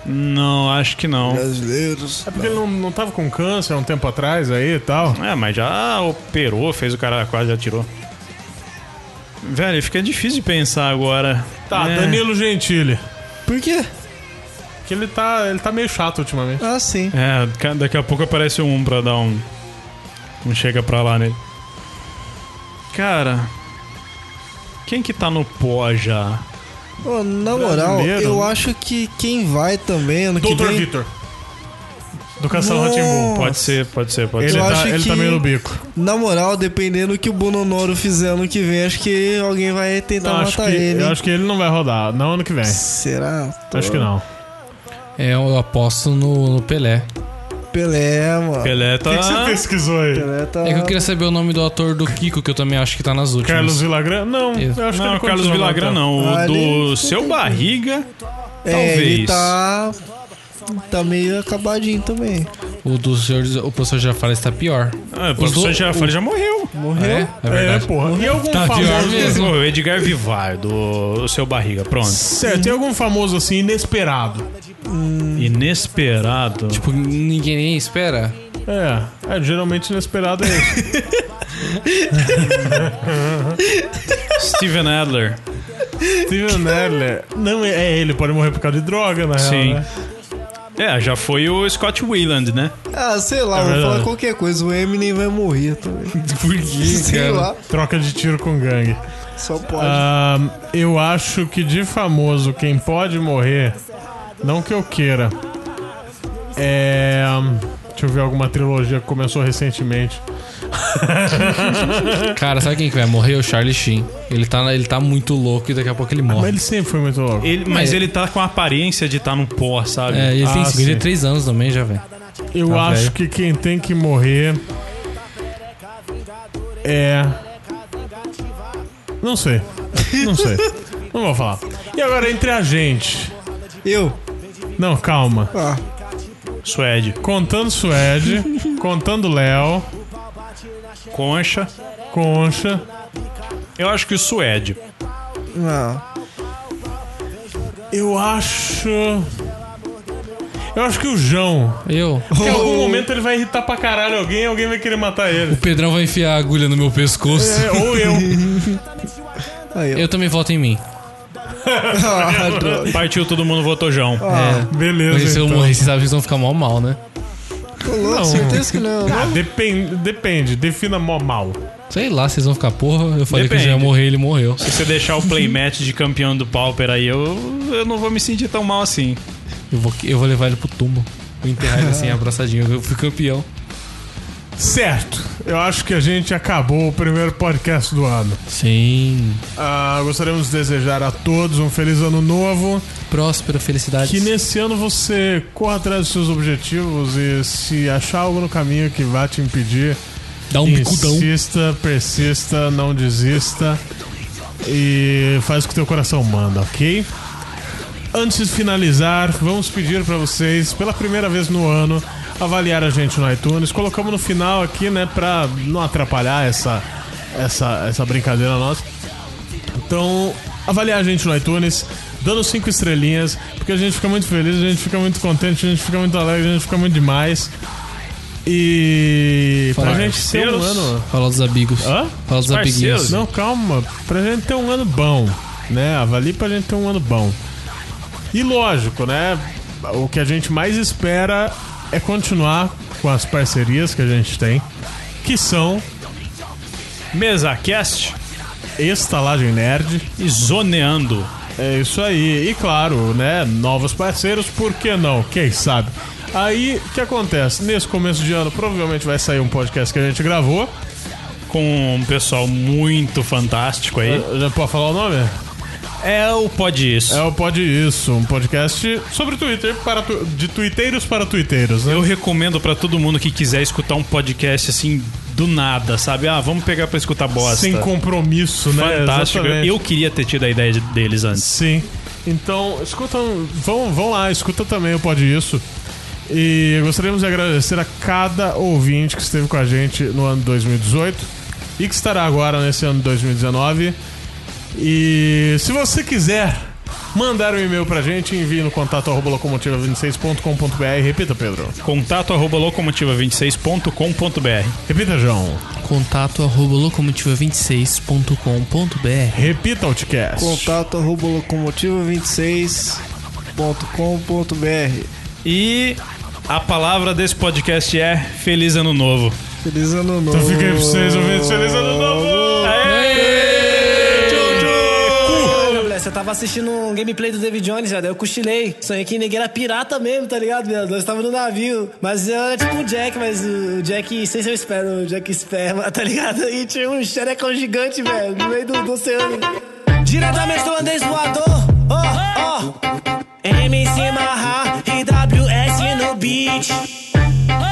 S5: Não, acho que não.
S4: Brasileiros.
S1: É porque ele não, não tava com câncer há um tempo atrás aí e tal.
S5: É, mas já operou, fez o cara quase já tirou. Velho, fica difícil de pensar agora.
S1: Tá,
S5: É.
S1: Danilo Gentili.
S4: Por quê?
S1: Que ele tá, ele tá meio chato ultimamente.
S4: Ah, sim.
S5: É, ca- daqui a pouco aparece um pra dar um. Um chega pra lá nele. Cara. Quem que tá no pó já?
S4: Ô, na moral,
S1: Brasileiro,
S4: eu
S1: né?
S4: acho que quem vai também ano que
S1: Doutor
S4: vem.
S1: Vitor. Do Castelo
S4: Nossa.
S1: Ratimbu.
S5: Pode ser, pode ser, pode
S1: Ele,
S5: ser.
S4: Eu
S1: tá,
S4: acho
S1: ele tá
S4: que-
S1: meio no bico.
S4: Na moral, dependendo do que o Bononoro fizer ano que vem, acho que alguém vai tentar
S1: Eu Então, acho, que,
S4: matar tá ele.
S1: eu
S4: hein?
S1: acho que ele não vai rodar. Não ano que vem.
S4: Será? Tô-
S1: Acho que não.
S3: É, eu aposto no, no Pelé.
S4: Pelé, mano.
S5: Pelé tá.
S1: O que, que você pesquisou aí?
S4: Pelé tá.
S3: É que eu queria saber o nome do ator do Kiko, que eu também acho que tá nas últimas.
S1: Carlos Villagrán? Não,
S3: Isso.
S1: eu acho que
S5: Não,
S1: ele
S5: o Carlos
S1: continua então.
S5: Villagrã
S1: matando.
S5: não.
S4: Ah,
S5: O
S4: ele-
S5: do seu barriga.
S4: É,
S5: Talvez.
S4: ele tá. Tá meio acabadinho também.
S3: O do senhor, o professor Jafares tá pior.
S5: Ah, o professor
S3: do-
S5: Jafari já morreu.
S4: Morreu?
S3: É, é
S1: É,
S3: verdade.
S1: porra. E algum
S3: Tá pior
S1: famoso...
S3: mesmo.
S5: O Edgar Vivar, do o seu barriga. Pronto.
S1: Certo, tem algum famoso assim, inesperado.
S5: Inesperado.
S3: Tipo, ninguém nem espera.
S1: É, é geralmente inesperado é isso.
S5: Steven Adler.
S1: Steven Adler. Não, é- é ele, pode morrer por causa de droga, na
S5: Sim.
S1: real, né?
S5: É, já foi o Scott Wheeland, né?
S4: Ah, sei
S1: É
S4: lá, vou
S1: verdade.
S4: falar qualquer coisa. O Eminem vai morrer também.
S3: Por quê,
S4: sei lá,
S1: Troca de tiro com gangue.
S4: só pode.
S1: Ah, eu acho que de famoso, quem pode morrer, não que eu queira, é. Deixa eu ver alguma trilogia que começou recentemente.
S3: Cara, sabe quem que vai morrer? O Charlie Sheen. Ele tá, na- ele tá muito louco e daqui a pouco ele
S1: Mas
S3: morre.
S1: ele sempre foi muito louco.
S5: Ele, mas ele tá com a aparência de estar tá no pó, sabe?
S3: É, ele
S1: Ah,
S3: tem 53 anos também, já, velho.
S1: Eu
S3: Tá
S1: acho
S3: velho.
S1: que quem tem que morrer é. Não sei. Não sei. Não vou falar. E agora entre a gente.
S4: Eu?
S1: Não, calma.
S4: Ah,
S5: Suede.
S1: Contando Suede, contando Léo,
S5: Concha.
S1: Concha.
S5: Eu acho que o Suede.
S4: não.
S1: Eu acho. Eu acho que o João.
S3: Eu?
S1: Porque em algum
S4: Oh.
S1: momento ele vai irritar pra caralho alguém e alguém vai querer matar ele.
S3: O Pedrão vai enfiar a agulha no meu pescoço.
S1: É, ou eu.
S4: Aí, ó.
S3: Eu também voto em mim.
S4: Ah, droga.
S5: Partiu todo mundo votou João.
S3: Mas
S4: Ah,
S3: É. se
S1: Beleza.
S3: eu
S1: então.
S3: morrer, vocês sabem que vocês vão ficar mal mal, né?
S4: tô louco, certeza que não.
S1: Ah, depende, depende. Defina mó mal.
S3: Sei lá, vocês vão ficar porra. Eu falei que eu já ia
S5: Depende.
S3: morrer, ele morreu.
S5: Se você deixar o playmatch de campeão do Pauper aí, eu, eu não vou me sentir tão mal assim.
S3: Eu vou, eu vou levar ele pro túmulo. Vou enterrar ele assim, abraçadinho. Eu fui campeão.
S1: Certo. Eu acho que a gente acabou o primeiro podcast do ano.
S3: Sim.
S1: Ah, gostaríamos de desejar a todos um feliz ano novo.
S3: Próspera, felicidade.
S1: Que nesse ano você corra atrás dos seus objetivos e se achar algo no caminho que vá te impedir
S3: Dá um bicudão.
S1: Insista, persista, não desista. E faz o que teu coração manda, ok? Antes de finalizar, vamos pedir para vocês, pela primeira vez no ano, avaliar a gente no iTunes. Colocamos no final aqui, né, pra não atrapalhar essa, essa, essa brincadeira nossa. Então, avaliar a gente no iTunes, dando cinco estrelinhas, porque a gente fica muito feliz, a gente fica muito contente, a gente fica muito alegre, a gente fica muito demais. E
S3: Fala,
S1: pra gente ser um
S5: parceiros.
S1: ano.
S3: Fala dos amigos.
S1: Hã?
S3: Fala dos amiguinhos.
S5: Ah, Parceiros.
S1: Não, calma. Pra gente ter um ano bom, né? Avalie pra gente ter um ano bom. E lógico, né? O que a gente mais espera é continuar com as parcerias que a gente tem, que são
S5: MesaCast
S1: Estalagem Nerd.
S5: e Zoneando.
S1: É isso aí. E claro, né? Novos parceiros, por que não? Quem sabe? Aí, o que acontece? Nesse começo de ano, provavelmente vai sair um podcast que a gente gravou.
S5: Com um pessoal muito fantástico aí.
S1: Já pode falar o nome?
S5: É o Pode Isso.
S1: É o Pod Isso, um podcast sobre Twitter, para tu- de twitteiros para twitteiros, né?
S5: Eu recomendo pra todo mundo que quiser escutar um podcast assim do nada, sabe? Ah, vamos pegar pra escutar bosta.
S1: Sem compromisso, né?
S5: Fantástico.
S1: Exatamente.
S5: Eu queria ter tido a ideia de- deles antes.
S1: Sim. Então, escutam, vão, vão lá, escuta também o Pod Isso. E gostaríamos de agradecer a cada ouvinte que esteve com a gente no ano 2018 e que estará agora nesse ano 2019. E se você quiser mandar um e-mail pra gente, envie no contato arroba locomotiva26.com.br. Repita, Pedro.
S5: Contato arroba locomotiva26.com.br.
S1: Repita, João.
S3: Contato arroba locomotiva26.com.br
S1: Repita o Outcast.
S4: Contato arroba locomotiva26.com.br.
S5: E a palavra desse podcast é Feliz Ano Novo.
S4: Feliz ano novo.
S1: Então fica aí pra vocês ouvintes. Feliz ano novo!
S2: Olha, moleque, Você tava assistindo um gameplay do David Jones, velho. Eu cochilei. Sonhei que ninguém era pirata mesmo, tá ligado, velho? Nós tava no navio. Mas eu era tipo o Jack, mas o o Jack, sem seu esperma, o Jack esperma, tá ligado? E tinha um xerecão gigante, velho, no meio do, do oceano. Diretamente do Andes voador. Oh, oh. M em cima, ha, e WS no beat.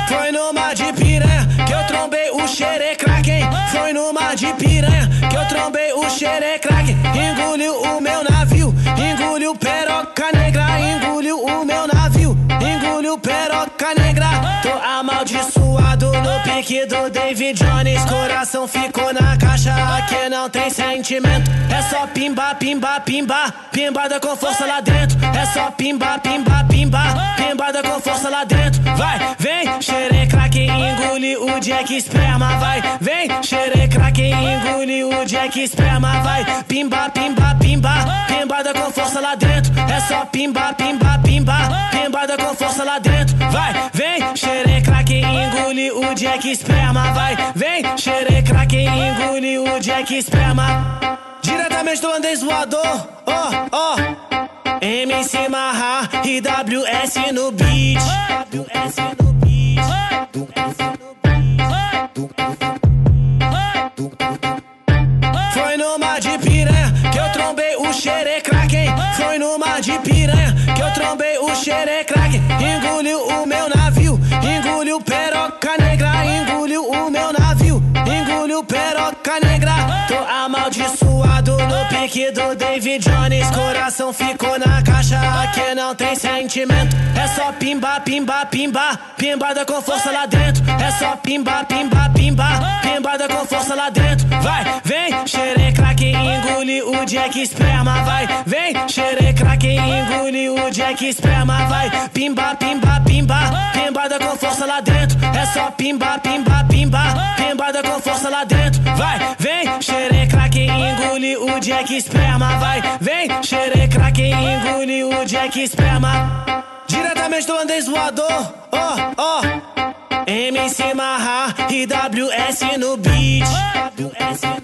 S2: Foi numa de piranha que eu trombei o xere kraken. Foi numa de piranha que eu trombei o xere kraken. Engoliu o meu navio, engoliu peroca negra. Engoliu o meu navio, engoliu peroca negra. Tô amaldiçoado no pique do David Jones. Coração ficou na caixa, aqui não tem sentimento. É só pimba, pimba, pimba. Pimbada com força lá dentro. É só pimba, pimba, pimba. Pimbada com força lá dentro. Vai, vem, xere kraken, engole o Jack esperma. Vai, vem, xere kraken, engole o Jack esperma. Vai, pimba, pimba, pimba. Pimbada com força lá dentro. É só pimba, pimba, pimba. Pimbada com força lá dentro. Vai, vem, xere kraken, engole o Jack esperma. Vai, vem, xere kraken, engole o Jack esperma. Diretamente do Andes voador, oh, oh. M em cima, ha, e WS no beat. WS no beat. Foi numa de piranha que eu trombei o xere kraken. Foi numa de piranha que eu trombei o xere kraken. Engoliu o meu navio, engoliu peroca negra. Engoliu o meu navio, engoliu peroca negra. Tô amaldiçoado no pique do David Jones. Coração ficou na caixa, aqui não tem sentimento. É só pimba, pimba, pimba. Pimbada com força lá dentro. É só pimba, pimba, pimba. Pimbada com força lá dentro. Vai, vem, xere kraken, engole o Jack esperma. Vai, vem, xere kraken, engole o Jack esperma. Vai, pimba, pimba, pimba. Pimbada com força lá dentro. É só pimba, pimba, pimba. Pimbada com força lá dentro. Vai, vem, xere kraken, engole o Jack esperma. Vai, vem, xere kraken, engole o Jack esperma. Diretamente do Andes voador, oh, oh. M em cima, ha, e WS no beat. WS no